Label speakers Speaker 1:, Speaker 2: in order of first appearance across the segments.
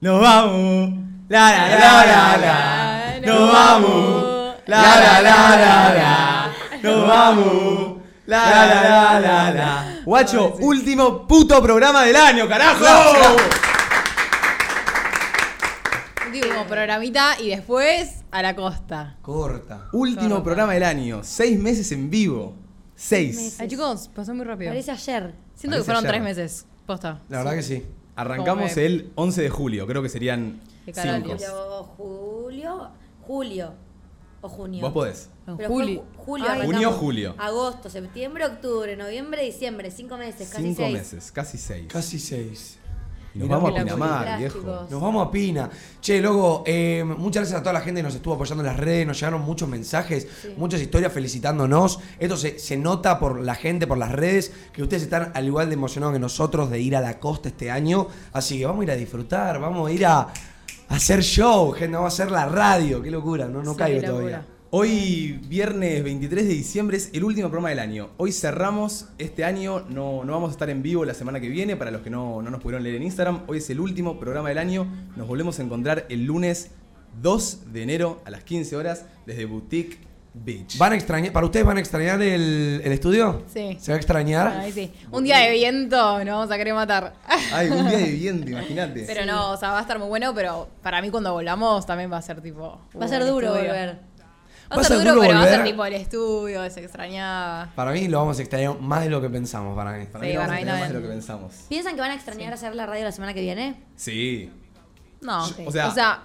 Speaker 1: Nos vamos. La la la la la. Nos vamos. La la la la la. Nos vamos. La la la la la. Guacho, último puto programa del año, carajo.
Speaker 2: Último programita y después a la costa.
Speaker 3: Corta.
Speaker 1: Último programa del año. Seis meses en vivo. Seis.
Speaker 2: Ay, chicos, pasó muy rápido.
Speaker 4: Parece ayer.
Speaker 2: Siento
Speaker 1: parece
Speaker 2: que fueron
Speaker 1: ayer.
Speaker 2: tres meses. Posta.
Speaker 3: La verdad que sí.
Speaker 1: Arrancamos
Speaker 2: Come.
Speaker 1: el 11 de julio, creo que serían
Speaker 2: Qué
Speaker 1: cinco.
Speaker 2: caralho.
Speaker 4: Pero julio, julio o junio.
Speaker 1: Vos podés.
Speaker 2: En
Speaker 4: Pero
Speaker 2: julio.
Speaker 4: ju- julio
Speaker 2: Ay.
Speaker 4: arrancamos.
Speaker 1: Junio, julio.
Speaker 4: Agosto, septiembre, octubre, noviembre, diciembre. Cinco meses, casi
Speaker 1: Cinco
Speaker 4: seis.
Speaker 1: meses, casi seis.
Speaker 3: Casi seis.
Speaker 1: Y nos
Speaker 3: Mirá
Speaker 1: vamos a
Speaker 3: que la
Speaker 1: Pinamar,
Speaker 4: publicidad,
Speaker 1: viejo.
Speaker 4: chicos.
Speaker 3: Nos vamos a Pina. Che, loco, eh, muchas gracias a toda la gente que nos estuvo apoyando en las redes, nos llegaron muchos mensajes, muchas historias felicitándonos. Esto se, se nota por la gente, por las redes, que ustedes están al igual de emocionados que nosotros de ir a la costa este año. Así que vamos a ir a disfrutar, vamos a ir a, a hacer show, gente, vamos a hacer la radio. Qué locura, no, no
Speaker 2: Sí,
Speaker 3: caigo
Speaker 2: qué
Speaker 3: todavía.
Speaker 2: locura.
Speaker 1: Hoy, viernes 23 de diciembre, es el último programa del año. Hoy cerramos este año, no, no vamos a estar en vivo la semana que viene, para los que no, no nos pudieron leer en Instagram. Hoy es el último programa del año. Nos volvemos a encontrar el lunes 2 de enero a las 15 horas desde Boutique Beach.
Speaker 3: ¿Van a extrañar, ¿Para ustedes van a extrañar el, el estudio?
Speaker 2: Sí.
Speaker 3: ¿Se va a extrañar?
Speaker 2: Ay, sí. Un día de viento nos vamos a querer matar.
Speaker 1: Ay, un día de viento, imagínate.
Speaker 2: Pero no, o sea, va a estar muy bueno, pero para mí cuando volvamos también va a ser tipo.
Speaker 4: Va a ser
Speaker 2: uh, el
Speaker 4: duro
Speaker 2: estudio.
Speaker 4: volver.
Speaker 2: Va a ser duro, pero va a ser tipo el estudio, se extrañaba.
Speaker 3: Para mí lo vamos a extrañar más de lo que pensamos, para mí.
Speaker 1: Para
Speaker 2: Sí,
Speaker 1: mí vamos
Speaker 2: para
Speaker 1: a
Speaker 2: mí
Speaker 1: tener más de lo
Speaker 2: también.
Speaker 1: que pensamos.
Speaker 4: ¿Piensan que van a extrañar hacer la radio la semana que viene?
Speaker 1: Sí.
Speaker 2: No,
Speaker 1: Yo-
Speaker 2: sí.
Speaker 1: o
Speaker 2: o,
Speaker 1: sea-
Speaker 2: sea,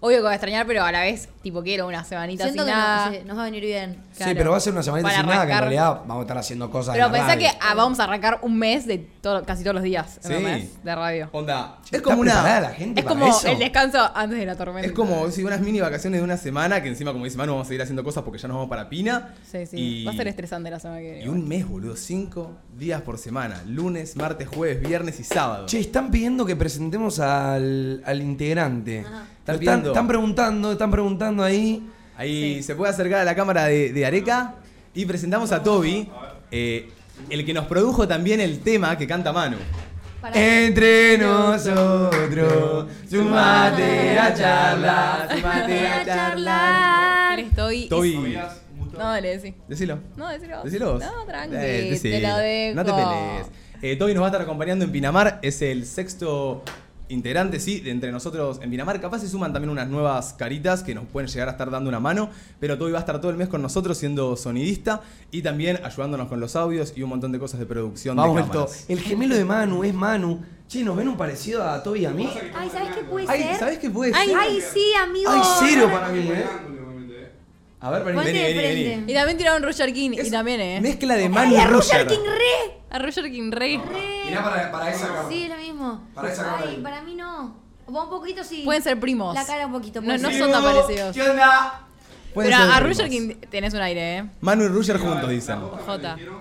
Speaker 2: obvio que va a extrañar, pero a la vez, tipo, quiero una semanita
Speaker 4: Siento
Speaker 2: sin
Speaker 4: que no-
Speaker 2: nada.
Speaker 4: sí, nos va a venir bien.
Speaker 3: Sí,
Speaker 2: Claro.
Speaker 3: pero va a ser una semana
Speaker 2: Para
Speaker 3: sin nada, que en
Speaker 2: arrancar-
Speaker 3: realidad vamos a estar haciendo cosas.
Speaker 2: Pero
Speaker 3: en la
Speaker 2: pensá
Speaker 3: radio.
Speaker 2: que ah, vamos a arrancar un mes de todo, casi todos los días
Speaker 1: Sí.
Speaker 2: ¿entendés? de radio.
Speaker 1: Onda.
Speaker 3: Che,
Speaker 1: Es
Speaker 3: ¿está
Speaker 1: como
Speaker 3: preparada
Speaker 1: una.
Speaker 3: la gente
Speaker 2: Es
Speaker 3: para
Speaker 2: como
Speaker 3: eso?
Speaker 2: el descanso antes de la tormenta.
Speaker 1: Es como si unas mini vacaciones de una semana, que encima, como dice Manu, vamos a seguir haciendo cosas porque ya nos vamos para Pina.
Speaker 2: Sí, sí.
Speaker 1: Y-
Speaker 2: Va a ser estresante la semana que viene.
Speaker 1: Y un mes, boludo, cinco días por semana. Lunes, martes, jueves, viernes y sábado.
Speaker 3: Che, están pidiendo que presentemos al, al integrante. Lo Están,
Speaker 1: pidiendo.
Speaker 3: están preguntando, están preguntando ahí.
Speaker 1: Ahí se puede acercar a la cámara de, de Areca y presentamos a Toby, eh, el que nos produjo también el tema que canta Manu.
Speaker 4: Para-
Speaker 3: Entre nosotros, sumate a charla, sumate a charla.
Speaker 2: Pero estoy.
Speaker 1: Toby,
Speaker 2: No, dale, sí.
Speaker 1: decilo.
Speaker 2: No, decilo vos.
Speaker 1: Decilo vos.
Speaker 2: No, tranqui,
Speaker 1: Eh,
Speaker 2: te
Speaker 1: decilo.
Speaker 2: lo dejo.
Speaker 1: No te pelees. Eh, Toby nos va a estar acompañando en Pinamar. Es el sexto integrante, sí, de entre nosotros en Pinamar. Capaz se suman también unas nuevas caritas que nos pueden llegar a estar dando una mano. Pero Toby va a estar todo el mes con nosotros siendo sonidista y también ayudándonos con los audios y un montón de cosas de producción
Speaker 3: Vamos,
Speaker 1: de
Speaker 3: el, to-
Speaker 1: cámaras.
Speaker 3: el gemelo de Manu es Manu. Che, ¿nos ven un parecido a Toby y a mí?
Speaker 4: Ay, ¿sabes qué puede
Speaker 1: Ay,
Speaker 4: ser?
Speaker 1: ¿sabés qué puede
Speaker 4: Ay,
Speaker 1: ser?
Speaker 4: ay, sí, amigo.
Speaker 3: Ay, cero para mí, eh.
Speaker 1: A ver, vení,
Speaker 4: Ponte
Speaker 1: vení,
Speaker 4: de
Speaker 1: vení,
Speaker 4: frente.
Speaker 1: vení.
Speaker 2: Y también tiraron Roger King.
Speaker 1: Es
Speaker 2: y también, eh.
Speaker 1: Mezcla de Manu
Speaker 4: Ay,
Speaker 1: y
Speaker 4: a Roger
Speaker 1: Roger.
Speaker 4: King re.
Speaker 2: A Roger King, rey.
Speaker 3: Mirá para, para esa cámara.
Speaker 4: Sí, lo mismo.
Speaker 3: Para esa cámara
Speaker 4: Ay,
Speaker 3: ahí.
Speaker 4: para mí no. Vos un poquito sí.
Speaker 2: Pueden ser primos.
Speaker 4: La cara un poquito.
Speaker 2: No,
Speaker 4: puede
Speaker 2: no
Speaker 4: ser.
Speaker 2: son tan parecidos.
Speaker 3: ¿Qué onda?
Speaker 1: Pueden
Speaker 2: Pero
Speaker 1: ser
Speaker 2: a
Speaker 1: primos.
Speaker 2: Roger King tenés un aire, eh.
Speaker 1: Manu y Roger juntos, dicen.
Speaker 2: Jota.
Speaker 5: Pero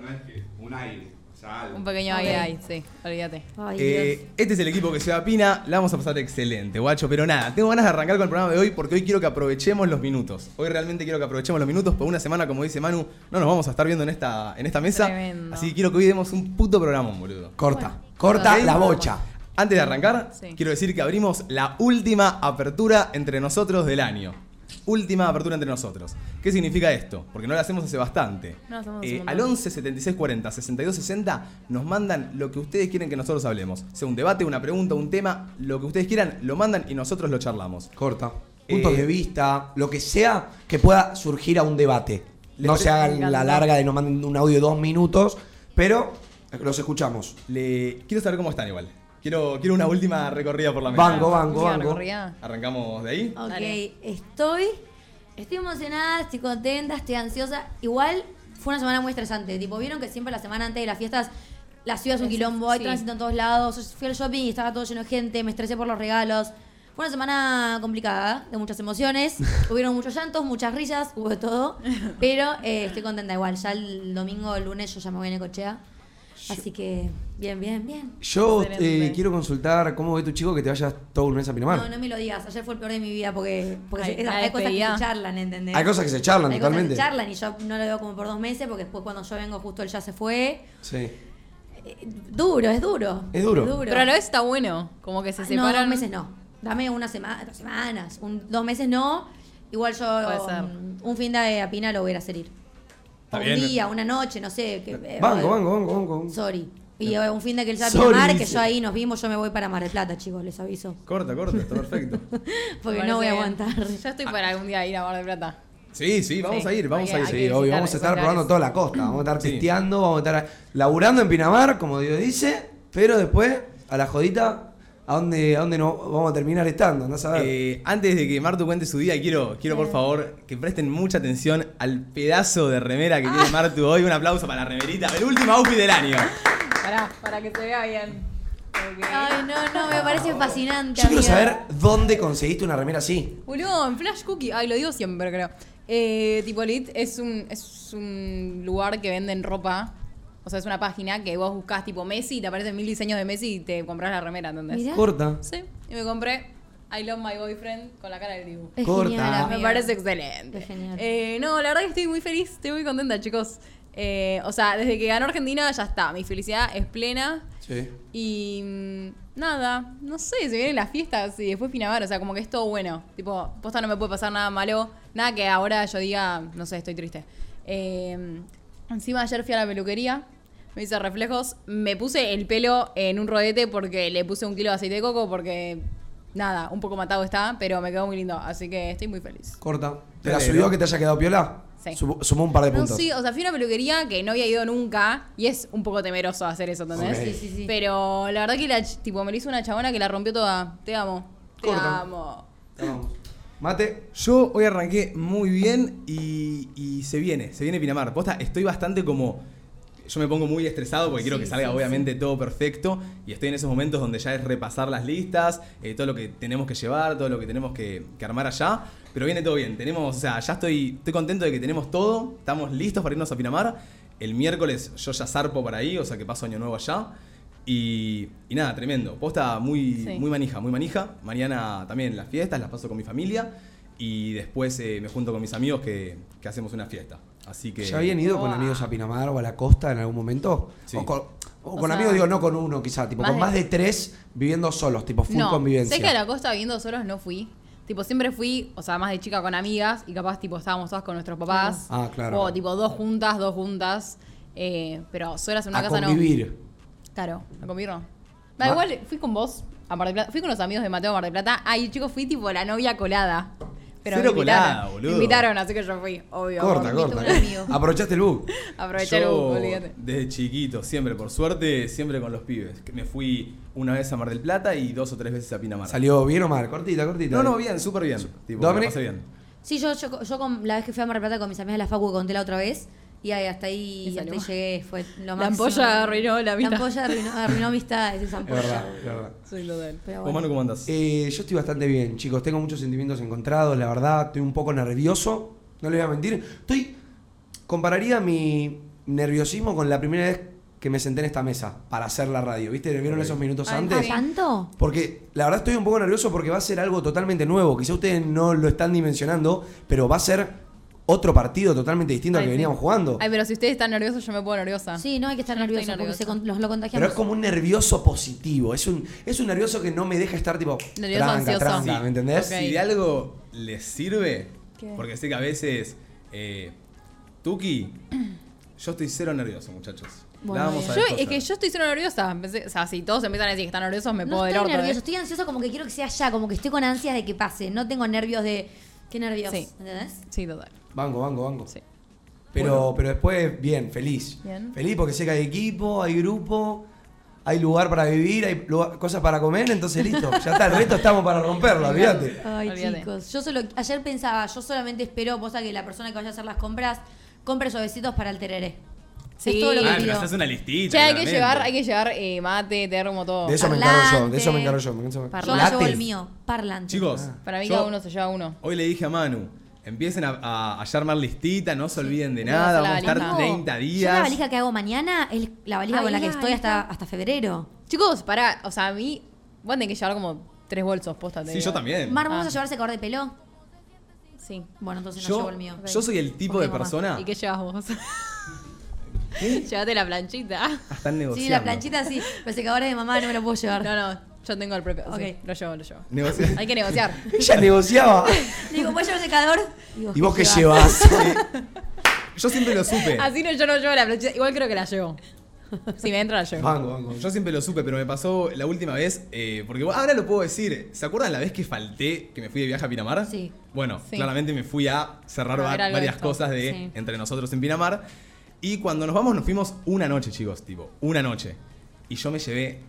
Speaker 5: no es que un aire, o sea, algo.
Speaker 2: Un pequeño aire ahí, sí. Olvídate.
Speaker 4: Ay,
Speaker 1: Eh,
Speaker 4: Dios.
Speaker 1: este es el equipo que se va a Pina, la vamos a pasar excelente, guacho, pero nada, tengo ganas de arrancar con el programa de hoy porque hoy quiero que aprovechemos los minutos. Hoy realmente quiero que aprovechemos los minutos, por una semana, como dice Manu, no nos vamos a estar viendo en esta, en esta mesa.
Speaker 2: Tremendo.
Speaker 1: Así que quiero que hoy demos un puto programón, boludo.
Speaker 3: Corta, corta
Speaker 1: ¿Sí?
Speaker 3: la bocha.
Speaker 1: Antes de arrancar,
Speaker 2: Sí.
Speaker 1: quiero decir que abrimos la última apertura entre nosotros del año. Última apertura entre nosotros. ¿Qué significa esto? Porque no la hacemos hace bastante.
Speaker 2: No, hacemos
Speaker 1: Eh,
Speaker 2: un montón.
Speaker 1: al 11 76 40 62 60 nos mandan lo que ustedes quieren que nosotros hablemos. Sea un debate, una pregunta, un tema, lo que ustedes quieran, lo mandan y nosotros lo charlamos.
Speaker 3: Corta. Puntos
Speaker 1: Eh,
Speaker 3: de vista, lo que sea que pueda surgir a un debate. No se hagan la larga de no manden un audio de dos minutos, pero los escuchamos.
Speaker 1: Le... Quiero saber cómo están igual. Quiero, quiero una última recorrida por la mesa.
Speaker 3: Banco, banco,
Speaker 2: Última
Speaker 3: banco.
Speaker 2: recorrida.
Speaker 1: Arrancamos de ahí.
Speaker 4: Ok,
Speaker 2: Dale.
Speaker 4: estoy, estoy emocionada, estoy contenta, estoy ansiosa. Igual fue una semana muy estresante. Tipo, vieron que siempre la semana antes de las fiestas la ciudad es un
Speaker 2: Sí,
Speaker 4: quilombo, hay
Speaker 2: sí.
Speaker 4: tránsito en todos lados. Yo fui al shopping y estaba todo lleno de gente, me estresé por los regalos. Fue una semana complicada, de muchas emociones. Hubieron muchos llantos, muchas risas, hubo de todo. Pero eh, estoy contenta igual. Ya el domingo, el lunes, yo ya me voy en el cochea. Así que, bien, bien, bien.
Speaker 3: Yo
Speaker 2: Excelente.
Speaker 3: eh, quiero consultar cómo ve tu chico que te vayas todo un mes a Pinamar.
Speaker 4: No, no me lo digas. Ayer fue el peor de mi vida porque, porque
Speaker 2: Ay,
Speaker 4: esas-
Speaker 2: la
Speaker 4: hay cosas que
Speaker 2: despedida.
Speaker 4: se charlan, ¿entendés?
Speaker 3: Hay cosas que se charlan
Speaker 4: Hay cosas
Speaker 3: totalmente.
Speaker 4: que charlan y yo no lo veo como por dos meses porque después cuando yo vengo justo él ya se fue.
Speaker 3: Sí.
Speaker 4: eh, duro, es duro.
Speaker 3: Es duro.
Speaker 2: Pero a la vez está bueno, como que se
Speaker 4: Ah, no,
Speaker 2: separan.
Speaker 4: dos meses no. Dame una semana, dos semanas. Un, dos meses no. Igual yo
Speaker 2: Puede ser.
Speaker 4: um, un fin de apina lo voy a ir a hacer ir.
Speaker 1: Está
Speaker 4: un
Speaker 1: bien.
Speaker 4: día, una noche, no sé. Que, eh,
Speaker 3: Banco,
Speaker 4: eh,
Speaker 3: banco, banco, banco.
Speaker 4: Sorry. Y eh, un fin de que él sabe
Speaker 3: Sorry,
Speaker 4: mar, que
Speaker 3: dice.
Speaker 4: yo ahí nos vimos, yo me voy para Mar del Plata, chicos, les aviso.
Speaker 1: Corta, corta, está perfecto.
Speaker 4: Porque
Speaker 2: Me
Speaker 4: no voy a
Speaker 2: parece
Speaker 4: aguantar.
Speaker 2: bien. Yo estoy para algún día ir a Mar del Plata.
Speaker 1: Sí, sí, vamos
Speaker 2: Sí,
Speaker 1: a ir, vamos
Speaker 2: hay-
Speaker 1: a ir.
Speaker 2: hay
Speaker 3: Sí,
Speaker 2: que
Speaker 3: obvio,
Speaker 2: visitar
Speaker 3: vamos a
Speaker 2: esos
Speaker 3: estar probando
Speaker 2: lugares.
Speaker 3: toda la costa, vamos a estar
Speaker 1: Sí.
Speaker 3: pisteando, vamos a estar laburando en Pinamar, como Dios dice, pero después, a la jodita, ¿a dónde, a dónde no vamos a terminar estando? Andás a ver.
Speaker 1: Eh, antes de que Martu cuente su día, quiero, quiero por favor que presten mucha atención al pedazo de remera que tiene Martu hoy. Un aplauso para la remerita, el último outfit del año.
Speaker 2: Pará, para que se vea bien. Porque-
Speaker 4: Ay, no, no, me parece fascinante.
Speaker 3: Yo quiero
Speaker 4: amiga.
Speaker 3: saber dónde conseguiste una remera así.
Speaker 2: Boludo, en Flash Cookie, ay, lo digo siempre, creo. Eh, tipo, Lit es un, es un lugar que venden ropa. O sea, es una página que vos buscás tipo Messi y te aparecen mil diseños de Messi y te compras la remera, ¿entendés?
Speaker 4: Mirá.
Speaker 3: Corta.
Speaker 2: Sí, y me compré I Love My Boyfriend con la cara del dibujo.
Speaker 4: Es
Speaker 3: Corta.
Speaker 4: genial,
Speaker 3: Ah,
Speaker 2: Me
Speaker 4: amiga.
Speaker 2: parece excelente.
Speaker 4: Qué genial.
Speaker 2: Eh, no, la verdad que estoy muy feliz, estoy muy contenta, chicos. Eh, o sea, desde que ganó Argentina ya está, mi felicidad es plena.
Speaker 3: Sí.
Speaker 2: Y mm, nada, no sé, se vienen las fiestas y después Pinabar, o sea, como que es todo bueno. Tipo, posta no me puede pasar nada malo, nada que ahora yo diga, no sé, estoy triste. Eh, encima ayer fui a la peluquería, me hice reflejos, me puse el pelo en un rodete porque le puse un kilo de aceite de coco porque, nada, un poco matado está, pero me quedó muy lindo, así que estoy muy feliz.
Speaker 3: Corta. ¿Te la
Speaker 1: Dale,
Speaker 3: subió
Speaker 1: ¿no?
Speaker 3: que te haya quedado piola?
Speaker 2: Sí.
Speaker 3: Subo- sumó un par de
Speaker 2: No,
Speaker 3: puntos.
Speaker 2: sí, o sea, fui a una peluquería que no había ido nunca y es un poco temeroso hacer eso, ¿entendés?
Speaker 3: Ok.
Speaker 4: Sí, sí, sí.
Speaker 2: Pero la verdad que la, ch- tipo, me lo hizo una chabona que la rompió toda. Te amo. Te
Speaker 3: Corta.
Speaker 2: amo.
Speaker 3: Vamos. Mate.
Speaker 1: Yo hoy arranqué muy bien y, y se viene, se viene Pinamar. Posta, estoy bastante como. Yo me pongo muy estresado porque quiero que salga obviamente todo perfecto y estoy en esos momentos donde ya es repasar las listas, eh, todo lo que tenemos que llevar, todo lo que tenemos que, que armar allá, pero viene todo bien. Tenemos, o sea, ya estoy, estoy contento de que tenemos todo, estamos listos para irnos a Pinamar. El miércoles yo ya zarpo para ahí, o sea que paso año nuevo allá. Y, y nada, tremendo. Posta muy,
Speaker 2: Sí.
Speaker 1: muy manija, muy manija. Mañana también las fiestas, las paso con mi familia. Y después eh, me junto con mis amigos que, que hacemos una fiesta. Así que.
Speaker 3: ¿Ya habían ido con
Speaker 2: Buah.
Speaker 3: amigos a Pinamar o a la costa en algún momento?
Speaker 1: Sí.
Speaker 3: O con, o
Speaker 2: O
Speaker 3: con
Speaker 2: sea,
Speaker 3: amigos, digo, no con uno quizá, tipo,
Speaker 2: más
Speaker 3: con
Speaker 2: de-
Speaker 3: más de tres viviendo solos, tipo, full
Speaker 2: No,
Speaker 3: convivencia.
Speaker 2: sé que a la costa viviendo solos no fui. Tipo, siempre fui, o sea, más de chica con amigas y capaz, tipo, estábamos todas con nuestros papás.
Speaker 3: Ah, claro.
Speaker 2: O, tipo, dos juntas, dos juntas. Eh, pero solas en una
Speaker 3: a
Speaker 2: casa
Speaker 3: convivir.
Speaker 2: no. Claro, a convivir no.
Speaker 3: Ma-
Speaker 2: Da igual, fui con vos a Mar del Plata. Fui con los amigos de Mateo a Mar del Plata. Ay, chicos, fui tipo la novia colada. Pero
Speaker 1: Cero
Speaker 2: me invitaron.
Speaker 1: colada, boludo.
Speaker 2: Me invitaron, así que yo fui, obvio.
Speaker 3: Corta,
Speaker 4: Dormiste
Speaker 3: corta.
Speaker 4: un amigo.
Speaker 3: Aprovechaste el bug.
Speaker 2: Aprovechar
Speaker 1: Yo,
Speaker 2: un olvídate.
Speaker 1: Desde chiquito, siempre, por suerte, siempre con los pibes. Que Me fui una vez a Mar del Plata y dos o tres veces a Pinamar.
Speaker 3: ¿Salió bien o mal? Cortita, cortita.
Speaker 1: No, no, bien, súper bien. Tipo,
Speaker 3: Dominic.
Speaker 1: me la pasé bien.
Speaker 4: Sí, yo, yo, yo con, la vez que fui a Mar del Plata con mis amigas de la Facu conté la otra vez. Y ahí, hasta ahí,
Speaker 2: Y salió.
Speaker 4: hasta ahí llegué, fue lo máximo.
Speaker 2: La ampolla arruinó la vida.
Speaker 4: La ampolla arruinó, arruinó amistades, esa
Speaker 3: Es
Speaker 4: ampolla.
Speaker 3: verdad, es verdad.
Speaker 2: Soy total.
Speaker 4: Pero
Speaker 1: ¿Vos,
Speaker 4: bueno.
Speaker 1: Manu, cómo andás?
Speaker 3: Eh, yo estoy bastante bien, chicos. Tengo muchos sentimientos encontrados, la verdad. Estoy un poco nervioso, no les voy a mentir. Estoy. Compararía mi nerviosismo con la primera vez que me senté en esta mesa para hacer la radio. ¿Viste? ¿Vieron esos minutos
Speaker 2: Ay,
Speaker 3: antes?
Speaker 4: ¿Ah, tanto?
Speaker 3: Porque la verdad estoy un poco nervioso porque va a ser algo totalmente nuevo. Quizá ustedes no lo están dimensionando, pero va a ser otro partido totalmente distinto al
Speaker 2: Ay,
Speaker 3: que
Speaker 2: sí.
Speaker 3: veníamos jugando.
Speaker 2: Ay, pero si ustedes están nerviosos, yo me pongo nerviosa.
Speaker 4: Sí, no hay que estar
Speaker 2: Yo Ah. no
Speaker 4: nervioso
Speaker 2: estoy
Speaker 4: porque se
Speaker 2: nerviosa.
Speaker 4: con- nos
Speaker 3: Pero
Speaker 4: lo contagiamos.
Speaker 3: es como un nervioso positivo. Es un, es un nervioso que no me deja estar tipo.
Speaker 2: Nervioso
Speaker 3: tranca,
Speaker 2: ansioso.
Speaker 3: tranca,
Speaker 2: Sí.
Speaker 3: ¿me entendés?
Speaker 2: Ok.
Speaker 1: Si de algo les sirve,
Speaker 2: ¿Qué?
Speaker 1: porque sé que a veces. eh, Tuki, yo estoy cero nervioso, muchachos.
Speaker 4: Bueno,
Speaker 1: la vamos a
Speaker 2: Yo, es
Speaker 1: descoser.
Speaker 2: que yo estoy solo nerviosa. Pensé- o sea, si todos empiezan a decir que están nerviosos, me
Speaker 4: no
Speaker 2: puedo del
Speaker 4: estoy
Speaker 2: orto. ¿eh?
Speaker 4: nervioso, estoy ansioso como que quiero que sea ya, como que estoy con ansias de que pase. No tengo nervios de... Qué nervios,
Speaker 2: Sí.
Speaker 4: ¿entendés?
Speaker 2: Sí, total.
Speaker 3: Banco, banco, banco.
Speaker 2: Sí.
Speaker 3: Pero, pero después, bien, feliz.
Speaker 2: Bien.
Speaker 3: Feliz porque sé que hay equipo, hay grupo, hay lugar para vivir, hay lugar- cosas para comer, entonces listo. Ya está, el resto estamos para romperlo, olvídate.
Speaker 4: Ay,
Speaker 2: Olvídate.
Speaker 4: chicos. Yo solo, ayer pensaba, yo solamente espero, posta, que la persona que vaya a hacer las compras compre suavecitos para el tereré.
Speaker 2: Sí.
Speaker 4: Es todo lo que
Speaker 2: Ah,
Speaker 1: Ah,
Speaker 4: pido.
Speaker 1: pero haces una listita.
Speaker 2: Che, hay que
Speaker 1: claramente.
Speaker 2: llevar, hay que llevar eh, mate, termo, todo.
Speaker 3: De eso me encargo yo, de eso me encargo yo.
Speaker 4: Parlante.
Speaker 3: Me encargo
Speaker 4: Yo me llevo el mío, parlante.
Speaker 1: Chicos,
Speaker 2: Ah, Para mí
Speaker 1: yo
Speaker 2: cada uno se lleva uno.
Speaker 1: Hoy le dije a Manu, empiecen a, a- a ya armar listita, no se olviden de
Speaker 2: Vamos a
Speaker 1: nada,
Speaker 2: hacer
Speaker 1: vamos
Speaker 2: la
Speaker 1: a estar
Speaker 2: valija.
Speaker 1: 30
Speaker 4: Yo la
Speaker 1: días.
Speaker 4: valija que hago mañana es la valija
Speaker 2: Ay,
Speaker 4: con la que
Speaker 2: la
Speaker 4: estoy hasta, hasta febrero.
Speaker 2: Chicos, para, o sea, a mí, vos tenés que llevar como tres bolsos, posta. te
Speaker 1: Sí,
Speaker 2: digo.
Speaker 1: yo también.
Speaker 4: Mar, ¿vamos
Speaker 2: Ah.
Speaker 4: a llevar secador de pelo?
Speaker 2: Sí.
Speaker 4: Bueno, entonces no
Speaker 1: Yo,
Speaker 4: llevo el mío.
Speaker 1: yo soy el tipo
Speaker 4: Porque
Speaker 1: de
Speaker 2: Ah.
Speaker 4: mi mamá.
Speaker 1: persona.
Speaker 2: ¿Y qué llevas vos? Llévate la planchita.
Speaker 1: Están negociando.
Speaker 4: Sí, la planchita sí. Pero secadores de mamá no me lo puedo llevar.
Speaker 2: No, no, yo tengo el propio. sí,
Speaker 4: Ok.
Speaker 2: lo llevo, lo llevo.
Speaker 1: Negocia-
Speaker 2: Hay que negociar.
Speaker 3: Ella negociaba.
Speaker 4: Le digo, ¿puedo llevar el secador?
Speaker 3: ¿Y vos qué llevas?
Speaker 1: Yo siempre lo supe.
Speaker 2: Así no, yo no llevo la planchita. Igual creo que la llevo. Si me entra, la llevo.
Speaker 3: Banco, banco.
Speaker 1: Yo siempre lo supe, pero me pasó la última vez, eh, porque bueno, ahora lo puedo decir. ¿Se acuerdan la vez que falté, que me fui de viaje a Pinamar?
Speaker 4: Sí.
Speaker 1: Bueno,
Speaker 2: Sí.
Speaker 1: claramente me fui a cerrar
Speaker 2: A ver
Speaker 1: va-
Speaker 2: algo
Speaker 1: varias
Speaker 2: de esto.
Speaker 1: cosas de
Speaker 2: Sí.
Speaker 1: entre nosotros en Pinamar. Y cuando nos vamos, nos fuimos una noche, chicos, tipo, una noche. Y yo me llevé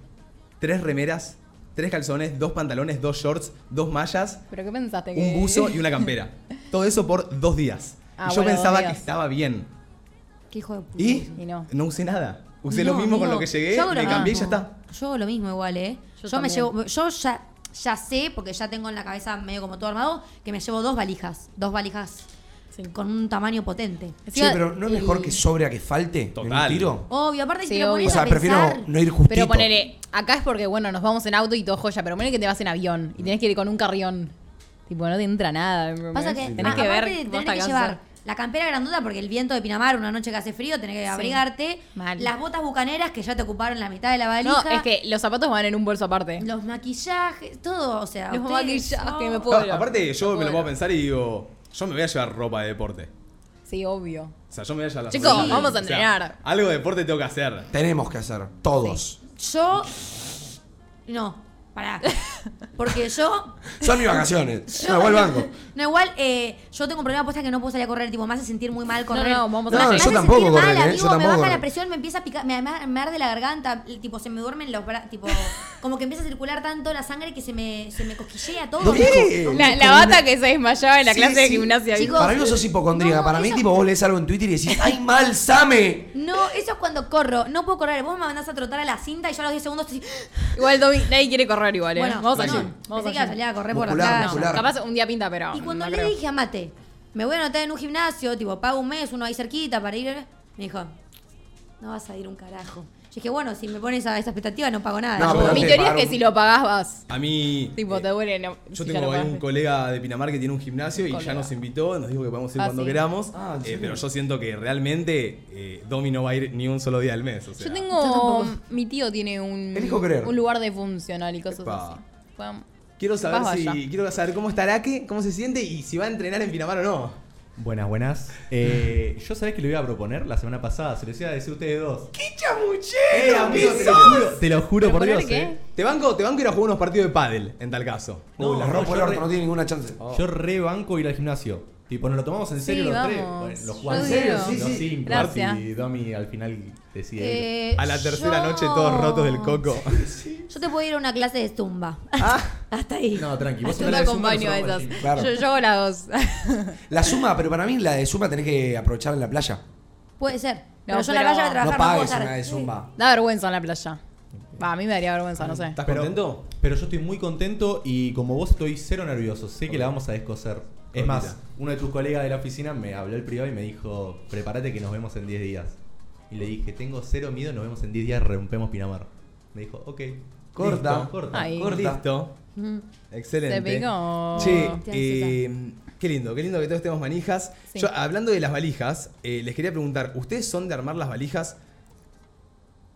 Speaker 1: tres remeras, tres calzones, dos pantalones, dos shorts, dos mallas,
Speaker 2: ¿Pero qué pensaste? Este que-
Speaker 1: un buzo y una campera. Todo eso por dos días.
Speaker 2: Ah,
Speaker 1: y yo
Speaker 2: bueno, dos
Speaker 1: pensaba que
Speaker 2: días.
Speaker 1: estaba bien.
Speaker 4: ¿Qué hijo de puta?
Speaker 1: Y,
Speaker 2: Y no.
Speaker 1: usé nada. Usé
Speaker 4: No,
Speaker 1: lo mismo con
Speaker 4: no.
Speaker 1: lo que llegué,
Speaker 4: Yo hago lo
Speaker 1: me cambié y ya
Speaker 4: mismo.
Speaker 1: está.
Speaker 4: Yo hago lo mismo igual, ¿eh?
Speaker 2: Yo
Speaker 4: Yo, me
Speaker 2: también.
Speaker 4: llevo. Yo ya, ya sé, porque ya tengo en la cabeza medio como todo armado, que me llevo dos valijas. Dos valijas
Speaker 2: Sí.
Speaker 4: con un tamaño potente.
Speaker 3: Sí, pero ¿no es mejor que sobre a que falte? en
Speaker 1: Total.
Speaker 3: un tiro?
Speaker 4: Obvio, aparte
Speaker 2: Sí,
Speaker 4: si te lo
Speaker 2: obvio.
Speaker 4: pones
Speaker 3: O sea,
Speaker 4: a pensar,
Speaker 3: prefiero no ir justito.
Speaker 2: Pero ponele, acá es porque, bueno, nos vamos en auto y todo joya, pero ponele que te vas en avión y tenés que ir con un carrión. Tipo, no te entra nada. ¿me
Speaker 4: Pasa
Speaker 2: entendés?
Speaker 4: que
Speaker 2: tenés
Speaker 4: a-
Speaker 2: que ver
Speaker 4: aparte de
Speaker 2: cómo
Speaker 4: tener
Speaker 2: está
Speaker 4: que
Speaker 2: el
Speaker 4: llevar
Speaker 2: calzón.
Speaker 4: la campera grandota porque el viento de Pinamar, una noche que hace frío, tenés que abrigarte.
Speaker 2: Mal.
Speaker 4: Las botas bucaneras que ya te ocuparon la mitad de la valija.
Speaker 2: No, es que los zapatos van en un bolso aparte.
Speaker 4: Los maquillajes, todo, o sea.
Speaker 2: Los
Speaker 4: ustedes
Speaker 2: maquillajes,
Speaker 4: son-
Speaker 2: me puedo- Pueblo.
Speaker 1: Ah, aparte, yo me
Speaker 2: Pueblo.
Speaker 1: lo puedo pensar y digo, yo me voy a llevar ropa de deporte.
Speaker 2: Sí, obvio.
Speaker 1: O sea, yo me voy a llevar la
Speaker 2: Chicos,
Speaker 1: ropa de
Speaker 2: vamos
Speaker 1: deporte.
Speaker 2: a entrenar.
Speaker 1: algo de deporte tengo que hacer.
Speaker 3: Tenemos que hacer, todos.
Speaker 4: Yo. No, pará. Porque yo.
Speaker 3: Son mis vacaciones.
Speaker 4: yo-
Speaker 3: No, igual banco.
Speaker 4: No, igual, eh, yo tengo un problema puesta que no puedo salir a correr, tipo, me hace sentir muy mal correr.
Speaker 2: no, vamos
Speaker 4: Me
Speaker 2: a- No,
Speaker 4: hace
Speaker 2: yo
Speaker 4: sentir
Speaker 3: tampoco
Speaker 4: mal,
Speaker 3: correr, eh,
Speaker 4: amigo,
Speaker 3: yo tampoco
Speaker 4: me baja
Speaker 3: correr.
Speaker 4: la presión, me empieza a picar, me, me- me arde la garganta, y, tipo, se me duermen los brazos, tipo, como que empieza a circular tanto la sangre que se me, se me cosquillea todo.
Speaker 1: Eh,
Speaker 3: ¿Qué?
Speaker 2: La, la bata que se desmayaba en la
Speaker 3: Sí,
Speaker 2: clase de
Speaker 3: sí.
Speaker 2: gimnasia.
Speaker 4: Chicos,
Speaker 3: Para mí vos sos hipocondríaca.
Speaker 4: No,
Speaker 3: Para mí,
Speaker 4: eso-
Speaker 3: tipo, vos lees algo en Twitter y decís, ¡ay, mal, Same!
Speaker 4: No, eso es cuando corro, no puedo correr. Vos me mandás a trotar a la cinta y yo a los 10 segundos estoy.
Speaker 2: Igual Domi, nadie quiere correr igual, ¿eh?
Speaker 4: Bueno,
Speaker 2: vamos
Speaker 4: no,
Speaker 2: a allí. Vamos
Speaker 4: pensé que iba a salir
Speaker 2: allí.
Speaker 4: a correr por
Speaker 3: Muscular,
Speaker 4: la
Speaker 2: No,
Speaker 4: calle.
Speaker 3: Popular.
Speaker 2: capaz un día pinta, pero.
Speaker 4: Y cuando
Speaker 2: no
Speaker 4: le
Speaker 2: Ah, creo.
Speaker 4: dije a Mate, me voy a anotar en un gimnasio, tipo, pago un mes, uno ahí cerquita para ir, me dijo, no vas a ir un carajo. Yo dije, bueno, si me pones a esa expectativa no pago nada.
Speaker 1: Ah,
Speaker 3: No,
Speaker 4: Yo-
Speaker 3: pero
Speaker 2: Mi
Speaker 3: te
Speaker 2: teoría
Speaker 3: pagaron.
Speaker 2: es que si lo pagás vas.
Speaker 1: A mí, eh,
Speaker 2: Tipo, te duele. no,
Speaker 1: yo
Speaker 2: si ya lo
Speaker 1: tengo ahí un
Speaker 2: pagaste.
Speaker 1: colega de Pinamar que tiene un gimnasio y ya nos invitó, nos dijo que podemos ir
Speaker 2: Ah,
Speaker 1: cuando
Speaker 2: sí.
Speaker 1: queramos.
Speaker 3: Ah, ¿en
Speaker 1: Eh,
Speaker 3: serio?
Speaker 1: pero yo siento que realmente eh, Domi no va a ir ni un solo día al mes. o sea.
Speaker 2: Yo
Speaker 4: Yo
Speaker 2: tengo.
Speaker 4: tampoco.
Speaker 2: Mi tío tiene un.
Speaker 3: Elijo creer.
Speaker 2: Un lugar de funcional y cosas
Speaker 1: Epa.
Speaker 2: así. Fue-
Speaker 1: Quiero saber
Speaker 2: Capaz
Speaker 1: si.
Speaker 2: vaya.
Speaker 1: Quiero saber cómo está Araque, cómo se siente y si va a entrenar en Pinamar o no.
Speaker 6: Buenas, buenas. Eh, yo sabés que lo iba a proponer la semana pasada, se lo iba a decir a ustedes dos.
Speaker 3: ¡Qué
Speaker 1: Eh,
Speaker 3: chamuchero!
Speaker 1: amigo, te lo juro.
Speaker 6: Te lo juro por
Speaker 2: ¿Proponer
Speaker 6: Dios,
Speaker 2: qué?
Speaker 6: eh.
Speaker 1: Te banco, te banco ir a jugar unos partidos de pádel, en tal caso.
Speaker 3: Uy, la
Speaker 6: No,
Speaker 3: rompo el
Speaker 6: yo
Speaker 3: orto,
Speaker 6: re-
Speaker 3: no tiene ninguna chance.
Speaker 1: Oh.
Speaker 6: Yo re banco ir al gimnasio. Tipo, nos lo tomamos en
Speaker 2: Sí,
Speaker 6: serio los
Speaker 2: vamos.
Speaker 6: tres. Los
Speaker 2: Yo
Speaker 6: Juan,
Speaker 2: digo.
Speaker 6: los
Speaker 3: Sí, sí.
Speaker 6: cinco,
Speaker 2: Gracias.
Speaker 6: Y Domi al final decide. ir.
Speaker 4: Eh,
Speaker 1: A la tercera
Speaker 4: yo-
Speaker 1: noche todos rotos del coco.
Speaker 4: Yo te puedo ir a una clase de zumba. Hasta ahí.
Speaker 6: No, tranqui, vos
Speaker 2: Yo no
Speaker 6: en la de Zumba,
Speaker 2: acompaño a
Speaker 6: nosotros
Speaker 2: esas.
Speaker 6: vamos al gym.
Speaker 3: Claro.
Speaker 2: Yo, yo hago las dos.
Speaker 3: La suma, pero para mí la de suma tenés que aprovechar en la playa.
Speaker 4: Puede ser.
Speaker 2: No,
Speaker 4: pero yo en la
Speaker 2: pero-
Speaker 4: playa voy a trabajar,
Speaker 3: No
Speaker 4: no, puedo
Speaker 3: pagues
Speaker 4: estar.
Speaker 3: una de zumba.
Speaker 2: da vergüenza en la playa. Va, a mí me daría vergüenza, no sé.
Speaker 1: ¿Estás
Speaker 6: Pero-
Speaker 1: contento?
Speaker 6: Pero yo estoy muy contento y como vos estoy cero nervioso. Sé que la vamos a descoser. Es más, uno de tus colegas de la oficina me habló el privado y me dijo, prepárate que nos vemos en 10 días. Y le dije, tengo cero miedo, nos vemos en 10 días, rompemos Pinamar. Me dijo, ok.
Speaker 3: Corta.
Speaker 6: Listo, corta.
Speaker 2: Ay.
Speaker 3: Corta.
Speaker 1: Listo.
Speaker 3: Mm.
Speaker 2: Se
Speaker 1: Excelente.
Speaker 2: picó.
Speaker 1: Che,
Speaker 4: Te
Speaker 1: eh, qué lindo, qué lindo que todos estemos manijas.
Speaker 2: Sí.
Speaker 1: Yo, hablando de las valijas, eh, les quería preguntar, ¿ustedes son de armar las valijas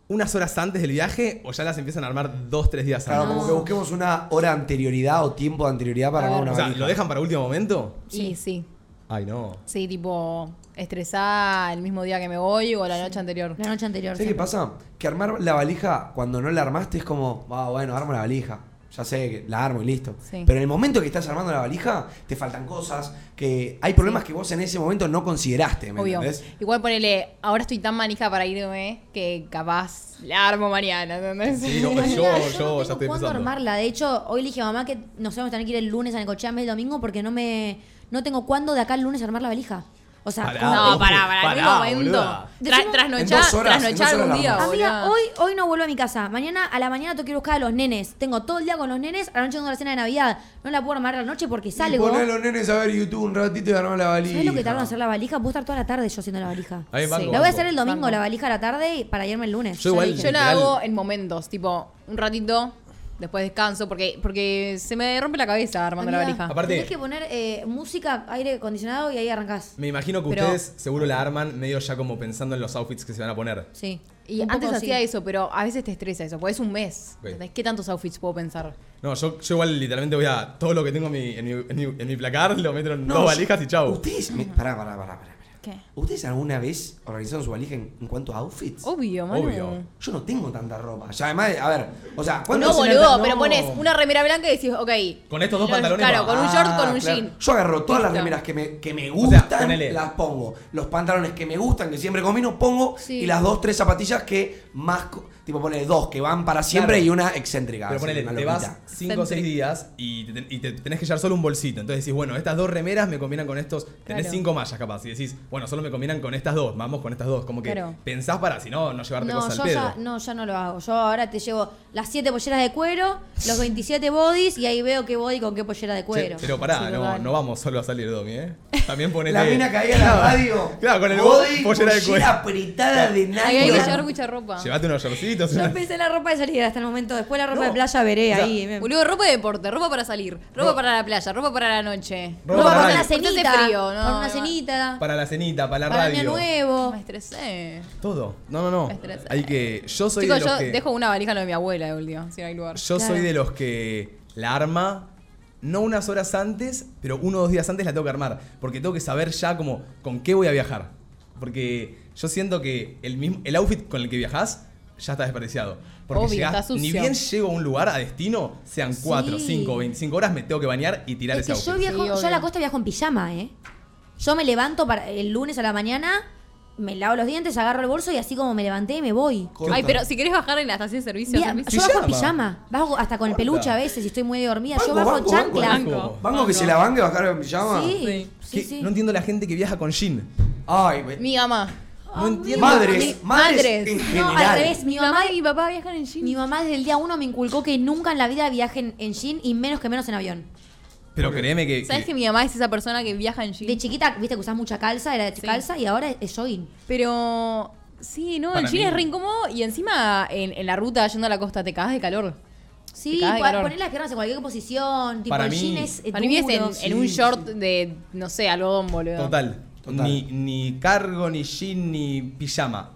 Speaker 1: unas horas antes del viaje o ya las empiezan a armar dos, tres días
Speaker 3: Claro,
Speaker 1: antes?
Speaker 3: como que busquemos una hora anterioridad o tiempo de anterioridad para
Speaker 2: A
Speaker 3: armar
Speaker 2: ver.
Speaker 3: una
Speaker 1: o sea,
Speaker 3: valija.
Speaker 1: ¿lo dejan para último momento?
Speaker 2: Y sí.
Speaker 1: Ay, no.
Speaker 2: Sí, tipo, estresada el mismo día que me voy o la noche anterior.
Speaker 4: La noche anterior.
Speaker 3: ¿Sabes
Speaker 4: sí.
Speaker 3: qué pasa? Que armar la valija cuando no la armaste es como, ah, bueno, armo la valija. Ya sé que la armo y listo.
Speaker 2: Sí.
Speaker 3: Pero en el momento que estás armando la valija, te faltan cosas, que hay problemas que vos en ese momento no consideraste, ¿me
Speaker 2: Obvio.
Speaker 3: entendés?
Speaker 2: Igual ponele, ahora estoy tan manija para irme que capaz la armo mañana, ¿entendés?
Speaker 1: Sí, no,
Speaker 4: Mira,
Speaker 1: yo, yo,
Speaker 4: yo
Speaker 1: ya
Speaker 4: no tengo
Speaker 1: estoy
Speaker 4: cuándo
Speaker 1: empezando.
Speaker 4: armarla. De hecho, hoy le dije a mamá que nos vamos a tener que ir el lunes a Necochea el domingo porque no me no tengo cuándo de acá el lunes armar la valija. O sea,
Speaker 1: Pará,
Speaker 4: como-
Speaker 2: No,
Speaker 1: ojo,
Speaker 2: pará, pará,
Speaker 1: pará,
Speaker 2: en un momento.
Speaker 1: boluda.
Speaker 2: Tra-
Speaker 4: Decimos-
Speaker 2: trasnochar,
Speaker 3: En dos horas,
Speaker 2: trasnochar
Speaker 3: en dos horas
Speaker 2: algún día,
Speaker 3: la
Speaker 4: Amiga,
Speaker 2: boluda.
Speaker 4: hoy, hoy no vuelvo a mi casa. Mañana a la mañana tengo que ir a buscar a los nenes. Tengo todo el día con los nenes. A la noche tengo la cena de Navidad. No la puedo armar a la noche porque salgo.
Speaker 3: Poné a
Speaker 4: ¿Sabes
Speaker 3: los nenes a ver YouTube un ratito y armar la valija.
Speaker 4: lo que tardan en hacer la valija? Puedo estar toda la tarde yo haciendo la valija.
Speaker 1: Ahí,
Speaker 2: Sí.
Speaker 1: banco,
Speaker 4: La voy a
Speaker 1: banco.
Speaker 4: hacer el domingo,
Speaker 2: Banco.
Speaker 4: la valija a la tarde, y para irme el lunes.
Speaker 1: Yo igual-
Speaker 4: dije.
Speaker 2: Yo la
Speaker 1: Literal.
Speaker 2: hago en momentos, tipo, un ratito, Después descanso, porque, porque se me rompe la cabeza armando la
Speaker 4: Amiga,
Speaker 2: valija.
Speaker 1: Aparte-
Speaker 4: Tenés que poner eh, música, aire acondicionado y ahí arrancás.
Speaker 1: Me imagino que
Speaker 2: Pero-
Speaker 1: ustedes seguro la arman medio ya como pensando en los outfits que se van a poner.
Speaker 4: Sí.
Speaker 2: Y
Speaker 4: Un
Speaker 2: antes
Speaker 4: poco
Speaker 2: hacía
Speaker 4: sí.
Speaker 2: eso, pero a veces te estresa eso, porque es un mes.
Speaker 1: Ok.
Speaker 2: ¿Entendés? ¿Qué tantos outfits puedo pensar?
Speaker 1: No, yo, yo igual literalmente voy a todo lo que tengo en mi, en mi, en mi- en mi placar, lo meto en
Speaker 3: No,
Speaker 1: dos
Speaker 3: yo-
Speaker 1: valijas y chau.
Speaker 3: Ustedes. me- pará, pará, pará, pará. pará.
Speaker 2: ¿Qué?
Speaker 3: ¿Ustedes alguna vez organizaron su valija en, en cuanto a outfits?
Speaker 2: Obvio, Manu.
Speaker 1: Obvio.
Speaker 3: Yo no tengo tanta ropa. Ya, además, a ver, o sea, ¿cuánto
Speaker 2: No,
Speaker 3: se me
Speaker 2: boludo,
Speaker 3: alter-
Speaker 2: pero
Speaker 3: No.
Speaker 2: pones una remera blanca y decís, ok.
Speaker 1: Con estos dos
Speaker 2: Los-
Speaker 1: pantalones
Speaker 2: Claro,
Speaker 1: va.
Speaker 2: con un short,
Speaker 3: Ah,
Speaker 2: con un
Speaker 3: claro.
Speaker 2: jean.
Speaker 3: Yo agarro todas las
Speaker 2: Listo.
Speaker 3: remeras que me, que me
Speaker 1: O sea,
Speaker 3: gustan,
Speaker 1: ponele.
Speaker 3: las pongo. Los pantalones que me gustan, que siempre combino, pongo.
Speaker 4: Sí.
Speaker 3: Y las dos, tres zapatillas que más. co- Tipo, ponele dos que van para siempre
Speaker 1: Claro.
Speaker 3: y una excéntrica.
Speaker 1: Pero
Speaker 3: así,
Speaker 1: ponele,
Speaker 3: Ah, una
Speaker 1: te
Speaker 3: loquita.
Speaker 1: vas 5 o 6 días y te, y te tenés que llevar solo un bolsito. Entonces decís, bueno, estas dos remeras me combinan con estos. Tenés
Speaker 2: Claro.
Speaker 1: cinco mallas capaz. Y decís, bueno, solo me combinan con estas dos. Vamos con estas dos. Como que
Speaker 2: Claro.
Speaker 1: pensás para, si no, no llevarte
Speaker 4: No,
Speaker 1: cosas
Speaker 4: yo
Speaker 1: al pedo.
Speaker 4: ya, no, ya no lo hago. Yo ahora te llevo las 7 polleras de cuero, los 27 bodies y ahí veo qué body con qué pollera de
Speaker 1: Che,
Speaker 4: cuero.
Speaker 1: pero pará,
Speaker 4: Sí,
Speaker 1: no,
Speaker 4: total.
Speaker 1: no vamos solo a salir, Domi, ¿eh? También ponele.
Speaker 3: La mina caía en la radio.
Speaker 1: Claro, con el
Speaker 3: body,
Speaker 1: body, pollera de cuero.
Speaker 3: apretada de
Speaker 2: Ahí hay que
Speaker 3: nylon.
Speaker 2: llevar mucha ropa.
Speaker 1: Llevate unos yorcitos.
Speaker 4: Yo
Speaker 1: una-
Speaker 4: pensé en la ropa de salida hasta el momento. Después la ropa
Speaker 3: No.
Speaker 4: de playa veré
Speaker 3: O sea,
Speaker 4: ahí. me-
Speaker 2: Boludo, ropa de deporte, ropa para salir, ropa para la playa, ropa para la noche.
Speaker 1: Ropa para
Speaker 4: Ropa para
Speaker 1: la-
Speaker 4: una
Speaker 2: Porque hace
Speaker 4: cenita.
Speaker 2: frío, no,
Speaker 4: Para
Speaker 2: me va-
Speaker 4: una cenita.
Speaker 1: Para la cenita, para la
Speaker 4: Para año
Speaker 1: radio.
Speaker 4: nuevo.
Speaker 2: Me estresé.
Speaker 1: Todo. No, no, no.
Speaker 2: Me estresé.
Speaker 1: Hay que. Yo soy
Speaker 2: Chicos,
Speaker 1: de los
Speaker 2: yo
Speaker 1: que.
Speaker 2: dejo una valija en lo de mi abuela, de último, si no hay lugar.
Speaker 1: Yo soy
Speaker 4: Claro.
Speaker 1: de los que la arma. No unas horas antes, pero uno o dos días antes la tengo que armar. Porque tengo que saber ya como con qué voy a viajar. Porque yo siento que el, mismo, el outfit con el que viajás ya está desperdiciado. Porque
Speaker 2: Obvio,
Speaker 1: llegás-
Speaker 2: está sucio.
Speaker 1: ni bien llego a un lugar a destino, sean 4,
Speaker 4: Sí.
Speaker 1: 5, 25 horas, me tengo que bañar y tirar
Speaker 4: Es
Speaker 1: ese
Speaker 4: que yo
Speaker 1: outfit.
Speaker 4: viajo,
Speaker 2: Sí,
Speaker 4: yo a
Speaker 2: obvio.
Speaker 4: la costa viajo en pijama, ¿eh? Yo me levanto para el lunes a la mañana, me lavo los dientes, agarro el bolso y así como me levanté me voy.
Speaker 2: Ay, pero si querés bajar en la estación de servicio,
Speaker 4: Mira,
Speaker 2: servicio.
Speaker 4: yo bajo en
Speaker 1: Pijama.
Speaker 4: pijama, bajo hasta con el
Speaker 1: Corta.
Speaker 4: peluche a veces si estoy muy dormida,
Speaker 3: Banco,
Speaker 4: yo bajo
Speaker 3: banco,
Speaker 4: chancla.
Speaker 1: banco,
Speaker 3: Banco, que se la banque bajar en pijama.
Speaker 4: Sí, sí,
Speaker 1: Que
Speaker 4: sí.
Speaker 1: No entiendo la gente que viaja con jean.
Speaker 3: Ay, me-
Speaker 2: Mi mamá.
Speaker 4: Ah,
Speaker 1: No entiendo.
Speaker 3: madres, madres,
Speaker 2: Madres.
Speaker 3: en
Speaker 2: No,
Speaker 4: No,
Speaker 3: general.
Speaker 4: al revés, mi mamá,
Speaker 2: y mi papá viajan en
Speaker 4: mi
Speaker 2: jeans.
Speaker 4: mamá desde el día uno me inculcó que nunca en la vida viajen en jean y menos que menos en avión.
Speaker 1: Pero créeme que.
Speaker 2: ¿Sabes
Speaker 1: que-
Speaker 2: que mi mamá es esa persona que viaja en
Speaker 4: De
Speaker 2: jeans?
Speaker 4: chiquita, viste que usás mucha calza, era de calza y ahora es jogging.
Speaker 2: Pero sí, no,
Speaker 1: Para
Speaker 2: el jean
Speaker 1: mí-
Speaker 2: es re incómodo y encima en, en la ruta yendo a la costa te cagas de calor.
Speaker 4: Sí,
Speaker 2: cagas de
Speaker 4: po-
Speaker 2: calor.
Speaker 4: poner las piernas en cualquier posición, tipo
Speaker 1: Para
Speaker 4: el
Speaker 1: mí-
Speaker 4: jean es eh,
Speaker 2: Para mí es en,
Speaker 4: duro.
Speaker 2: en un short de, no sé, algodón, boludo.
Speaker 1: Total.
Speaker 3: Total.
Speaker 1: Ni, ni cargo, ni jean, ni pijama.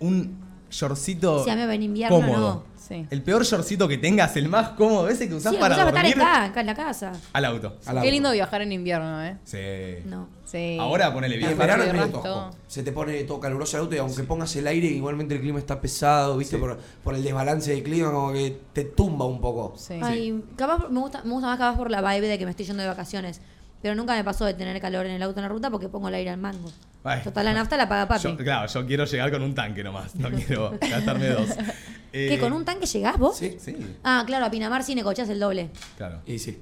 Speaker 1: Un shortcito
Speaker 4: Sí, a mí en invierno
Speaker 1: cómodo.
Speaker 2: Sí.
Speaker 1: El peor shortcito que tengas, el más cómodo ese que
Speaker 4: no.
Speaker 1: usás
Speaker 4: Sí,
Speaker 1: para
Speaker 4: para estar
Speaker 1: dormir
Speaker 4: acá, acá en la casa.
Speaker 1: al auto.
Speaker 3: Al auto.
Speaker 2: Qué lindo viajar en invierno, ¿eh?
Speaker 1: Sí.
Speaker 4: No.
Speaker 2: Sí.
Speaker 1: Ahora ponele
Speaker 3: Y
Speaker 1: bien.
Speaker 3: en verano
Speaker 2: de
Speaker 3: es medio
Speaker 2: rato.
Speaker 3: tosco. Se te pone todo caluroso el auto y aunque pongas el aire, igualmente el clima está pesado, ¿viste? Por, por el desbalance del clima, como que te tumba un poco.
Speaker 2: Sí.
Speaker 4: Ay, capaz por- me gusta, me gusta más capaz por la vibe de que me estoy yendo de vacaciones. Pero nunca me pasó de tener calor en el auto en la ruta porque pongo el aire al mango.
Speaker 1: Ay.
Speaker 4: Total, la nafta la paga papi.
Speaker 1: Yo- claro, yo quiero llegar con un tanque nomás. No quiero gastarme dos.
Speaker 4: ¿Qué,
Speaker 1: Eh,
Speaker 4: con un tanque llegás vos?
Speaker 3: Sí,
Speaker 1: Sí,
Speaker 4: Ah, claro, a Pinamar sí necochás el doble.
Speaker 1: claro.
Speaker 3: y sí.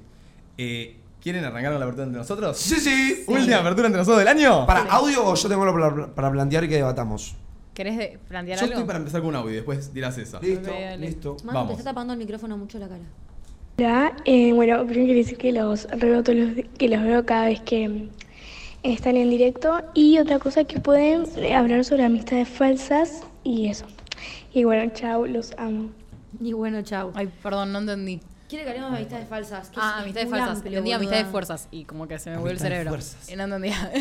Speaker 1: Eh, ¿Quieren arrancar con la apertura entre nosotros?
Speaker 3: Sí, sí.
Speaker 1: ¿Última apertura entre nosotros del año?
Speaker 3: ¿Para audio o yo tengo algo para, para plantear y que debatamos?
Speaker 2: ¿Querés de- plantear
Speaker 1: Yo
Speaker 2: algo?
Speaker 1: estoy para empezar con un audio y después dirás esa.
Speaker 3: Listo,
Speaker 2: Dale, dale.
Speaker 3: listo.
Speaker 4: Mano,
Speaker 1: Vamos.
Speaker 4: te está tapando el micrófono mucho la cara.
Speaker 7: Hola, eh, bueno, primero quiero decir que los reboto los, que los veo cada vez que mm, están en directo y otra cosa que pueden eh, hablar sobre amistades falsas y eso. Y bueno, chao, los amo.
Speaker 4: Y bueno, chau.
Speaker 2: Ay, perdón, no entendí.
Speaker 4: Quiere que hablemos de amistades falsas. que
Speaker 2: Ah,
Speaker 4: es- es
Speaker 2: amistades
Speaker 4: muy
Speaker 2: falsas.
Speaker 4: amplio,
Speaker 2: Entendí
Speaker 4: boluda.
Speaker 2: amistades fuerzas y como que se me volvió el
Speaker 1: Amistades
Speaker 2: cerebro.
Speaker 1: fuerzas.
Speaker 2: Eh, No entendía.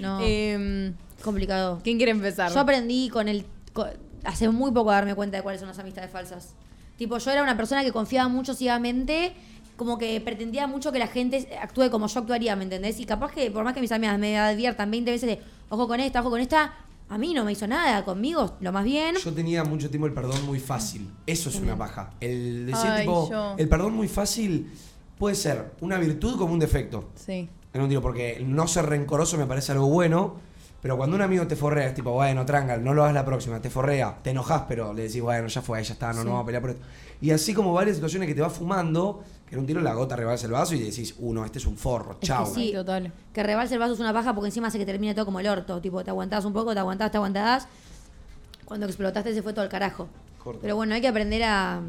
Speaker 4: No.
Speaker 2: Em,
Speaker 4: Complicado.
Speaker 2: ¿Quién quiere empezar?
Speaker 4: Yo aprendí con el. co- hace muy poco a darme cuenta de cuáles son las amistades falsas. Tipo, yo era una persona que confiaba mucho ciegamente, como que pretendía mucho que la gente actúe como yo actuaría, ¿me entendés? Y capaz que, por más que mis amigas me adviertan 20 veces de ojo con esta, ojo con esta, a mí no me hizo nada, conmigo lo más bien.
Speaker 3: Yo tenía mucho tiempo el perdón muy fácil. Eso es una paja. El decir
Speaker 2: Ay,
Speaker 3: tipo,
Speaker 2: yo.
Speaker 3: el perdón muy fácil puede ser una virtud como un defecto.
Speaker 2: Sí.
Speaker 3: En un tiro, porque no ser rencoroso me parece algo bueno. Pero cuando un amigo te forrea, es tipo, bueno, tranga, no lo hagas la próxima, te forrea, te enojas, pero le decís, bueno, ya fue, ya está, no, no vamos a pelear por esto. Y así como varias situaciones que te va fumando, que en un tiro la gota rebalsa el vaso y decís, uno, este es un forro,
Speaker 4: que
Speaker 3: chau.
Speaker 4: sí.
Speaker 2: Ay, total.
Speaker 4: Que rebalse el vaso es una paja porque encima hace que termine todo como el orto. Tipo, te aguantás un poco, te aguantás, te aguantás. Cuando explotaste se fue todo el carajo.
Speaker 3: Corta.
Speaker 4: Pero bueno, hay que aprender a,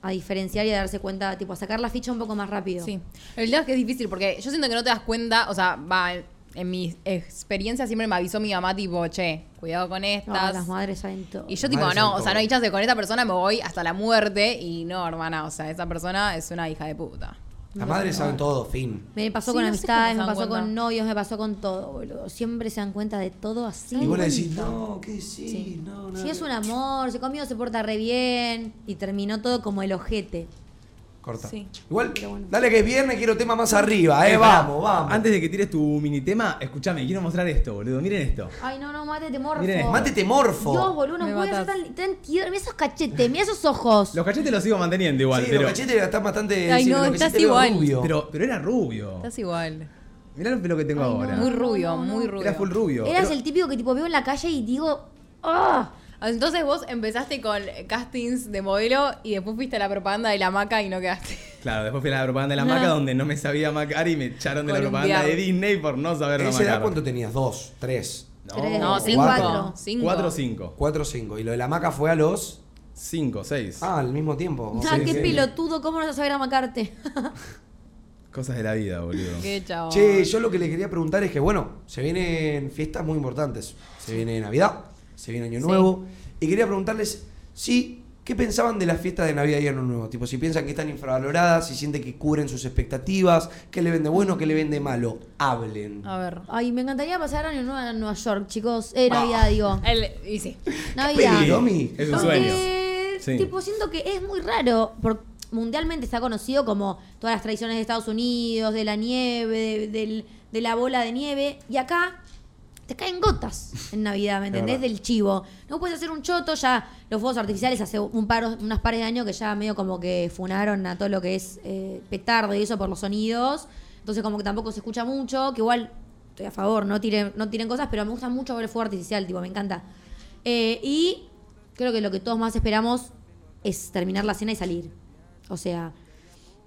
Speaker 4: a diferenciar y a darse cuenta, tipo, a sacar la ficha un poco más rápido.
Speaker 2: Sí. El tema es que es difícil porque yo siento que no te das cuenta, o sea, va, en mi experiencia siempre me avisó mi mamá tipo, che, cuidado con
Speaker 4: No,
Speaker 2: estas.
Speaker 4: las madres saben todo.
Speaker 2: y yo
Speaker 3: las
Speaker 2: tipo,
Speaker 3: madres
Speaker 2: no,
Speaker 3: son
Speaker 2: o sea, no hay
Speaker 3: todo.
Speaker 2: chance, con esta persona me voy hasta la muerte y no, hermana, o sea, esa persona es una hija de puta.
Speaker 3: Las madres saben todo, fin.
Speaker 4: Me pasó
Speaker 2: Sí,
Speaker 4: con
Speaker 2: no sé
Speaker 4: amistades,
Speaker 2: cómo se
Speaker 4: me
Speaker 2: dan
Speaker 4: pasó con
Speaker 2: cuenta.
Speaker 4: novios, me pasó con todo, boludo. Siempre se dan cuenta de todo así.
Speaker 3: Y vos le decís, no, ¿qué sí? No, no.
Speaker 4: Si es un amor, si conmigo se porta re bien y terminó todo como el ojete.
Speaker 3: Corta.
Speaker 2: Sí.
Speaker 3: Igual, dale que es viernes, quiero tema más arriba, eh.
Speaker 1: Eh, pará,
Speaker 3: vamos, vamos.
Speaker 1: Antes de que tires tu mini tema, escúchame, quiero mostrar esto, boludo. Miren esto.
Speaker 4: Ay, no, no, mate, te morfo.
Speaker 1: Miren,
Speaker 4: Dios,
Speaker 3: Mátete morfo.
Speaker 4: boludo, no
Speaker 2: Me
Speaker 4: puedes ser
Speaker 2: matás.
Speaker 4: tan, tan tierno. Mira esos cachetes, mira esos ojos.
Speaker 1: Los cachetes los sigo manteniendo igual,
Speaker 3: sí,
Speaker 1: pero,
Speaker 3: los cachetes están bastante.
Speaker 2: Ay,
Speaker 3: sí,
Speaker 2: no,
Speaker 3: lo que
Speaker 2: estás
Speaker 3: sí te veo
Speaker 2: igual.
Speaker 3: rubio.
Speaker 1: pero. pero era rubio.
Speaker 2: Estás igual.
Speaker 1: Mirá lo pelo que tengo ahora.
Speaker 2: Muy rubio,
Speaker 4: no, no.
Speaker 2: muy rubio.
Speaker 1: Era full rubio.
Speaker 4: Eras
Speaker 1: Pero-
Speaker 4: el típico que tipo veo en la calle y digo, ¡ah!
Speaker 2: Entonces vos empezaste con castings de modelo y después fuiste a la propaganda de la maca y no quedaste.
Speaker 1: Claro, después fui a la propaganda de la maca donde no me sabía macar y me echaron de la
Speaker 2: Columbiar.
Speaker 1: propaganda de Disney por no saber
Speaker 3: ¿Esa edad
Speaker 1: macar.
Speaker 3: cuánto tenías? ¿Dos? ¿Tres?
Speaker 4: Tres,
Speaker 2: No,
Speaker 4: cuatro.
Speaker 2: cinco.
Speaker 3: Cuatro.
Speaker 2: Cinco.
Speaker 1: 4 5.
Speaker 3: ¿Cuatro o cinco? Y lo de la maca fue a los.
Speaker 1: 5, 6.
Speaker 3: Ah, al mismo tiempo.
Speaker 4: ah,
Speaker 1: sí,
Speaker 4: qué
Speaker 1: sí.
Speaker 4: pelotudo! ¿Cómo no vas a saber amacarte?
Speaker 1: Cosas de la vida, boludo.
Speaker 2: Qué chavo.
Speaker 3: Che, yo lo que le quería preguntar es que, bueno, se vienen fiestas muy importantes. Se viene Navidad, se viene Año
Speaker 2: Sí.
Speaker 3: Nuevo. Y quería preguntarles si, ¿qué pensaban de las fiestas de Navidad y Año Nuevo? Tipo, si piensan que están infravaloradas, si sienten que cubren sus expectativas, qué le vende bueno, qué le vende malo. Hablen.
Speaker 2: A ver.
Speaker 4: Ay, me encantaría pasar año nuevo en Nueva York, chicos.
Speaker 1: Ah.
Speaker 4: Eh, Navidad, digo.
Speaker 2: El- y sí.
Speaker 4: Navidad.
Speaker 3: Domi?
Speaker 1: Es un sueño.
Speaker 4: Porque,
Speaker 1: Sí.
Speaker 4: tipo, siento que es muy raro. por- mundialmente está conocido como todas las tradiciones de Estados Unidos, de la nieve, de, del- de la bola de nieve. Y acá te caen gotas en Navidad, ¿me entendés?
Speaker 3: verdad.
Speaker 4: Del chivo. No puedes hacer un choto, ya los fuegos artificiales hace un par, unas pares de años que ya medio como que funaron a todo lo que es eh, petardo y eso por los sonidos. Entonces como que tampoco se escucha mucho, que igual estoy a favor, no tiren, no tiren cosas, pero me gusta mucho ver el fuego artificial, tipo, me encanta. Eh, y creo que lo que todos más esperamos es terminar la cena y salir. O sea,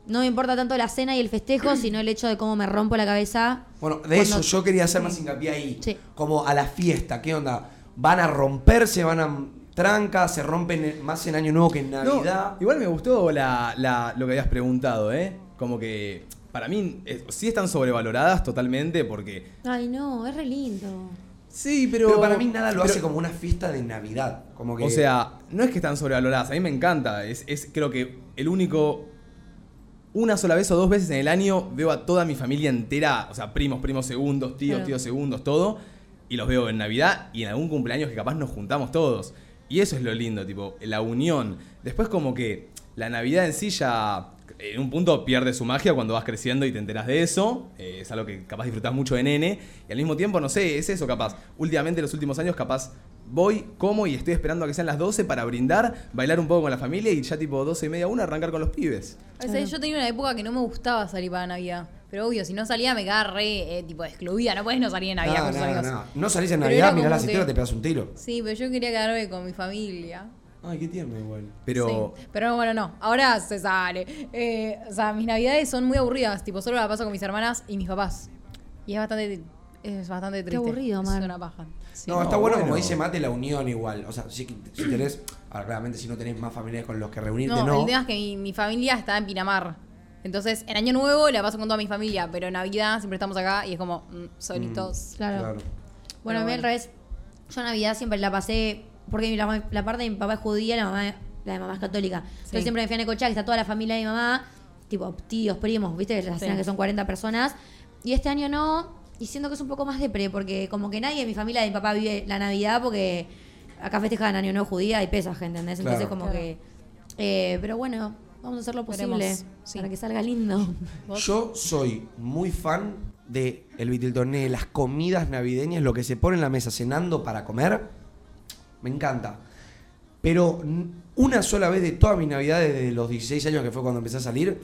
Speaker 4: no me importa tanto la cena y el festejo, sino el hecho de cómo me rompo la cabeza.
Speaker 3: Bueno, de
Speaker 4: Cuando-
Speaker 3: eso yo quería hacer más hincapié ahí.
Speaker 4: Sí.
Speaker 3: Como a la fiesta, ¿qué onda? ¿Van a romperse? ¿Van a tranca? ¿Se rompen en- más en Año Nuevo que en
Speaker 1: No,
Speaker 3: Navidad?
Speaker 1: igual me gustó la, la- lo que habías preguntado, ¿eh? Como que para mí es- sí están sobrevaloradas totalmente porque...
Speaker 4: Ay, no, es re lindo.
Speaker 1: Sí, pero...
Speaker 3: pero, para mí nada lo
Speaker 1: pero-
Speaker 3: hace como una fiesta de Navidad. Como que,
Speaker 1: O sea, no es que están sobrevaloradas, a mí me encanta. Es, es creo que el único... Una sola vez o dos veces en el año veo a toda mi familia entera, o sea, primos, primos segundos, tíos,
Speaker 2: Claro.
Speaker 1: tíos segundos, todo. Y los veo en Navidad y en algún cumpleaños que capaz nos juntamos todos. Y eso es lo lindo, tipo, la unión. Después como que la Navidad en sí ya en un punto pierde su magia cuando vas creciendo y te enteras de eso. Eh, es algo que capaz disfrutás mucho de nene. Y al mismo tiempo, no sé, es eso capaz. Últimamente, los últimos años, capaz voy, como y estoy esperando a que sean las 12 para brindar, bailar un poco con la familia y ya tipo 12 y media, una arrancar con los pibes.
Speaker 2: O sea, yo tenía una época que no me gustaba salir para Navidad. Pero obvio, si no salía me quedaba re, eh, tipo, excluida. No puedes no salir en Navidad
Speaker 3: nada,
Speaker 2: con tus
Speaker 3: nada,
Speaker 2: amigos.
Speaker 3: nada. No salís en
Speaker 2: Pero
Speaker 3: Navidad,
Speaker 2: era
Speaker 3: mirás la
Speaker 2: como que-
Speaker 3: cintura, te pegas un tiro.
Speaker 2: Sí, pero yo quería quedarme con mi familia.
Speaker 3: Ay, qué tierno igual.
Speaker 1: Pero
Speaker 2: Sí. Pero bueno, no. Ahora se sale. Eh, o sea, mis navidades son muy aburridas. Tipo, solo la paso con mis hermanas y mis papás. Y es bastante, es bastante triste.
Speaker 4: aburrido,
Speaker 2: Es
Speaker 4: Mar.
Speaker 2: una paja. Sí.
Speaker 3: no, está
Speaker 1: no,
Speaker 3: bueno,
Speaker 1: bueno.
Speaker 3: como dice Mate, la unión igual. O sea, sí que si tenés, ahora claramente si no tenés más familiares con los que reunirte,
Speaker 2: No,
Speaker 3: no.
Speaker 2: el tema es que mi, mi familia está en Pinamar. Entonces, en Año Nuevo la paso con toda mi familia, pero en Navidad siempre estamos acá y es como mm, solitos.
Speaker 4: Claro. Bueno,
Speaker 2: Pero
Speaker 4: a mí
Speaker 2: bueno.
Speaker 4: al revés. Yo Navidad siempre la pasé, porque mi- la, la parte de mi papá es judía, la, mamá, la de mamá es católica. Entonces siempre me fui a Necochea, que está toda la familia de mi mamá, tipo tíos, primos, viste, las
Speaker 2: Sí.
Speaker 4: cenas que son 40 personas. Y este año no, y siento que es un poco más depre, porque como que nadie de mi familia de mi papá vive la Navidad, porque acá festejan Año Nuevo judía y pesa gente, ¿entendés? Entonces
Speaker 3: Claro.
Speaker 4: como
Speaker 2: Claro.
Speaker 4: que... eh, pero bueno, vamos a hacer lo posible
Speaker 2: Veremos, sí.
Speaker 4: para que salga lindo.
Speaker 3: Yo soy muy fan de el vitiltoné, las comidas navideñas, lo que se pone en la mesa cenando para comer. Me encanta. Pero n- una sola vez de toda mi Navidad, desde los 16 años que fue cuando empecé a salir,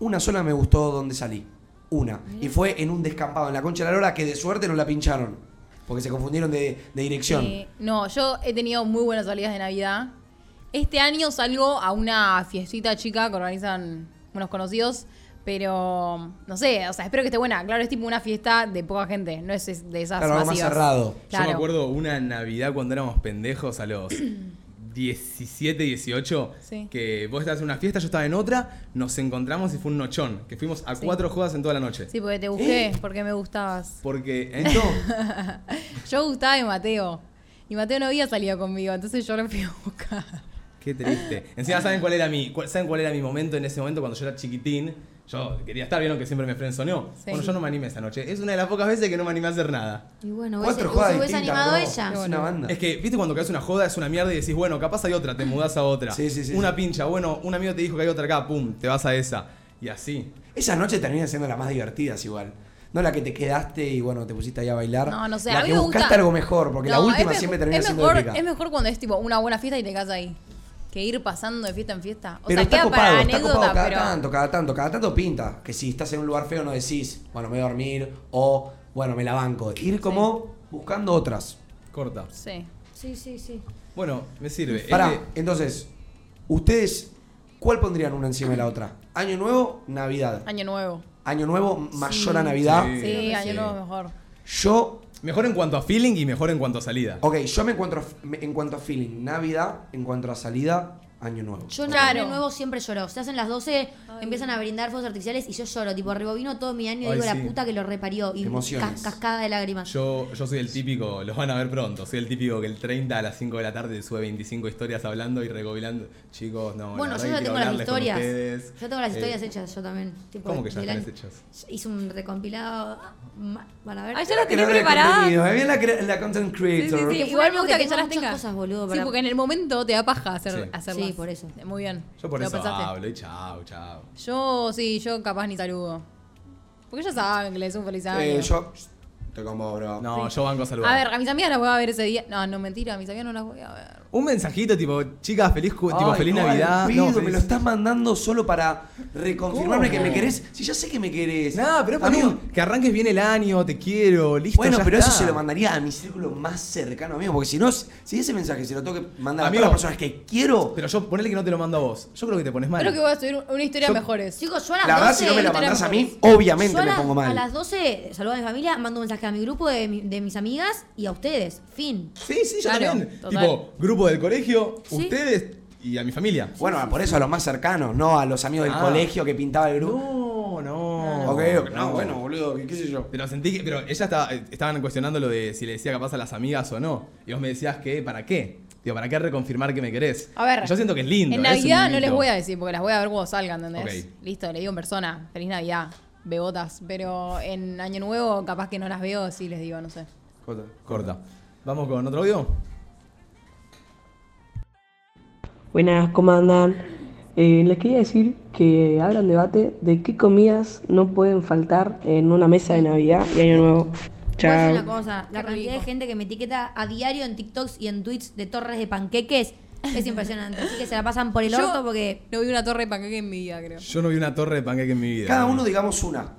Speaker 3: una sola me gustó donde salí. Una. Y fue en un descampado, en la concha de la lora, que de suerte no la pincharon. Porque se confundieron de, de dirección.
Speaker 2: Eh, no, yo he tenido muy buenas salidas de Navidad. Este año salgo a una fiestita chica que organizan unos conocidos, pero no sé, o sea, espero que esté buena. Claro, es tipo una fiesta de poca gente, no es es de esas
Speaker 3: Claro, algo más
Speaker 2: masivas.
Speaker 3: cerrado.
Speaker 1: yo me acuerdo una Navidad cuando éramos pendejos a los 17, 18,
Speaker 2: Sí.
Speaker 1: que vos estabas en una fiesta, yo estaba en otra, nos encontramos y fue un nochón, que fuimos a cuatro jodas en toda la noche.
Speaker 2: Sí, porque te
Speaker 3: ¿Eh?
Speaker 2: busqué, porque me gustabas.
Speaker 1: Porque esto,
Speaker 2: Yo gustaba de Mateo. Y Mateo no había salido conmigo, entonces yo lo fui a buscar.
Speaker 1: qué triste. Encima saben cuál era mi, cuál- saben cuál era mi momento en ese momento cuando yo era chiquitín. Yo quería estar, vieron que siempre me frenzoneó.
Speaker 2: Sí.
Speaker 1: Bueno, yo no me animé esa noche. Es una de las pocas veces que no me animé a hacer nada.
Speaker 4: Y bueno, hubiese,
Speaker 3: Cuatro jugadas
Speaker 4: hubiese animado
Speaker 3: bro.
Speaker 4: ella.
Speaker 3: Es una banda.
Speaker 1: Es que, viste, cuando caes una joda es una mierda y decís, bueno, capaz hay otra, te mudás a otra.
Speaker 3: Sí, sí, sí,
Speaker 1: Una
Speaker 3: sí.
Speaker 1: pincha, bueno, un amigo te dijo que hay otra acá, pum, te vas a esa. Y así.
Speaker 3: Esa noche termina siendo la más divertida igual. No la que te quedaste y bueno, te pusiste ahí a bailar.
Speaker 2: No, no sé,
Speaker 3: La
Speaker 2: a mí
Speaker 3: que
Speaker 2: me
Speaker 3: buscaste
Speaker 2: gusta-
Speaker 3: algo mejor, porque la
Speaker 2: No,
Speaker 3: última
Speaker 2: es
Speaker 3: siempre
Speaker 2: mejo-
Speaker 3: termina
Speaker 2: es
Speaker 3: siendo
Speaker 2: mejor,
Speaker 3: épica.
Speaker 2: Es mejor cuando es tipo una buena fiesta y te quedas ahí. Que ir pasando de fiesta en fiesta. O
Speaker 3: pero
Speaker 2: sea,
Speaker 3: está
Speaker 2: queda
Speaker 3: copado,
Speaker 2: para
Speaker 3: está
Speaker 2: anécdota,
Speaker 3: copado cada
Speaker 2: pero.
Speaker 3: tanto, cada tanto, cada tanto pinta. Que si estás en un lugar feo no decís, bueno, me voy a dormir o bueno, me la banco. Ir como buscando otras.
Speaker 1: Corta.
Speaker 2: Sí.
Speaker 4: Sí, sí, sí.
Speaker 1: Bueno, me sirve.
Speaker 3: Pará,
Speaker 1: Este-
Speaker 3: entonces, ustedes, ¿cuál pondrían una encima de la otra? Año nuevo, Navidad.
Speaker 2: Año nuevo.
Speaker 3: Año nuevo, mayor a Navidad.
Speaker 1: Sí,
Speaker 2: Sí,
Speaker 1: sí.
Speaker 2: año nuevo es mejor.
Speaker 3: Yo
Speaker 1: Mejor en cuanto a feeling y mejor en cuanto a salida.
Speaker 3: Ok, yo me encuentro me- en cuanto a feeling, Navidad, en cuanto a salida, Año Nuevo.
Speaker 4: Yo en
Speaker 2: Claro.
Speaker 4: Año Nuevo siempre lloro. Se hacen las 12, empiezan a brindar fuegos artificiales y yo lloro. Tipo, rebobino todo mi año y
Speaker 1: Ay,
Speaker 4: digo
Speaker 1: sí.
Speaker 4: la puta que lo reparió. Y
Speaker 3: Emociones.
Speaker 4: cas- cascada de lágrimas.
Speaker 1: Yo, yo soy el típico, los van a ver pronto, soy el típico que el 30 a las 5 de la tarde sube 25 historias hablando y recopilando. Chicos, no,
Speaker 4: bueno,
Speaker 1: la verdad
Speaker 4: yo ya
Speaker 1: que quiero
Speaker 4: tengo las
Speaker 1: hablarles con
Speaker 4: historias.
Speaker 1: ustedes.
Speaker 4: Yo tengo las
Speaker 1: Eh,
Speaker 4: historias hechas, yo también. Tipo,
Speaker 1: ¿Cómo que ya
Speaker 4: del
Speaker 1: están
Speaker 4: año.
Speaker 1: hechas?
Speaker 4: Hice un recompilado. ah, ma- Van a ver.
Speaker 2: Ay, ya las tenés
Speaker 3: Creadora de
Speaker 2: preparadas.
Speaker 3: contenido, ahí viene la, cre- la content
Speaker 2: Sí, sí,
Speaker 3: creator.
Speaker 2: sí.
Speaker 4: Es un
Speaker 2: Igual me gusta
Speaker 4: año que
Speaker 2: que ya
Speaker 4: tengo
Speaker 2: las
Speaker 4: muchas
Speaker 2: tengas.
Speaker 4: cosas, boludo,
Speaker 2: Sí,
Speaker 4: para-
Speaker 2: porque en el momento te da paja hacer,
Speaker 1: Sí.
Speaker 2: hacerlas.
Speaker 4: Sí, por eso.
Speaker 2: Muy bien.
Speaker 1: Yo por
Speaker 2: ¿Lo
Speaker 1: eso
Speaker 2: pensaste?
Speaker 1: hablo y chao, chao.
Speaker 2: Yo sí, yo capaz ni saludo. Porque ya saben que les deseo un feliz año.
Speaker 3: Eh, yo te como, bro.
Speaker 1: No, yo banco a saludar.
Speaker 2: A ver, a mis amigas las voy a ver ese día. No, no, mentira, a mis amigas no las voy a ver.
Speaker 1: Un mensajito tipo, chicas, feliz, cu- tipo,
Speaker 3: Ay,
Speaker 1: feliz
Speaker 3: no,
Speaker 1: Navidad.
Speaker 3: al pedo,
Speaker 1: No,
Speaker 3: me
Speaker 1: feliz-
Speaker 3: lo estás mandando solo para reconfirmarme
Speaker 1: ¿Cómo?
Speaker 3: que me querés. Si ya sé que me querés.
Speaker 1: Nada, pero es para
Speaker 3: Amigo,
Speaker 1: mí, que arranques bien el año, te quiero, listo.
Speaker 3: Bueno,
Speaker 1: ya
Speaker 3: pero eso
Speaker 1: está.
Speaker 3: se lo mandaría a mi círculo más cercano, amigo. Porque si no, si ese mensaje se lo tengo que mandar
Speaker 1: Amigo.
Speaker 3: a todas las personas que quiero,
Speaker 1: Pero yo, ponele que no te lo mando a vos. Yo creo que te pones mal.
Speaker 2: Creo que voy a subir una historia
Speaker 1: Yo-
Speaker 2: mejores.
Speaker 4: Chicos, yo a las
Speaker 3: la
Speaker 4: 12.
Speaker 3: verdad, si no me la
Speaker 4: yo a
Speaker 3: mandás a
Speaker 4: las-
Speaker 3: mí,
Speaker 4: yo
Speaker 3: obviamente
Speaker 4: a
Speaker 3: me
Speaker 4: las-
Speaker 3: pongo
Speaker 4: A
Speaker 3: mal.
Speaker 4: las 12 saludo a mi familia, mando un mensaje a mi grupo de, mi- de mis amigas y a ustedes. Fin.
Speaker 1: Sí, sí, yo
Speaker 2: Claro,
Speaker 1: también.
Speaker 2: total.
Speaker 1: Tipo, grupo del colegio,
Speaker 4: Sí.
Speaker 1: ustedes y a mi familia.
Speaker 3: Bueno, por eso a los más cercanos, no a los amigos del
Speaker 1: Ah.
Speaker 3: colegio que pintaba el grupo.
Speaker 1: No, no.
Speaker 3: Ok, ok, no, bueno, boludo, qué sé yo.
Speaker 1: Pero sentí que. Pero ella estaba, estaban cuestionando lo de si le decía capaz a las amigas o no. Y vos me decías que, ¿para qué? Digo, ¿para qué reconfirmar que me querés?
Speaker 2: A ver.
Speaker 1: Yo siento que es lindo.
Speaker 2: En
Speaker 1: es un
Speaker 2: Navidad no
Speaker 1: mimito.
Speaker 2: les voy a decir, porque las voy a ver cuando salgan, ¿entendés?
Speaker 1: Ok.
Speaker 2: Listo, le digo en persona, feliz Navidad, bebotas. Pero en Año Nuevo capaz que no las veo, sí les digo, no sé.
Speaker 1: Corta. Corta. Vamos con otro audio.
Speaker 8: Buenas, ¿cómo andan? Eh, les quería decir que abran debate de qué comidas no pueden faltar en una mesa de Navidad y Año Nuevo.
Speaker 4: Voy a
Speaker 8: Chao.
Speaker 4: decir una cosa, la
Speaker 2: Qué rico.
Speaker 4: cantidad de gente que me etiqueta a diario en TikToks y en tweets de torres de panqueques es impresionante. Así que se la pasan por el
Speaker 2: Yo-
Speaker 4: orto porque
Speaker 2: No vi una torre de panqueque en mi vida, creo.
Speaker 1: Yo no vi una torre de panqueque en mi vida.
Speaker 3: Cada uno digamos una.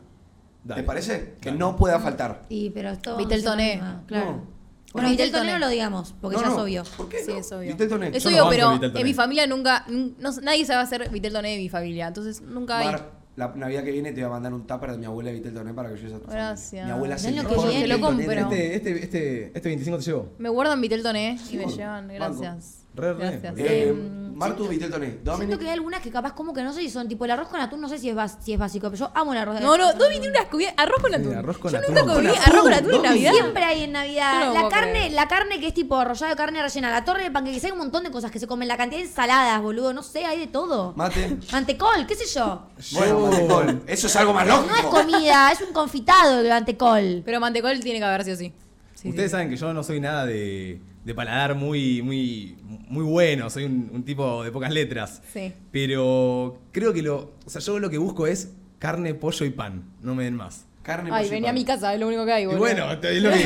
Speaker 1: Dale.
Speaker 3: ¿Te parece? Que
Speaker 1: Dale.
Speaker 3: no pueda faltar.
Speaker 4: Y pero esto.
Speaker 2: Vitel
Speaker 4: no se
Speaker 2: Toné.
Speaker 4: llama, Claro.
Speaker 3: No.
Speaker 4: Bueno,
Speaker 2: Vitel
Speaker 4: Vitel Toné
Speaker 2: Toné.
Speaker 4: no lo digamos, porque
Speaker 3: No,
Speaker 4: ya es
Speaker 3: no,
Speaker 4: obvio.
Speaker 3: ¿Por qué?
Speaker 2: Sí,
Speaker 3: no?
Speaker 2: es obvio.
Speaker 3: Vitel Toné.
Speaker 2: Es
Speaker 1: Yo no
Speaker 2: obvio,
Speaker 1: banco
Speaker 2: pero
Speaker 1: Vitel Toné.
Speaker 2: en mi familia nunca. no- nadie se va a hacer Vitel Toné de mi familia, entonces nunca hay.
Speaker 3: Mar, la Navidad que viene te voy a mandar un tupper de mi abuela de Vitel Toné para que yo esa
Speaker 2: Gracias.
Speaker 3: Mi abuela hace
Speaker 4: Ven lo
Speaker 3: el
Speaker 4: que
Speaker 3: mejor
Speaker 4: viene.
Speaker 3: Vitel
Speaker 2: Te lo
Speaker 3: Toné
Speaker 2: compro.
Speaker 3: del-
Speaker 1: Este, este, este, este 25 te llevo.
Speaker 2: Me guardan Vitel Toné y me
Speaker 3: bueno,
Speaker 2: llevan,
Speaker 3: banco.
Speaker 2: gracias.
Speaker 1: Re, re.
Speaker 2: gracias.
Speaker 3: Eh,
Speaker 2: Em,
Speaker 3: Martu Vitel Toné.
Speaker 4: Siento
Speaker 3: Dominic.
Speaker 4: que hay algunas que capaz como que no sé si son tipo el arroz con atún, no sé si es, bas- si es básico, pero yo amo el arroz.
Speaker 2: No, no, Domi tiene unas comidas. Arroz con
Speaker 1: Sí,
Speaker 2: atún.
Speaker 1: arroz con
Speaker 2: Yo
Speaker 1: atún.
Speaker 2: nunca comí
Speaker 1: Con
Speaker 2: arroz con atún en
Speaker 3: Domi.
Speaker 2: Navidad.
Speaker 4: Siempre hay en
Speaker 2: Yo no
Speaker 4: Navidad.
Speaker 2: lo
Speaker 4: la
Speaker 2: puedo
Speaker 4: carne,
Speaker 2: creer.
Speaker 4: la carne que es tipo arrollado de carne rellena, la torre de panqueques, hay un montón de cosas que se comen, la cantidad de ensaladas, boludo, no sé, hay de todo.
Speaker 3: Mate.
Speaker 4: Mantecol, qué sé yo.
Speaker 3: Bueno, mantecol. Eso es algo más lógico.
Speaker 4: No es comida, es un confitado de mantecol.
Speaker 2: Pero mantecol tiene que haber sí o sí. Sí,
Speaker 1: Ustedes
Speaker 2: sí.
Speaker 1: saben que yo no soy nada de, de paladar muy, muy, muy bueno, soy un, un tipo de pocas letras.
Speaker 2: Sí.
Speaker 1: Pero creo que lo. O sea, yo lo que busco es carne, pollo y pan. No me den más.
Speaker 3: Carne
Speaker 2: Ay,
Speaker 3: pollo y
Speaker 2: venía a
Speaker 3: pan.
Speaker 2: mi casa, es lo único que hay,
Speaker 1: Y
Speaker 2: boludo.
Speaker 1: bueno, es lo que.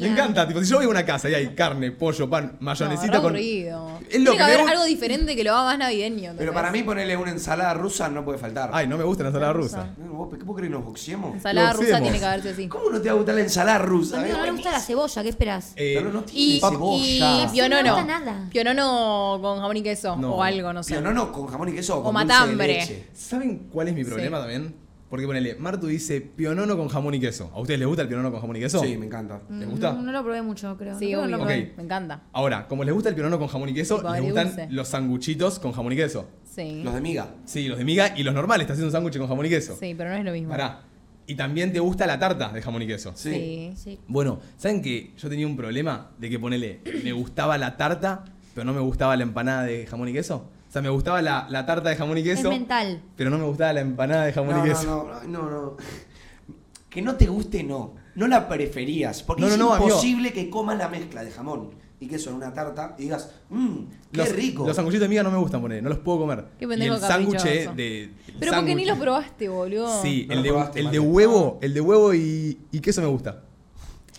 Speaker 1: me encanta. Tipo, si yo voy a una casa y hay carne, pollo, pan, mayonesita
Speaker 2: No,
Speaker 1: con.
Speaker 2: aburrido.
Speaker 1: Es lo
Speaker 2: Tiene
Speaker 1: que
Speaker 2: que haber
Speaker 1: me-
Speaker 2: algo diferente que lo haga más navideño.
Speaker 3: Pero
Speaker 2: ¿entendés?
Speaker 3: para mí ponerle una ensalada rusa no puede faltar.
Speaker 1: Ay, no me gusta la ensalada rusa.
Speaker 2: rusa.
Speaker 3: No, ¿Vos, ¿Qué vos crees que nos boxeemos?
Speaker 2: Ensalada
Speaker 1: Lo
Speaker 2: rusa
Speaker 1: hacemos.
Speaker 2: tiene que haber sí o sí.
Speaker 3: ¿Cómo no te va a gustar la ensalada rusa?
Speaker 4: Amigo,
Speaker 3: Es
Speaker 4: no le gusta la cebolla, ¿qué esperas?
Speaker 1: Eh,
Speaker 3: Pero no tiene
Speaker 2: Y,
Speaker 3: cebolla.
Speaker 2: y pionono.
Speaker 4: No me gusta nada.
Speaker 2: Pionono con jamón y queso
Speaker 1: No,
Speaker 2: o algo, no sé.
Speaker 3: Pionono con jamón y queso o
Speaker 2: O
Speaker 3: con dulce de
Speaker 2: matambre.
Speaker 3: leche.
Speaker 1: ¿Saben cuál es mi problema también? Porque ponele, Martu dice pionono con jamón y queso. ¿A ustedes les gusta el pionono con jamón y queso?
Speaker 3: Sí, me encanta.
Speaker 2: Mm.
Speaker 1: ¿Les gusta?
Speaker 9: No, no lo probé mucho, creo.
Speaker 2: Sí,
Speaker 9: No creo que
Speaker 2: obvio.
Speaker 9: lo
Speaker 1: Ok.
Speaker 9: probé.
Speaker 2: me encanta.
Speaker 1: Ahora, como les gusta el pionono con jamón y queso,
Speaker 2: Tipo
Speaker 1: les gustan
Speaker 2: agridulce.
Speaker 1: los sanguchitos con jamón y queso.
Speaker 2: Sí.
Speaker 3: Los de miga.
Speaker 1: Sí, los de miga y los normales, te haces un sándwich con jamón y queso.
Speaker 2: Sí, pero no es lo mismo.
Speaker 1: Pará. Y también te gusta la tarta de jamón y queso.
Speaker 2: Sí.
Speaker 4: Sí.
Speaker 1: Bueno, ¿saben que yo tenía un problema de que ponele, me gustaba la tarta, pero no me gustaba la empanada de jamón y queso? O sea, me gustaba la, la tarta de jamón y queso,
Speaker 4: Es mental.
Speaker 1: pero no me gustaba la empanada de jamón
Speaker 3: No,
Speaker 1: y
Speaker 3: no,
Speaker 1: queso.
Speaker 3: no, no, no. Que no te guste, no. No la preferías. Porque
Speaker 1: No, no,
Speaker 3: es
Speaker 1: no, amigo.
Speaker 3: imposible que comas la mezcla de jamón y queso en una tarta y digas, mmm, qué
Speaker 1: los,
Speaker 3: rico.
Speaker 1: Los sanguchitos de miga no me gustan ponele, no los puedo comer.
Speaker 2: Qué
Speaker 1: y
Speaker 2: pendejo
Speaker 1: el sándwich de,
Speaker 2: caprichoso.
Speaker 1: Pero
Speaker 2: Pero porque ni los probaste, boludo.
Speaker 1: Sí,
Speaker 3: No
Speaker 1: el,
Speaker 3: lo
Speaker 1: de,
Speaker 3: probaste,
Speaker 1: el de
Speaker 3: Mati.
Speaker 1: huevo, el de huevo y, y queso me gusta.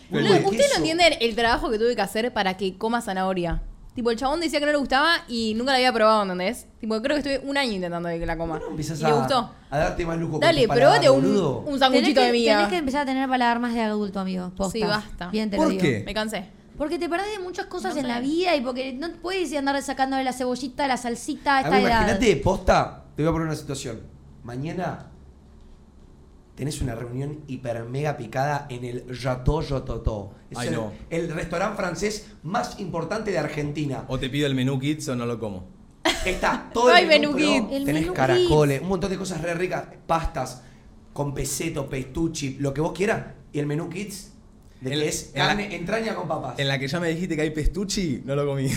Speaker 3: Uy,
Speaker 1: Pero
Speaker 2: No,
Speaker 1: el de-
Speaker 3: ¿qué
Speaker 2: Ustedes
Speaker 3: queso.
Speaker 2: no entienden el, trabajo que tuve que hacer para que coma zanahoria. Tipo, el chabón decía que no le gustaba y nunca la había probado, ¿entendés? Tipo, creo que estuve un año intentando de que la coma.
Speaker 3: Bueno, empezás
Speaker 2: y le
Speaker 3: a,
Speaker 2: gustó.
Speaker 3: a darte más lujo. con
Speaker 2: Dale,
Speaker 3: tu paladar,
Speaker 2: probate un,
Speaker 3: boludo.
Speaker 2: un
Speaker 4: Tenés
Speaker 2: sanguchito
Speaker 4: que,
Speaker 2: de mía.
Speaker 4: tenés que empezar a tener paladar más de adulto, amigo. Posta.
Speaker 2: Sí, basta.
Speaker 4: Bien, te lo
Speaker 1: ¿Por
Speaker 4: digo.
Speaker 1: qué?
Speaker 2: Me cansé.
Speaker 4: Porque te perdés de muchas cosas
Speaker 2: No
Speaker 4: en
Speaker 2: sé.
Speaker 4: la vida y porque no puedes ir a andar sacándole la cebollita, la
Speaker 2: Ah,
Speaker 4: salsita a
Speaker 3: A
Speaker 4: esta
Speaker 3: ver,
Speaker 4: edad.
Speaker 3: imagínate, posta, te voy a poner una situación. Mañana tenés una reunión hiper mega picada en el Chateau Jototó. Es
Speaker 1: Ay,
Speaker 3: el,
Speaker 1: no.
Speaker 3: el restaurante francés más importante de Argentina.
Speaker 1: O te pido el menú kids o no lo como.
Speaker 3: Está todo
Speaker 2: No hay
Speaker 3: el menú,
Speaker 2: menú
Speaker 3: pero
Speaker 4: kit. El
Speaker 3: Tenés
Speaker 4: menú
Speaker 3: caracoles, un montón de cosas re ricas, pastas con peseto, pestucci, lo que vos quieras. Y el menú kids de
Speaker 1: En-
Speaker 3: que es
Speaker 1: en la-
Speaker 3: carne, entraña con papas.
Speaker 1: En la que ya me dijiste que hay pestucci, no lo comí.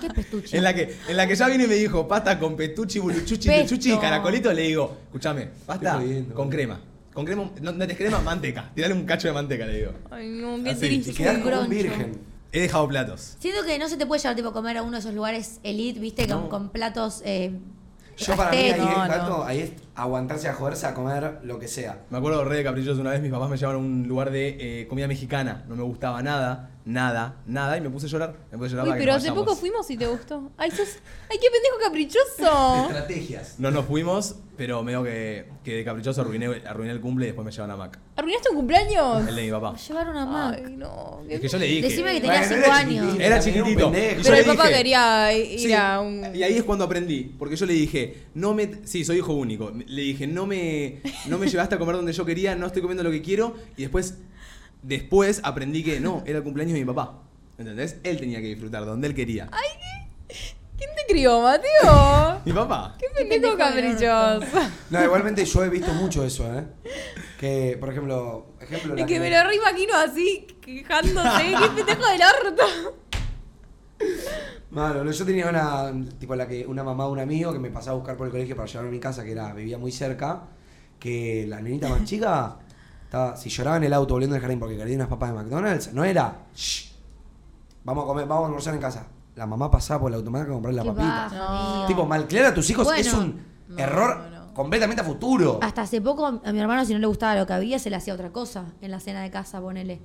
Speaker 4: ¿Qué pestuche?
Speaker 1: En la, que, en la que ya vine y me dijo pasta con pestucci, buluchuchi,
Speaker 4: Pesto.
Speaker 1: luchuchi y caracolito, le digo, escúchame, pasta
Speaker 3: Estoy jodiendo,
Speaker 1: con
Speaker 3: boludo.
Speaker 1: crema. Con crema, no, no te crema, manteca. Tirale un cacho de manteca, le digo.
Speaker 2: Ay, no, qué
Speaker 1: Así,
Speaker 2: triste.
Speaker 3: Te quedás como un
Speaker 4: Groncho.
Speaker 3: virgen.
Speaker 1: He dejado platos.
Speaker 4: Siento que no se te puede llevar tipo a comer a uno de esos lugares elite, viste, con, con platos. eh,
Speaker 3: Yo para mí ahí,
Speaker 4: aztecos.
Speaker 3: es,
Speaker 2: no.
Speaker 3: tanto, ahí es aguantarse a joderse a comer lo que sea.
Speaker 1: Me acuerdo re de caprichos una vez, mis papás me llevaron a un lugar de eh, comida mexicana. No me gustaba nada, nada, nada, y me puse a llorar. Me puse a llorar
Speaker 2: Uy,
Speaker 1: para que
Speaker 2: pero
Speaker 1: nos
Speaker 2: hace
Speaker 1: vayamos.
Speaker 2: poco fuimos y te gustó. Ay, sos... Ay, qué pendejo caprichoso.
Speaker 3: Estrategias.
Speaker 1: No nos fuimos, pero medio que, que de caprichoso arruiné, arruiné el cumple y después me llevaron a Mac.
Speaker 2: ¿Arruinaste un cumpleaños?
Speaker 1: El de mi papá.
Speaker 4: Llevaron a Mac.
Speaker 2: Ay, no. qué
Speaker 1: Es que yo le dije.
Speaker 4: Decime que tenía
Speaker 3: Bueno,
Speaker 4: 5
Speaker 3: era
Speaker 4: años.
Speaker 3: chiquitito.
Speaker 1: Era
Speaker 3: También un
Speaker 1: chiquitito.
Speaker 3: pendejo.
Speaker 1: Y yo
Speaker 2: Pero
Speaker 1: le
Speaker 2: el papá
Speaker 1: dije-
Speaker 2: quería ir
Speaker 1: Sí,
Speaker 2: a un...
Speaker 1: Y ahí es cuando aprendí, porque yo le dije, no me. Sí, soy hijo único. Le dije, no me, no me llevaste a comer donde yo quería, no estoy comiendo lo que quiero. Y después, después aprendí que no, era el cumpleaños de mi papá. ¿Entendés? Él tenía que disfrutar donde él quería.
Speaker 2: ¿Quién te crió, Mateo?
Speaker 1: Mi papá.
Speaker 2: Qué pendejo caprichoso.
Speaker 3: No, igualmente yo he visto mucho eso, ¿eh? Que, por ejemplo, ejemplo la
Speaker 2: Es que me lo reimagino así, quejándose. ¡Qué pendejo del orto!
Speaker 3: Mano, boludo, yo tenía una, tipo la que, una mamá de un amigo que me pasaba a buscar por el colegio para llevarme a mi casa, que era, vivía muy cerca, que la nenita más chica, estaba, si lloraba en el auto volviendo del jardín porque quería unas papas de McDonald's, no era, "Shh, vamos a comer, vamos a almorzar en casa. La mamá pasaba por el automático a comprar la
Speaker 4: Qué
Speaker 3: papita.
Speaker 4: baja, amigo.
Speaker 3: Tipo, malcriar a tus hijos
Speaker 4: Bueno.
Speaker 3: es un
Speaker 2: No,
Speaker 3: error
Speaker 2: no.
Speaker 3: completamente a futuro.
Speaker 4: Hasta hace poco a mi hermano si no le gustaba lo que había, se le hacía otra cosa en la cena de casa, ponele.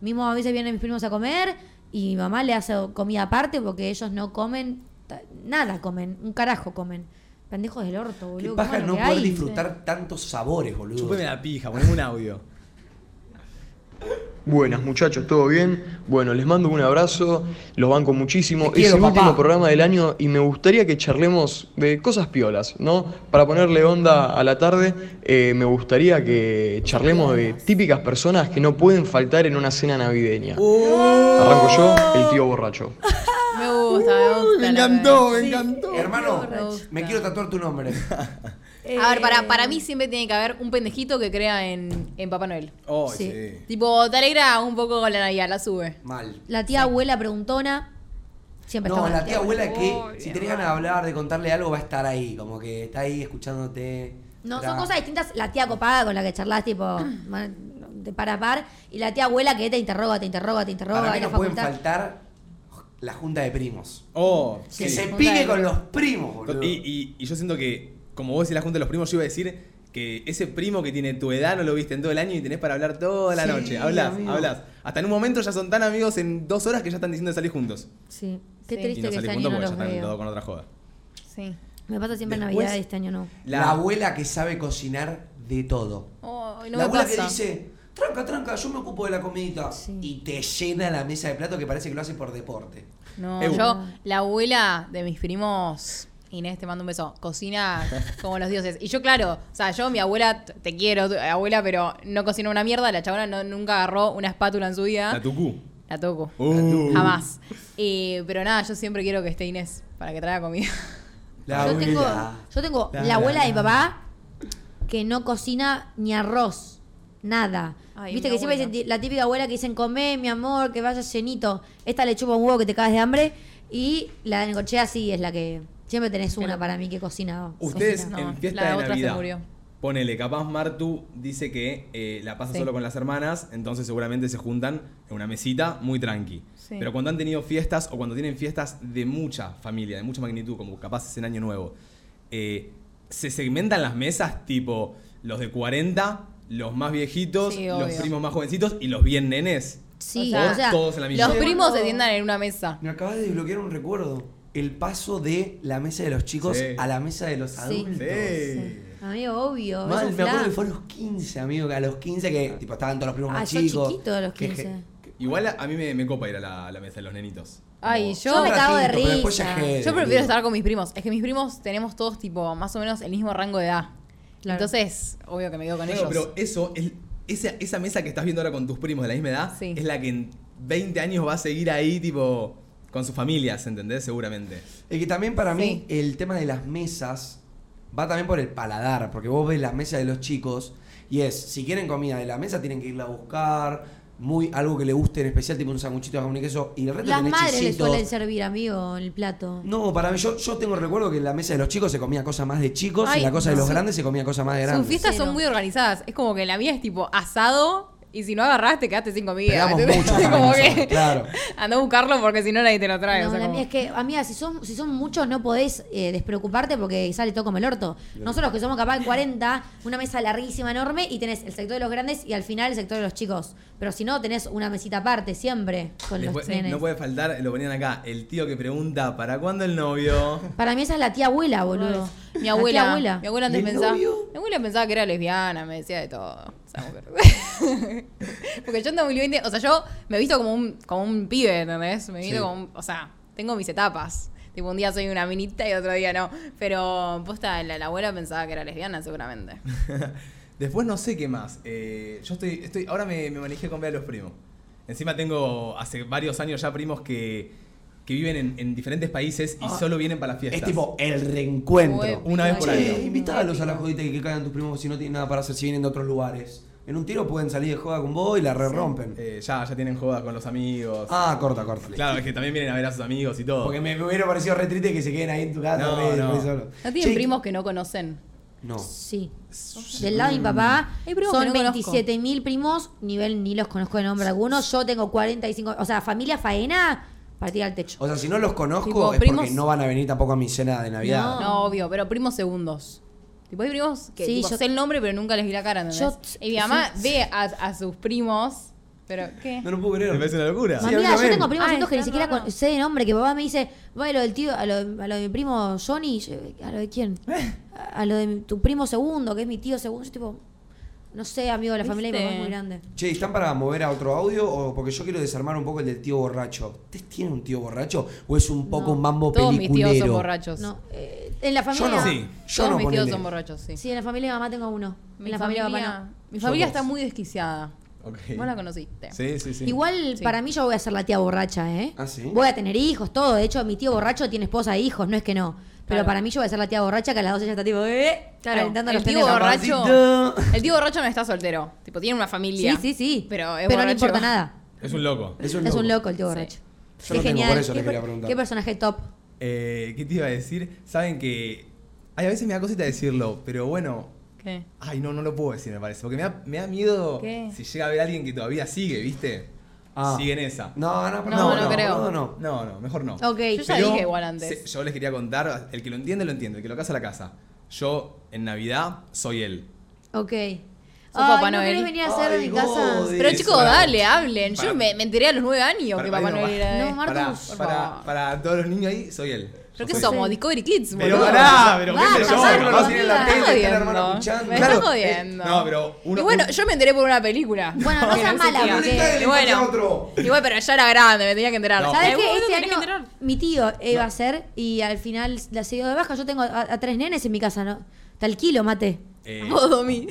Speaker 4: Mismo a veces vienen mis primos a comer y mi mamá le hace comida aparte porque ellos no comen, ta- nada comen, un carajo comen. Pendejos del orto,
Speaker 3: Qué
Speaker 4: boludo. ¿cómo
Speaker 3: paja
Speaker 4: lo
Speaker 3: no
Speaker 4: que
Speaker 3: poder
Speaker 4: hay?
Speaker 3: disfrutar tantos sabores, boludo.
Speaker 1: Chupeme la pija, poneme un audio.
Speaker 10: Buenas muchachos, ¿todo bien? Bueno, les mando un abrazo, los banco muchísimo.
Speaker 3: Te
Speaker 10: es
Speaker 3: quiero,
Speaker 10: el
Speaker 3: papá.
Speaker 10: último programa del año y me gustaría que charlemos de cosas piolas, ¿no? Para ponerle onda a la tarde, eh, me gustaría que charlemos de típicas personas que no pueden faltar en una cena navideña. Arranco yo, el tío borracho.
Speaker 2: Me gusta, me gusta.
Speaker 1: me
Speaker 2: la
Speaker 1: encantó, eh. me
Speaker 2: verdad.
Speaker 1: encantó.
Speaker 3: Hermano,
Speaker 2: borracho.
Speaker 3: me quiero tatuar tu nombre.
Speaker 2: A ver, para, para mí siempre tiene que haber un pendejito que crea en, en Papá Noel.
Speaker 1: Oh,
Speaker 4: Sí.
Speaker 1: sí.
Speaker 2: Tipo, te alegra un poco la Navidad, la sube.
Speaker 3: Mal.
Speaker 4: La tía abuela preguntona. Siempre
Speaker 3: No,
Speaker 4: está
Speaker 3: la
Speaker 4: buena.
Speaker 3: tía abuela que si tenés ganas de hablar, de contarle algo, va a estar ahí, como que está ahí escuchándote.
Speaker 4: No,
Speaker 3: Tra-
Speaker 4: son cosas distintas. La tía copada con la que charlas, tipo, man- de par a par. Y la tía abuela que te interroga, te interroga, te interroga.
Speaker 3: Para mí
Speaker 4: en la
Speaker 3: no pueden
Speaker 4: facultad.
Speaker 3: faltar la junta de primos.
Speaker 1: Oh, sí.
Speaker 3: Que se
Speaker 2: Junta
Speaker 3: pique
Speaker 2: de
Speaker 3: con los primos, boludo.
Speaker 1: Y, y- y yo siento que, como vos decís la junta de los primos, yo iba a decir que ese primo que tiene tu edad no lo viste en todo el año y tenés para hablar toda la
Speaker 3: Sí,
Speaker 1: noche. Hablas,
Speaker 3: amigo.
Speaker 1: hablas. Hasta en un momento ya son tan amigos en dos horas que ya están diciendo de salir juntos.
Speaker 4: Sí. Qué
Speaker 2: Sí.
Speaker 1: y
Speaker 4: triste
Speaker 1: no
Speaker 4: que este
Speaker 1: salís
Speaker 4: año
Speaker 1: juntos
Speaker 4: no
Speaker 1: porque ya
Speaker 4: los
Speaker 1: están
Speaker 4: veo.
Speaker 1: todos con otra joda.
Speaker 2: Sí.
Speaker 4: Me pasa siempre en
Speaker 1: Después-
Speaker 4: Navidad, este año no.
Speaker 3: La... abuela que sabe cocinar de todo.
Speaker 2: Ay, Oh, no
Speaker 3: la
Speaker 2: me
Speaker 3: abuela
Speaker 2: pasa.
Speaker 3: que dice, tranca, tranca, yo me ocupo de la comidita.
Speaker 4: Sí.
Speaker 3: Y te llena la mesa de plato que parece que lo hace por deporte.
Speaker 2: No,
Speaker 1: Ew.
Speaker 2: yo, la abuela de mis primos, Inés, te mando un beso. Cocina como los dioses. Y yo, claro, o sea, yo, mi abuela, t- te quiero, tu- abuela, pero no cocina una mierda. La chabona no- nunca agarró una espátula en su vida.
Speaker 1: La tucú.
Speaker 2: La toco.
Speaker 1: Uh.
Speaker 2: Jamás. Eh, pero nada, yo siempre quiero que esté Inés para que traiga comida.
Speaker 3: La
Speaker 4: yo, tengo,
Speaker 3: abuela.
Speaker 4: yo tengo
Speaker 3: La,
Speaker 4: la,
Speaker 3: la,
Speaker 4: abuela
Speaker 3: la.
Speaker 4: de mi papá que no cocina ni arroz, nada.
Speaker 2: Ay,
Speaker 4: Viste
Speaker 2: mi
Speaker 4: que siempre
Speaker 2: abuela.
Speaker 4: dicen, la típica abuela que dicen, comé, mi amor, que vayas llenito. Esta le chupa un huevo que te cagas de hambre. Y la de Necochea sí es la que... Siempre tenés una para mí que cocina.
Speaker 1: Ustedes
Speaker 4: cocina.
Speaker 2: No,
Speaker 1: en fiesta
Speaker 2: la
Speaker 1: de
Speaker 2: otra se
Speaker 1: Navidad.
Speaker 2: murió.
Speaker 1: Ponele, capaz Martu dice que eh, la pasa
Speaker 2: Sí.
Speaker 1: solo con las hermanas, entonces seguramente se juntan en una mesita muy tranqui.
Speaker 2: Sí.
Speaker 1: Pero cuando han tenido fiestas o cuando tienen fiestas de mucha familia, de mucha magnitud, como capaz es en Año Nuevo, eh, se segmentan las mesas tipo los de 40, los más viejitos,
Speaker 2: Sí,
Speaker 1: los
Speaker 2: obvio.
Speaker 1: primos más jovencitos y los bien nenes.
Speaker 4: Sí,
Speaker 2: O sea,
Speaker 4: o sea,
Speaker 1: todos en la misma.
Speaker 2: Los
Speaker 4: Yo
Speaker 2: primos
Speaker 4: cuando-
Speaker 2: se tiendan en una mesa.
Speaker 3: Me acabas de desbloquear un recuerdo. El paso de la mesa de los chicos
Speaker 1: Sí.
Speaker 3: a la mesa de los adultos.
Speaker 1: Sí.
Speaker 4: amigo, obvio. es
Speaker 3: Mal,
Speaker 4: un
Speaker 3: me acuerdo
Speaker 4: flan.
Speaker 3: que fue a los 15, amigo, que a los 15 que tipo, estaban todos los primos
Speaker 4: Ah,
Speaker 3: más
Speaker 4: yo
Speaker 3: chicos.
Speaker 4: chiquito a los
Speaker 3: que je-
Speaker 4: 15.
Speaker 1: Igual a, a mí me, me copa ir a la, a la mesa de los nenitos.
Speaker 2: Ay,
Speaker 1: Como-
Speaker 2: yo,
Speaker 4: Yo me cago de
Speaker 3: ratito, pero después
Speaker 4: risa.
Speaker 3: ya jede,
Speaker 2: yo prefiero
Speaker 3: boludo.
Speaker 2: estar con mis primos. Es que mis primos tenemos todos tipo más o menos el mismo rango de edad.
Speaker 4: Claro.
Speaker 2: Entonces, obvio que me quedo con
Speaker 1: Claro,
Speaker 2: ellos.
Speaker 1: pero eso, es, esa, esa mesa que estás viendo ahora con tus primos de la misma edad,
Speaker 2: Sí.
Speaker 1: es la que en 20 años va a seguir ahí, tipo, con sus familias, ¿entendés? Seguramente.
Speaker 3: Es que también para mí el tema de las mesas va también por el paladar, porque vos ves las mesas de los chicos y es, si quieren comida de la mesa tienen que irla a buscar, muy algo que le guste en especial, tipo un sanguchito de jamón y queso, y el resto
Speaker 4: Las
Speaker 3: tenés
Speaker 4: madres le
Speaker 3: chisitos.
Speaker 4: suelen servir, amigo, el plato.
Speaker 3: No, para mí, yo, yo tengo el recuerdo que en la mesa de los chicos se comía cosas más de chicos y
Speaker 2: Ay,
Speaker 3: en la cosa de los
Speaker 2: sí.
Speaker 3: grandes se comía cosas más de
Speaker 2: Sus
Speaker 3: grandes.
Speaker 2: fiestas
Speaker 4: Cero.
Speaker 2: son muy organizadas. Es como que la mía es tipo asado y si no agarraste quedaste sin comida.
Speaker 3: Pegamos
Speaker 2: ¿entendés?
Speaker 3: mucho para
Speaker 2: como
Speaker 3: nosotros,
Speaker 2: que
Speaker 3: claro.
Speaker 2: anda a buscarlo porque si no nadie te lo trae.
Speaker 4: No,
Speaker 2: o sea,
Speaker 4: la
Speaker 2: como-
Speaker 4: mía es que, amiga, si son, si son muchos no podés eh, despreocuparte porque sale todo como el orto. Nosotros que somos capaz de 40, una mesa larguísima, enorme, y tenés el sector de los grandes y al final el sector de los chicos. Pero si no, tenés una mesita aparte siempre con
Speaker 1: Después,
Speaker 4: los nenes.
Speaker 1: no puede faltar, lo ponían acá, el tío que pregunta, ¿para cuándo el novio?
Speaker 4: Para mí esa es la tía abuela, boludo.
Speaker 2: Mi
Speaker 4: La tía
Speaker 2: abuela,
Speaker 4: abuela.
Speaker 2: Mi abuela antes
Speaker 3: ¿Del
Speaker 2: pensaba.
Speaker 3: novio?
Speaker 2: Mi abuela pensaba que era lesbiana, me decía de todo. O sea, como que- Porque yo en 2020, o sea, yo me he visto como un, como un pibe, ¿entendés? Me he visto
Speaker 3: Sí.
Speaker 2: como un- o sea, tengo mis etapas. Tipo, un día soy una minita y otro día no. Pero posta, la, la abuela pensaba que era lesbiana, seguramente.
Speaker 1: Después no sé qué más. Eh, yo estoy, estoy ahora me, me manejé con ver a los primos. Encima tengo hace varios años ya primos que, que viven en, en diferentes países y
Speaker 3: Ah.
Speaker 1: solo vienen para las fiestas.
Speaker 3: Es tipo el reencuentro.
Speaker 1: Una vez por
Speaker 3: Che,
Speaker 1: año.
Speaker 3: invítalos a la jodita que caigan tus primos si no tienen nada para hacer, si vienen de otros lugares. En un tiro pueden salir de joda con vos y la re rompen.
Speaker 1: Eh, ya, ya tienen joda con los amigos.
Speaker 3: Ah, corta, corta.
Speaker 1: Claro, es que también vienen a ver a sus amigos y todo.
Speaker 3: Porque me, me hubiera parecido re triste que se queden ahí en tu casa.
Speaker 1: No,
Speaker 3: re-
Speaker 1: no.
Speaker 3: re solo.
Speaker 2: No tienen
Speaker 3: Che,
Speaker 2: primos que no conocen.
Speaker 3: No.
Speaker 4: Sí. Del lado de
Speaker 1: Mm.
Speaker 4: mi papá
Speaker 2: Hay primos que
Speaker 4: son
Speaker 2: no conozco.
Speaker 4: 27.000 primos, nivel ni los conozco de nombre alguno. Yo tengo 45, o sea, familia faena para tirar al techo.
Speaker 3: O sea, si no los conozco
Speaker 2: Tipo,
Speaker 3: es porque
Speaker 2: primos-
Speaker 3: no van a venir tampoco a mi cena de Navidad.
Speaker 4: No.
Speaker 2: No, obvio, pero primos segundos. Tipo, hay primos que
Speaker 4: Sí,
Speaker 2: tipo,
Speaker 4: yo-
Speaker 2: sé el nombre, pero nunca les vi la cara, ¿entendés?
Speaker 4: Yo-
Speaker 2: y mi mamá
Speaker 4: sí.
Speaker 2: ve a, a sus primos, pero ¿qué?
Speaker 3: No lo puedo
Speaker 1: Me
Speaker 3: creer.
Speaker 1: parece una locura.
Speaker 3: Sí, a mí
Speaker 4: Amiga, yo
Speaker 3: también.
Speaker 4: tengo primos
Speaker 2: Ah,
Speaker 4: juntos que ni
Speaker 2: está
Speaker 4: siquiera
Speaker 2: raro.
Speaker 4: con- sé de nombre, que papá me dice, va a lo del tío, a lo, a lo de mi primo Johnny, y yo, a lo de quién, a, a lo de mi- tu primo segundo, que es mi tío segundo, yo tipo, no sé, amigo, la familia de mi
Speaker 2: ¿Viste?
Speaker 4: mamá es muy grande.
Speaker 3: Che, ¿están para mover a otro audio? O porque yo quiero desarmar un poco el del tío borracho. ¿Ustedes tienen un tío borracho? ¿O es un poco
Speaker 4: No.
Speaker 3: un mambo
Speaker 2: Todos mis
Speaker 3: peliculero?
Speaker 2: tíos son borrachos.
Speaker 4: No, eh, en la
Speaker 3: Yo
Speaker 4: familia,
Speaker 3: no.
Speaker 1: Sí.
Speaker 3: Yo
Speaker 2: Todos
Speaker 3: no,
Speaker 2: mis tíos
Speaker 3: ponele.
Speaker 2: son borrachos, sí.
Speaker 4: sí, en la familia de mamá tengo uno,
Speaker 2: Mi
Speaker 4: en la familia,
Speaker 2: familia,
Speaker 4: de papá no.
Speaker 2: mi familia
Speaker 3: Yo
Speaker 2: está
Speaker 3: dos.
Speaker 2: muy desquiciada.
Speaker 1: Ok.
Speaker 2: Vos la conociste.
Speaker 1: Sí, sí, sí.
Speaker 4: Igual
Speaker 2: Sí.
Speaker 4: para mí yo voy a ser la tía borracha, ¿eh?
Speaker 3: ¿Ah, sí?
Speaker 4: Voy a tener hijos, todo. De hecho, mi tío borracho tiene esposa e hijos, no es que no. Pero
Speaker 2: Claro.
Speaker 4: para mí yo voy a ser la tía borracha que a las 12 ya está tipo, ¿eh?
Speaker 2: Claro,
Speaker 4: Calentando
Speaker 2: el
Speaker 4: los
Speaker 2: tío
Speaker 4: tenedores.
Speaker 3: Ah,
Speaker 2: borracho. El tío borracho no está soltero. Tipo, tiene una familia.
Speaker 4: Sí, sí, sí.
Speaker 2: Pero es
Speaker 4: no
Speaker 2: borracho.
Speaker 4: importa nada.
Speaker 1: Es un loco.
Speaker 3: Es
Speaker 4: Es un loco el tío borracho.
Speaker 3: Yo lo tengo, por eso le
Speaker 4: Qué,
Speaker 3: quería
Speaker 4: per-
Speaker 3: preguntar.
Speaker 4: qué personaje top.
Speaker 1: Eh, ¿Qué te iba a decir? Saben que. Ay, a veces me da cosita decirlo, pero bueno.
Speaker 2: ¿Qué?
Speaker 1: Ay, no, no lo puedo decir, me parece. Porque me da, me da miedo
Speaker 2: ¿Qué?
Speaker 1: si llega a haber alguien que todavía sigue, ¿viste?
Speaker 3: Ah.
Speaker 1: Sigue en esa.
Speaker 3: No, no,
Speaker 2: No,
Speaker 3: no,
Speaker 2: no creo.
Speaker 3: No, no.
Speaker 1: No, no, mejor no.
Speaker 4: Ok.
Speaker 2: Yo ya
Speaker 1: Pero
Speaker 2: dije igual antes.
Speaker 1: se- yo les quería contar, el que lo entiende, lo entiende, el que lo casa, la casa. Yo, en Navidad, soy él.
Speaker 4: Ok.
Speaker 2: Sos
Speaker 4: Ay,
Speaker 2: Papá
Speaker 4: ¿no
Speaker 2: Noel.
Speaker 4: querés venir a hacer
Speaker 3: Ay,
Speaker 4: mi casa?
Speaker 3: Gode.
Speaker 2: Pero chicos,
Speaker 1: para-
Speaker 2: dale, hablen.
Speaker 1: para-
Speaker 2: Yo me, me enteré a los nueve años
Speaker 1: para-
Speaker 2: que papá
Speaker 1: para-
Speaker 2: no era.
Speaker 4: No,
Speaker 2: de-
Speaker 4: Marcos,
Speaker 1: Para,
Speaker 4: por
Speaker 1: para,
Speaker 2: favor.
Speaker 1: para todos los niños ahí, soy él.
Speaker 2: ¿Pero
Speaker 6: Yo
Speaker 2: qué
Speaker 6: soy-
Speaker 2: somos? Discovery Kids,
Speaker 1: Pero
Speaker 2: boludo.
Speaker 1: pará, pero qué
Speaker 4: Basta,
Speaker 1: sé yo.
Speaker 4: basta,
Speaker 1: capaz-
Speaker 4: amiga.
Speaker 3: tiene la
Speaker 2: Me
Speaker 3: tele,
Speaker 2: estás
Speaker 3: tiene la hermana
Speaker 2: jodiendo.
Speaker 3: escuchando.
Speaker 2: Me
Speaker 1: Claro,
Speaker 2: estás jodiendo.
Speaker 1: No, pero uno.
Speaker 2: y bueno, yo me enteré por una película.
Speaker 4: Bueno, no
Speaker 2: Que
Speaker 4: seas mala,
Speaker 2: existía.
Speaker 4: porque-
Speaker 2: Y bueno,
Speaker 3: otro.
Speaker 2: igual, pero ya era grande, me tenía que enterar.
Speaker 1: No.
Speaker 4: ¿Sabes
Speaker 2: Eh,
Speaker 4: qué?
Speaker 2: boludo,
Speaker 4: Este
Speaker 2: tenés que
Speaker 4: año
Speaker 2: enterar.
Speaker 4: mi tío iba a ser y al final la se dio de baja. Yo tengo a, a tres nenes en mi casa, ¿no? Te alquilo, mate.
Speaker 1: Eh,
Speaker 2: Vos, Domi.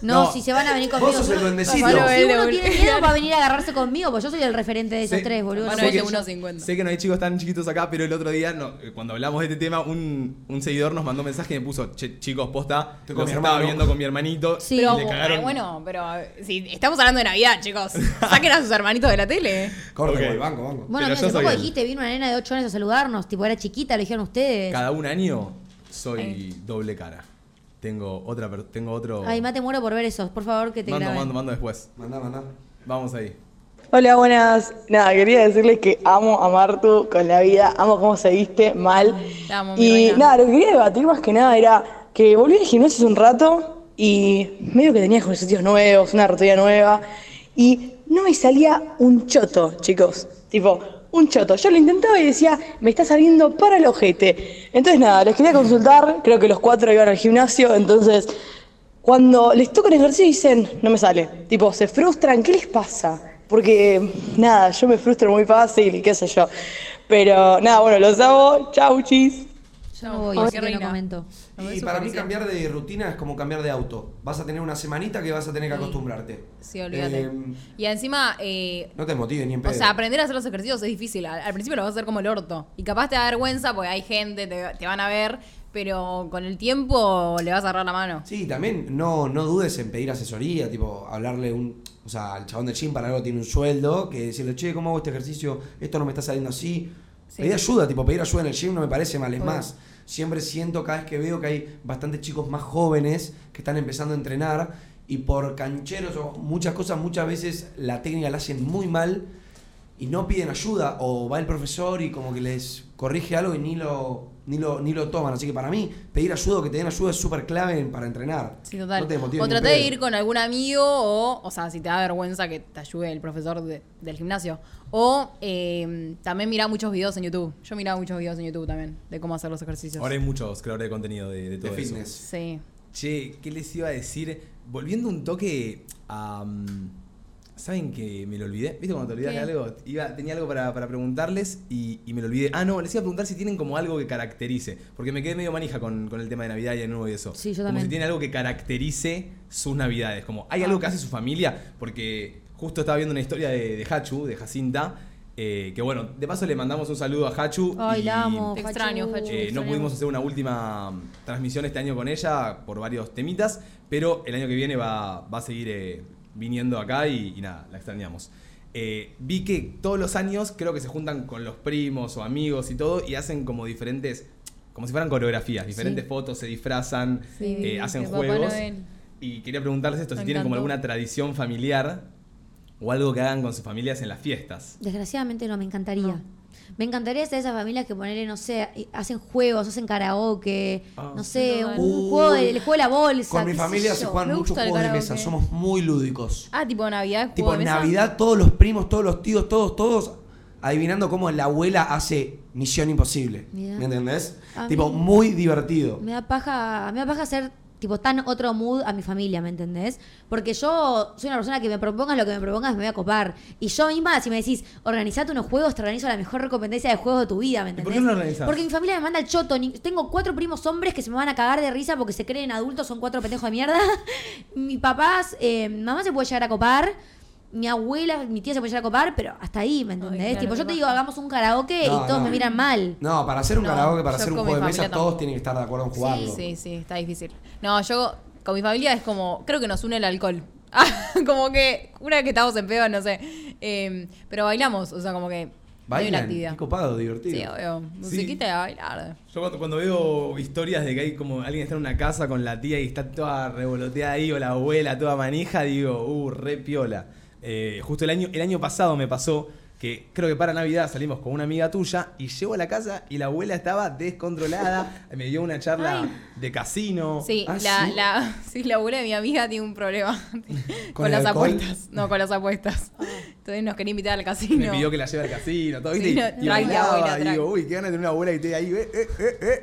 Speaker 4: No,
Speaker 1: No.
Speaker 4: si se van a venir
Speaker 3: Vos
Speaker 4: conmigo.
Speaker 3: sos
Speaker 4: si
Speaker 3: el
Speaker 4: uno-
Speaker 3: duendecito.
Speaker 4: Si
Speaker 2: Manuel
Speaker 4: uno
Speaker 2: de
Speaker 4: tiene
Speaker 2: Ur-
Speaker 4: miedo, va a venir a agarrarse conmigo, porque yo soy el referente de esos
Speaker 1: Sí.
Speaker 4: tres, boludo.
Speaker 2: Bueno,
Speaker 1: Sé
Speaker 2: es
Speaker 1: que-
Speaker 2: de 1.50.
Speaker 1: Sé que no hay chicos tan chiquitos acá, pero el otro día, no, eh, cuando hablamos de este tema, un, un seguidor nos mandó un mensaje y me puso, "Che, chicos, posta,
Speaker 3: Estoy
Speaker 1: los
Speaker 3: con mi
Speaker 1: estaba
Speaker 3: hermano".
Speaker 1: viendo con mi hermanito.
Speaker 4: Sí.
Speaker 1: y
Speaker 2: Pero,
Speaker 1: le
Speaker 2: eh,
Speaker 1: cagaron.
Speaker 2: bueno, pero eh, si estamos hablando de Navidad, chicos. Saquen a sus hermanitos de la tele.
Speaker 3: Corte,
Speaker 1: Ok.
Speaker 3: güey, banco, banco.
Speaker 4: Bueno,
Speaker 1: Pero
Speaker 4: mira,
Speaker 1: yo
Speaker 4: hace poco
Speaker 1: soy el-
Speaker 4: dijiste, vino una nena de 8 años a saludarnos, tipo, era chiquita, lo dijeron ustedes.
Speaker 1: Cada un año soy doble cara. Tengo otra, per- tengo otro.
Speaker 4: Eh. Ay, mate, muero por ver esos, por favor, que te
Speaker 1: mando,
Speaker 4: graben.
Speaker 1: mando, mando después.
Speaker 3: Mandá, mandá.
Speaker 1: Vamos ahí.
Speaker 8: Hola, buenas. Nada, quería decirles que amo a Martu con la vida, amo cómo seguiste, mal.
Speaker 2: Te amo, mi
Speaker 8: y
Speaker 2: reina.
Speaker 8: nada, lo que quería debatir más que nada era que volví al gimnasio hace un rato y medio que tenía ejercicios nuevos, una rutina nueva, y no me salía un choto, chicos. Tipo, un choto. Yo lo intentaba y decía, me está saliendo para el ojete. Entonces, nada, les quería consultar, creo que los cuatro iban al gimnasio, entonces cuando les tocan ejercicio dicen, no me sale. Tipo, se frustran, ¿qué les pasa? Porque, nada, yo me frustro muy fácil, qué sé yo. Pero, nada, bueno, los amo. Chau, chis.
Speaker 4: Yo no voy,
Speaker 2: Ay,
Speaker 4: así
Speaker 2: qué
Speaker 4: que no
Speaker 2: reina.
Speaker 4: comento.
Speaker 2: No,
Speaker 3: Y
Speaker 2: eso
Speaker 3: para mí
Speaker 2: parecía.
Speaker 3: cambiar de rutina es como cambiar de auto. Vas a tener una semanita que vas a tener que
Speaker 2: Sí.
Speaker 3: acostumbrarte.
Speaker 2: Sí, olvídate.
Speaker 3: Em,
Speaker 2: y encima, eh,
Speaker 3: no te motives ni en pedo.
Speaker 2: o sea, aprender a hacer los ejercicios es difícil. Al, al principio lo vas a hacer como el orto. Y capaz te da vergüenza porque hay gente, te, te van a ver, pero con el tiempo le vas a agarrar la mano.
Speaker 3: Sí, también no, no dudes en pedir asesoría, tipo hablarle un, o sea, al chabón del gym para algo tiene un sueldo, que decirle, che, ¿cómo hago este ejercicio? Esto no me está saliendo así.
Speaker 2: Sí.
Speaker 3: Pedir ayuda, tipo pedir ayuda en el gym no me parece mal, es
Speaker 2: Obvio.
Speaker 3: más, siempre siento cada vez que veo que hay bastantes chicos más jóvenes que están empezando a entrenar y por cancheros o muchas cosas, muchas veces la técnica la hacen muy mal y no piden ayuda o va el profesor y como que les corrige algo y ni lo, ni lo, ni lo toman. Así que para mí, pedir ayuda o que te den ayuda es súper clave para entrenar.
Speaker 2: Sí, total.
Speaker 3: No te desmotives
Speaker 2: o
Speaker 3: ni
Speaker 2: traté
Speaker 3: en
Speaker 2: de
Speaker 3: pedo.
Speaker 2: ir con algún amigo, o, o sea, si te da vergüenza que te ayude el profesor de- del gimnasio. O eh, también mirá muchos videos en YouTube. Yo miraba muchos videos en YouTube también de cómo hacer los ejercicios.
Speaker 1: Ahora hay muchos creadores de contenido de, de todo
Speaker 3: de
Speaker 1: eso.
Speaker 3: fitness.
Speaker 2: Sí.
Speaker 1: Che, ¿qué les iba a decir? Volviendo un toque a... mm, ¿Saben que me lo olvidé? ¿Viste cuando te olvidas de
Speaker 2: ¿Qué?
Speaker 1: algo? Iba, tenía algo para, para preguntarles y, y me lo olvidé. Ah, no, les iba a preguntar si tienen como algo que caracterice. Porque me quedé medio manija con, con el tema de Navidad y de nuevo y eso.
Speaker 4: Sí, yo
Speaker 1: Como
Speaker 4: también. Ah.
Speaker 1: si tienen algo que caracterice sus Navidades. Como, ¿hay algo que hace su familia? Porque justo estaba viendo una historia de, de Hachu, de Jacinta. eh, que bueno, de paso le mandamos un saludo a Hachu.
Speaker 4: Ay,
Speaker 1: y-
Speaker 4: la amo.
Speaker 2: Te extraño,
Speaker 4: Fachu.
Speaker 2: Fachu.
Speaker 1: eh, no pudimos hacer una última mm, transmisión este año con ella por varios temitas, pero el año que viene va, va a seguir eh, viniendo acá y, y nada, la extrañamos. Eh, vi que todos los años creo que se juntan con los primos o amigos y todo y hacen como diferentes, como si fueran coreografías, diferentes fotos, se disfrazan, eh, hacen
Speaker 2: de Papá
Speaker 1: juegos.
Speaker 2: Noel.
Speaker 1: Y quería preguntarles esto,
Speaker 2: Me
Speaker 1: si tienen como
Speaker 2: encantó.
Speaker 1: alguna tradición familiar o algo que hagan con sus familias en las fiestas.
Speaker 4: Desgraciadamente no, me encantaría. Me encantaría ser de esas familias que ponerle, no sé, y- hacen juegos, hacen karaoke,
Speaker 1: Ah.
Speaker 4: no sé,
Speaker 2: No,
Speaker 4: un,
Speaker 2: no.
Speaker 4: un juego, de- el juego de la bolsa.
Speaker 3: Con mi
Speaker 4: qué sé
Speaker 3: familia
Speaker 4: yo.
Speaker 3: se juegan
Speaker 2: Me
Speaker 3: muchos
Speaker 2: gusta el
Speaker 3: juegos de
Speaker 2: karaoke.
Speaker 3: mesa, somos muy lúdicos.
Speaker 2: Ah, tipo Navidad,
Speaker 3: Tipo,
Speaker 2: juego de mesa.
Speaker 3: Navidad, todos los primos, todos los tíos, todos, todos, adivinando cómo la abuela hace Misión Imposible.
Speaker 4: Mirá.
Speaker 3: ¿Me entendés?
Speaker 4: A
Speaker 3: tipo,
Speaker 4: mí-
Speaker 3: muy divertido.
Speaker 4: Me da paja, me da paja ser tipo tan otro mood a mi familia, ¿me entendés? Porque yo soy una persona que me propongas lo que me propongas me voy a copar. Y yo misma, si me decís, organizate unos juegos, te organizo la mejor recompensa de juegos de tu vida, ¿me
Speaker 1: por
Speaker 4: entendés?
Speaker 1: qué no lo organizás?
Speaker 4: Porque mi familia me manda el choto. Ni- Tengo cuatro primos hombres que se me van a cagar de risa porque se creen adultos, son cuatro pendejos de mierda. mi papá, eh, mi mamá se puede llegar a copar. Mi abuela, mi tía se puede llegar a copar, pero hasta ahí, ¿me entendés?
Speaker 2: claro,
Speaker 4: tipo,
Speaker 2: qué
Speaker 4: yo te
Speaker 2: paja.
Speaker 4: digo, hagamos un karaoke
Speaker 3: No,
Speaker 4: y todos
Speaker 3: no.
Speaker 4: me miran mal.
Speaker 3: No, para hacer un
Speaker 2: No,
Speaker 3: karaoke, para
Speaker 2: yo
Speaker 3: hacer un
Speaker 2: con
Speaker 3: juego de
Speaker 2: mi
Speaker 3: mesa,
Speaker 2: familia
Speaker 3: todos
Speaker 2: tampoco.
Speaker 3: tienen que estar de acuerdo en jugarlo.
Speaker 2: Sí, sí, está difícil. No, yo con mi familia es como, creo que nos une el alcohol. como que una vez que estamos en pedo, no sé. Eh, pero bailamos, o sea, como que hay una
Speaker 3: Bailan,
Speaker 2: actividad.
Speaker 3: qué copado, divertido.
Speaker 2: Sí, obvio. Musiquita de bailar.
Speaker 1: Yo cuando, cuando veo historias de que hay como alguien está en una casa con la tía y está toda revoloteada ahí o la abuela toda manija, digo, uh, re piola. Eh, justo el año, el año pasado me pasó que creo que para Navidad salimos con una amiga tuya y llego a la casa y la abuela estaba descontrolada, me dio una charla de casino.
Speaker 2: Sí,
Speaker 3: Ah,
Speaker 2: la,
Speaker 3: sí.
Speaker 2: La, sí, la abuela de mi amiga tiene un problema con,
Speaker 3: el
Speaker 2: las
Speaker 3: alcohol?
Speaker 2: apuestas. No, con las apuestas. Entonces nos quería invitar al casino.
Speaker 1: Me pidió que la lleve al casino, todo,
Speaker 2: Sí,
Speaker 1: ¿viste?
Speaker 2: no,
Speaker 1: y
Speaker 2: tranqui,
Speaker 1: bailaba,
Speaker 2: abuela,
Speaker 1: y
Speaker 2: tranqui.
Speaker 1: digo, uy, qué ganas de tener una abuela que esté ahí, eh, eh, eh, eh.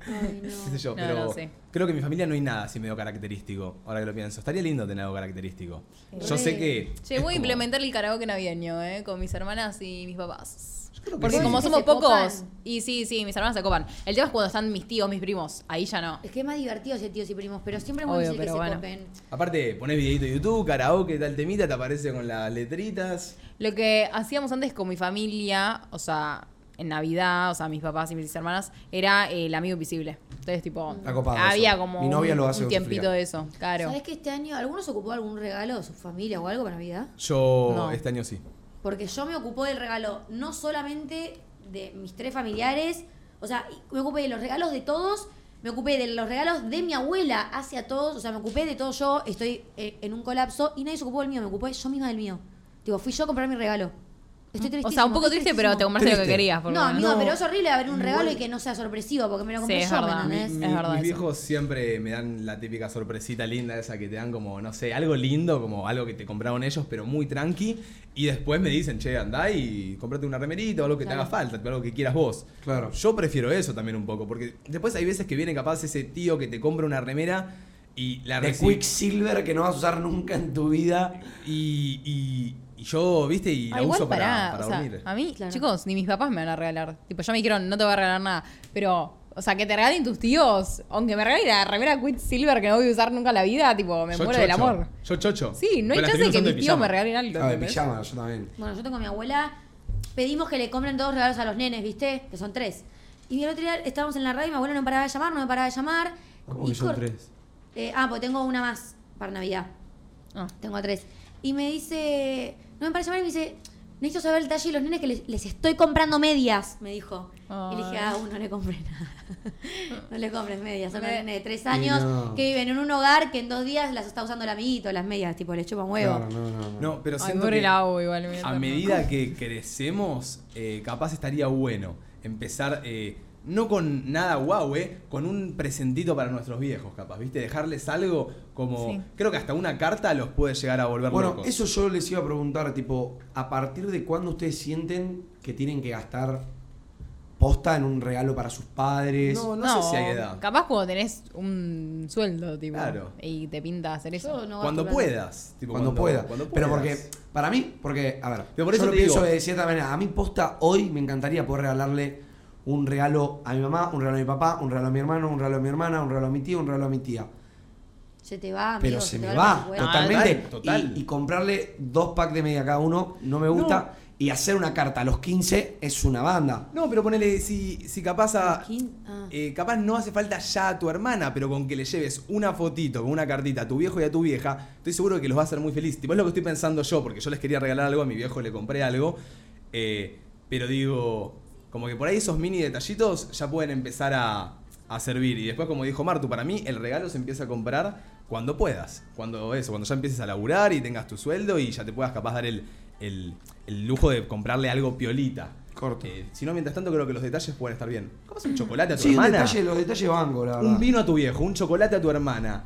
Speaker 1: Qué sé yo,
Speaker 2: No,
Speaker 1: pero
Speaker 2: no, sí.
Speaker 1: creo que en mi familia no hay nada así medio característico, ahora que lo pienso. Estaría lindo tener algo característico. Yo sé que...
Speaker 2: Che,
Speaker 1: es
Speaker 2: voy
Speaker 1: como-
Speaker 2: a implementar el karaoke navideño, ¿eh? Con mis hermanas y mis papás.
Speaker 1: Yo creo que
Speaker 2: Porque
Speaker 1: sí.
Speaker 2: como
Speaker 4: ¿Que
Speaker 2: somos
Speaker 4: se
Speaker 2: pocos,
Speaker 4: copan?
Speaker 2: y sí, sí, mis hermanas se copan. El tema es cuando están mis tíos, mis primos. Ahí ya no.
Speaker 4: Es que es más divertido ser tíos y primos, pero siempre es muy
Speaker 2: Obvio,
Speaker 4: difícil que
Speaker 2: pero bueno.
Speaker 4: se copen.
Speaker 1: Aparte, ponés videito de YouTube, karaoke, tal temita, te aparece con las letritas.
Speaker 2: Lo que hacíamos antes con mi familia, o sea, en Navidad, o sea, mis papás y mis hermanas, era eh, el amigo invisible. Entonces,
Speaker 4: Mm.
Speaker 2: tipo,
Speaker 3: Acopado
Speaker 2: había
Speaker 3: eso.
Speaker 2: como
Speaker 3: Mi novia
Speaker 2: un,
Speaker 3: lo hace
Speaker 2: un
Speaker 3: con su
Speaker 2: tiempito
Speaker 3: filial.
Speaker 2: de eso, claro.
Speaker 4: ¿Sabes que este año algunos ocupó algún regalo de su familia o algo para Navidad?
Speaker 1: Yo
Speaker 2: No.
Speaker 1: este año sí.
Speaker 4: Porque yo me ocupé del regalo no solamente de mis tres familiares, o sea, y me ocupé de los regalos de todos, me ocupé de los regalos de mi abuela hacia todos, o sea, me ocupé de todo yo, estoy eh, en un colapso y nadie se ocupó del mío, me ocupé yo misma del mío. Digo, fui yo a comprar mi regalo. Estoy triste.
Speaker 2: O sea, un poco triste, pero te compraste lo que
Speaker 3: Triste.
Speaker 2: querías. por lo
Speaker 4: No,
Speaker 2: menos.
Speaker 4: amigo, pero es horrible haber un regalo y que no sea sorpresivo, porque me lo compré
Speaker 2: Sí, es
Speaker 4: yo, ¿me
Speaker 2: verdad.
Speaker 4: entendés?
Speaker 2: Es
Speaker 1: Mi-
Speaker 2: verdad
Speaker 1: mis
Speaker 2: eso.
Speaker 1: viejos siempre me dan la típica sorpresita linda esa que te dan como, no sé, algo lindo, como algo que te compraron ellos, pero muy tranqui. Y después me dicen, che, andá y comprate una remerita o algo que te haga falta, algo que quieras vos.
Speaker 3: Claro.
Speaker 1: Yo prefiero eso también un poco, porque después hay veces que viene capaz ese tío que te compra una remera y la
Speaker 3: De
Speaker 1: reci-
Speaker 3: Quicksilver que no vas a usar nunca en tu vida.
Speaker 1: Y, y- y yo, viste, y la
Speaker 2: Ah, igual
Speaker 1: uso para,
Speaker 2: pará,
Speaker 1: para
Speaker 2: o sea,
Speaker 1: dormir.
Speaker 2: a mí,
Speaker 4: Claro.
Speaker 2: chicos, ni mis papás me van a regalar. Tipo, ya me dijeron, no te voy a regalar nada. Pero, o sea, que te regalen tus tíos, aunque me regalen la remera Quicksilver que no voy a usar nunca en la vida, tipo, me
Speaker 1: Yo
Speaker 2: muero
Speaker 1: chocho,
Speaker 2: del amor.
Speaker 1: Yo chocho.
Speaker 2: Sí, no hay
Speaker 1: Pero las
Speaker 2: chance de que
Speaker 1: termino usando
Speaker 2: mis
Speaker 1: de
Speaker 2: tíos
Speaker 1: pijama.
Speaker 2: me regalen algo.
Speaker 3: Ah, de
Speaker 2: ¿entendés?
Speaker 3: pijama, yo también.
Speaker 4: Bueno, yo tengo a mi abuela, pedimos que le compren todos regalos a los nenes, ¿viste? Que son tres. Y el otro día estábamos en la radio y mi abuela no paraba de llamar, no me paraba de llamar.
Speaker 3: ¿Cómo
Speaker 4: Y
Speaker 3: que son
Speaker 4: cor-
Speaker 3: tres?
Speaker 4: Eh, ah, pues tengo una más para Navidad.
Speaker 2: Ah.
Speaker 4: Tengo tres. Y me dice, no me paraba de llamar y me dice, necesito saber el talle de los nenes que les, les estoy comprando medias, me dijo. Y le dije,
Speaker 2: Ay.
Speaker 4: ah, aún no le compré nada. no le compres medias, son
Speaker 2: Me-
Speaker 4: los nenes de tres años
Speaker 3: no.
Speaker 4: que viven en un hogar que en dos días las está usando el amiguito, las medias, tipo, le chupa un huevo.
Speaker 3: Claro, no, no, no.
Speaker 1: No, pero
Speaker 2: Ay,
Speaker 1: siento
Speaker 2: pobre
Speaker 1: que
Speaker 2: el agua igual. me voy
Speaker 1: a
Speaker 2: hacer
Speaker 1: medida que crecemos, eh, capaz estaría bueno empezar eh, no con nada guau, eh, con un presentito para nuestros viejos, capaz, ¿viste? Dejarles algo como...
Speaker 2: Sí.
Speaker 1: Creo que hasta una carta los puede llegar a volver
Speaker 3: Bueno,
Speaker 1: locos.
Speaker 3: eso yo les iba a preguntar, tipo, ¿a partir de cuándo ustedes sienten que tienen que gastar posta en un regalo para sus padres?
Speaker 1: No, no, sé si hay edad.
Speaker 2: Capaz cuando tenés un sueldo, tipo,
Speaker 1: Claro.
Speaker 2: y te pinta hacer eso.
Speaker 4: Yo no gasto
Speaker 1: Cuando
Speaker 4: plata.
Speaker 1: puedas. tipo,
Speaker 3: cuando, pueda.
Speaker 1: cuando
Speaker 3: Pero porque,
Speaker 1: puedas.
Speaker 3: para mí, porque, a ver,
Speaker 1: Pero por eso
Speaker 3: yo lo
Speaker 1: te
Speaker 3: pienso
Speaker 1: digo.
Speaker 3: de cierta manera. A mí posta hoy me encantaría poder regalarle un regalo a mi mamá, un regalo a mi papá, un regalo a mi hermano, un regalo a mi hermana, un regalo a mi tío, un regalo a mi tía.
Speaker 4: Se te va, amigo,
Speaker 3: Pero se
Speaker 4: te
Speaker 3: me
Speaker 4: el
Speaker 3: va,
Speaker 4: presupuesto.
Speaker 3: totalmente.
Speaker 1: total, total.
Speaker 3: Y, y comprarle dos packs de media cada uno no me gusta. Y hacer una carta a los 15 es una banda.
Speaker 1: No, pero ponele, si, si capaz a...
Speaker 4: Quin- ah.
Speaker 1: eh, capaz no hace falta ya a tu hermana, pero con que le lleves una fotito, con una cartita a tu viejo y a tu vieja, estoy seguro que los va a hacer muy felices. Tipo, es lo que estoy pensando yo, porque yo les quería regalar algo, a mi viejo le compré algo, eh, pero digo, como que por ahí esos mini detallitos ya pueden empezar a, a servir. Y después, como dijo Martu, para mí el regalo se empieza a comprar cuando puedas, cuando eso, cuando ya empieces a laburar y tengas tu sueldo y ya te puedas capaz dar el, el- el lujo de comprarle algo piolita.
Speaker 3: Corto.
Speaker 1: Eh, si no, mientras tanto creo que los detalles pueden estar bien. ¿Cómo es un chocolate a tu
Speaker 3: Sí, un
Speaker 1: hermana?
Speaker 3: detalle, los detalles banco, la verdad.
Speaker 1: Un vino a tu viejo, un chocolate a tu hermana,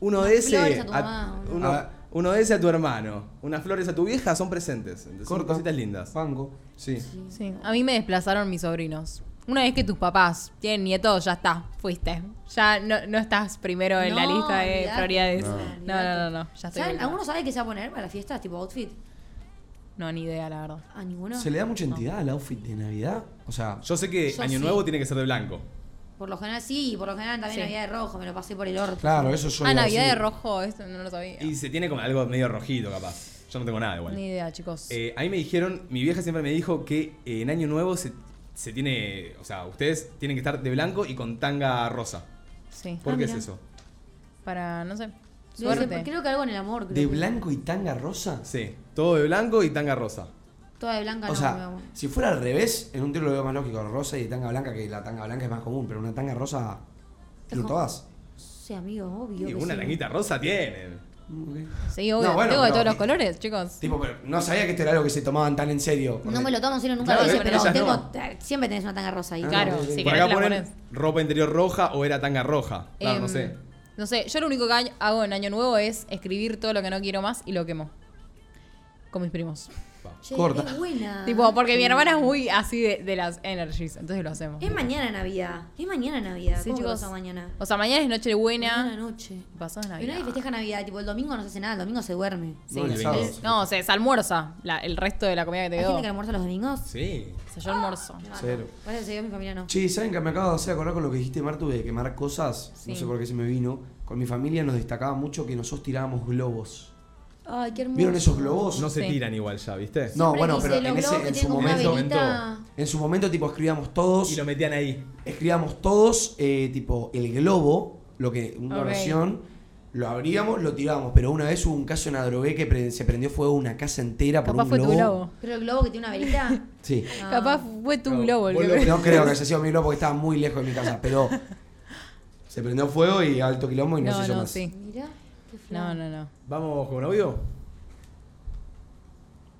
Speaker 1: uno de ese
Speaker 4: flores a tu mamá, ¿no?
Speaker 1: uno,
Speaker 3: Ah.
Speaker 1: uno de ese a tu hermano, unas flores a tu vieja son presentes. Entonces, son
Speaker 3: Corta. Ah.
Speaker 1: cositas lindas.
Speaker 3: Banco.
Speaker 1: Sí.
Speaker 2: Sí, a mí me desplazaron mis sobrinos. Una vez que tus papás tienen nietos, ya está, fuiste. Ya no, no estás primero en la
Speaker 4: No,
Speaker 2: lista de
Speaker 4: olvidate.
Speaker 2: prioridades.
Speaker 4: No.
Speaker 2: No, no, no, no, ya estoy.
Speaker 4: ¿Saben?
Speaker 2: vuelta.
Speaker 4: ¿Alguno sabe qué se va a poner para la fiesta? Tipo outfit.
Speaker 2: No, ni idea, la verdad.
Speaker 4: A ninguno.
Speaker 3: ¿Se le da mucha entidad al outfit de Navidad? O sea,
Speaker 1: Yo sé que
Speaker 4: Yo
Speaker 1: Año
Speaker 4: sí.
Speaker 1: Nuevo tiene que ser de blanco.
Speaker 4: Por lo general sí, y por lo general también
Speaker 2: Sí.
Speaker 4: había de rojo, me lo pasé por el orto.
Speaker 3: claro, eso yo.
Speaker 2: ah,
Speaker 3: iba a
Speaker 2: Navidad de
Speaker 3: decir.
Speaker 2: rojo, esto no lo sabía.
Speaker 1: Y se tiene como algo medio rojito, capaz. Yo no tengo nada igual.
Speaker 2: Ni idea, chicos.
Speaker 1: Eh, a mí me dijeron, mi vieja siempre me dijo que eh, en Año Nuevo se, se tiene, o sea, ustedes tienen que estar de blanco y con tanga rosa.
Speaker 2: sí,
Speaker 1: ¿Por
Speaker 4: Ah,
Speaker 1: qué
Speaker 4: mirá.
Speaker 1: es eso?
Speaker 2: para, no sé,
Speaker 4: Debe ser-
Speaker 2: suerte.
Speaker 4: creo que algo en el amor. creo
Speaker 3: ¿De
Speaker 4: que-
Speaker 3: blanco y tanga rosa?
Speaker 1: Sí, todo de blanco y tanga rosa.
Speaker 4: Toda de blanca
Speaker 3: O
Speaker 4: no,
Speaker 3: sea,
Speaker 4: me-
Speaker 3: si fuera al revés, en un tiro lo veo más lógico, rosa y tanga blanca, que la tanga blanca es más común, pero una tanga rosa tiene
Speaker 4: Ojo.
Speaker 3: todas.
Speaker 4: Sí, amigo, obvio.
Speaker 1: Y
Speaker 4: que
Speaker 1: una
Speaker 4: sí.
Speaker 1: tanguita rosa tienen.
Speaker 2: Sí, obvio,
Speaker 3: No, bueno,
Speaker 2: tengo de
Speaker 3: pero-
Speaker 2: todos los colores, chicos.
Speaker 3: Tipo, pero no sabía que esto era algo que se tomaban tan en serio.
Speaker 4: No me lo tomo en serio nunca
Speaker 1: Claro,
Speaker 4: lo hice,
Speaker 1: eh,
Speaker 4: pero
Speaker 1: ellas
Speaker 4: tengo,
Speaker 1: no.
Speaker 4: eh, siempre tenés una tanga rosa ahí.
Speaker 2: Claro,
Speaker 3: ok, ok.
Speaker 2: sí,
Speaker 1: Por
Speaker 2: que
Speaker 1: acá
Speaker 2: la
Speaker 1: ponen
Speaker 2: pones.
Speaker 1: ropa interior roja o era tanga roja. Claro, no
Speaker 2: Em,
Speaker 1: sé.
Speaker 2: No sé, yo lo único que hago en Año Nuevo es escribir todo lo que no quiero más y lo quemo. con mis primos.
Speaker 4: Che,
Speaker 3: Corta.
Speaker 4: qué buena.
Speaker 2: Tipo, porque mi hermana es muy así de, de las energies, entonces lo hacemos.
Speaker 4: Es mañana Navidad. Es mañana Navidad.
Speaker 2: Sí,
Speaker 4: ¿Cómo que
Speaker 2: chicos.
Speaker 4: pasa mañana?
Speaker 2: O sea, mañana es
Speaker 4: Mañana
Speaker 2: Nochebuena.
Speaker 4: noche.
Speaker 2: Pasado es
Speaker 4: Pero nadie
Speaker 2: Navidad.
Speaker 4: festeja Navidad. Tipo, el domingo no se hace nada. El domingo se duerme.
Speaker 2: Sí.
Speaker 3: No, el sábado.
Speaker 2: El- no, o sea, se almuerza la- el resto de la comida que te
Speaker 4: ¿Hay gente
Speaker 2: quedó.
Speaker 4: que almuerza los domingos?
Speaker 1: Sí.
Speaker 2: O sea, yo almuerzo.
Speaker 4: No,
Speaker 3: Cero.
Speaker 4: No. Gracias a Dios, mi familia no.
Speaker 3: Che, ¿saben que me acabo de hacer acordar con lo que dijiste, Martu, de quemar cosas?
Speaker 2: Sí.
Speaker 3: No sé por qué se me vino. Con mi familia nos destacaba mucho que nosotros tirábamos globos.
Speaker 4: Ay, qué hermoso.
Speaker 3: ¿Vieron esos globos?
Speaker 1: No se
Speaker 2: Sí.
Speaker 1: tiran igual ya, ¿viste?
Speaker 3: No,
Speaker 4: Siempre
Speaker 3: bueno,
Speaker 4: quise
Speaker 3: pero
Speaker 4: los
Speaker 3: en, ese-
Speaker 4: globos que
Speaker 3: en su
Speaker 4: tienen como una
Speaker 3: momento.
Speaker 4: velita.
Speaker 3: En su momento, tipo, escribíamos todos.
Speaker 1: Y lo metían ahí.
Speaker 3: Escribíamos todos, eh, tipo, el globo, lo que, una
Speaker 2: Ok.
Speaker 3: oración, lo abríamos, lo tirábamos. Pero una vez hubo un caso en Adrogué que pre- se prendió fuego una casa entera por
Speaker 2: Capaz
Speaker 3: un
Speaker 2: fue
Speaker 3: globo.
Speaker 2: tu globo.
Speaker 4: Pero el globo que tiene una velita.
Speaker 3: Sí.
Speaker 4: No.
Speaker 2: Capaz fue tu globo el
Speaker 1: vos
Speaker 2: que-
Speaker 1: lo-
Speaker 3: No creo que haya sido mi globo porque estaba muy lejos de mi casa, pero se prendió fuego y alto quilombo y no, se
Speaker 2: No,
Speaker 3: hizo
Speaker 2: no,
Speaker 3: más.
Speaker 2: sí.
Speaker 4: Mira. qué
Speaker 2: No,
Speaker 4: flan.
Speaker 2: no, no.
Speaker 1: ¿Vamos con audio?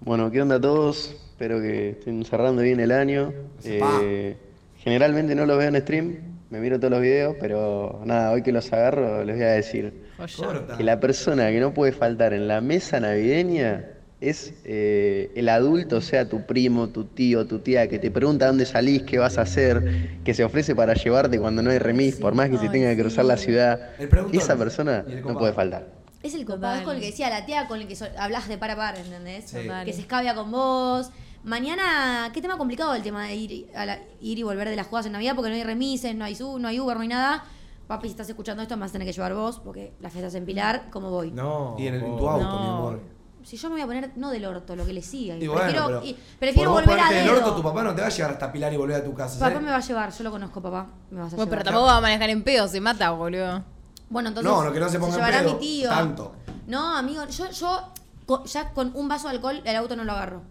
Speaker 10: Bueno, ¿qué onda a todos? Espero que estén cerrando bien el año. Eh, generalmente no los veo en stream, me miro todos los videos, pero nada, hoy que los agarro les voy a decir
Speaker 2: Joya.
Speaker 3: Corta.
Speaker 10: que la persona que no puede faltar en la mesa navideña es eh, el adulto, o sea, tu primo, tu tío, tu tía, que te pregunta dónde salís, qué vas a hacer, que se ofrece para llevarte cuando no hay remis, por más que se
Speaker 2: Ay,
Speaker 10: tenga que cruzar la ciudad.
Speaker 3: El preguntón.
Speaker 10: Esa persona
Speaker 3: Y el
Speaker 10: no
Speaker 3: copado.
Speaker 10: puede faltar.
Speaker 4: Es el
Speaker 2: Total.
Speaker 4: copado con el que decía la tía con el que so- hablas de par a par, ¿entendés?
Speaker 3: Sí.
Speaker 2: Total.
Speaker 4: Que se escabia con vos. Mañana, qué tema complicado el tema de ir, y- a la- ir y volver de las jugadas en Navidad porque no hay remises, no hay, su, no hay Uber, no hay nada. Papi, si estás escuchando esto, me vas a tener que llevar vos porque las fiestas en Pilar, ¿cómo voy?
Speaker 1: No.
Speaker 3: Y en, el, en tu
Speaker 1: vos.
Speaker 3: auto,
Speaker 2: No.
Speaker 3: mi amor.
Speaker 4: Si yo me voy a poner, no del orto, lo que le siga.
Speaker 3: Y
Speaker 4: prefiero
Speaker 3: bueno, pero
Speaker 4: y- prefiero
Speaker 3: por vos
Speaker 4: volver a
Speaker 3: ponerte del
Speaker 4: dedo.
Speaker 3: orto, tu papá no te va a llevar hasta Pilar y volver a tu casa.
Speaker 4: Papá
Speaker 3: ¿sabes?
Speaker 4: me va a llevar, yo lo conozco, papá. Me vas a
Speaker 2: Bueno, pero
Speaker 4: llevar.
Speaker 2: tampoco va a manejar en pedo, se mata, boludo.
Speaker 4: Bueno, entonces.
Speaker 3: No, no, que no se ponga en
Speaker 4: llevará
Speaker 3: pedo,
Speaker 4: mi tío.
Speaker 3: tanto.
Speaker 4: No, amigo, yo, yo co- ya con un vaso de alcohol el auto no lo agarro.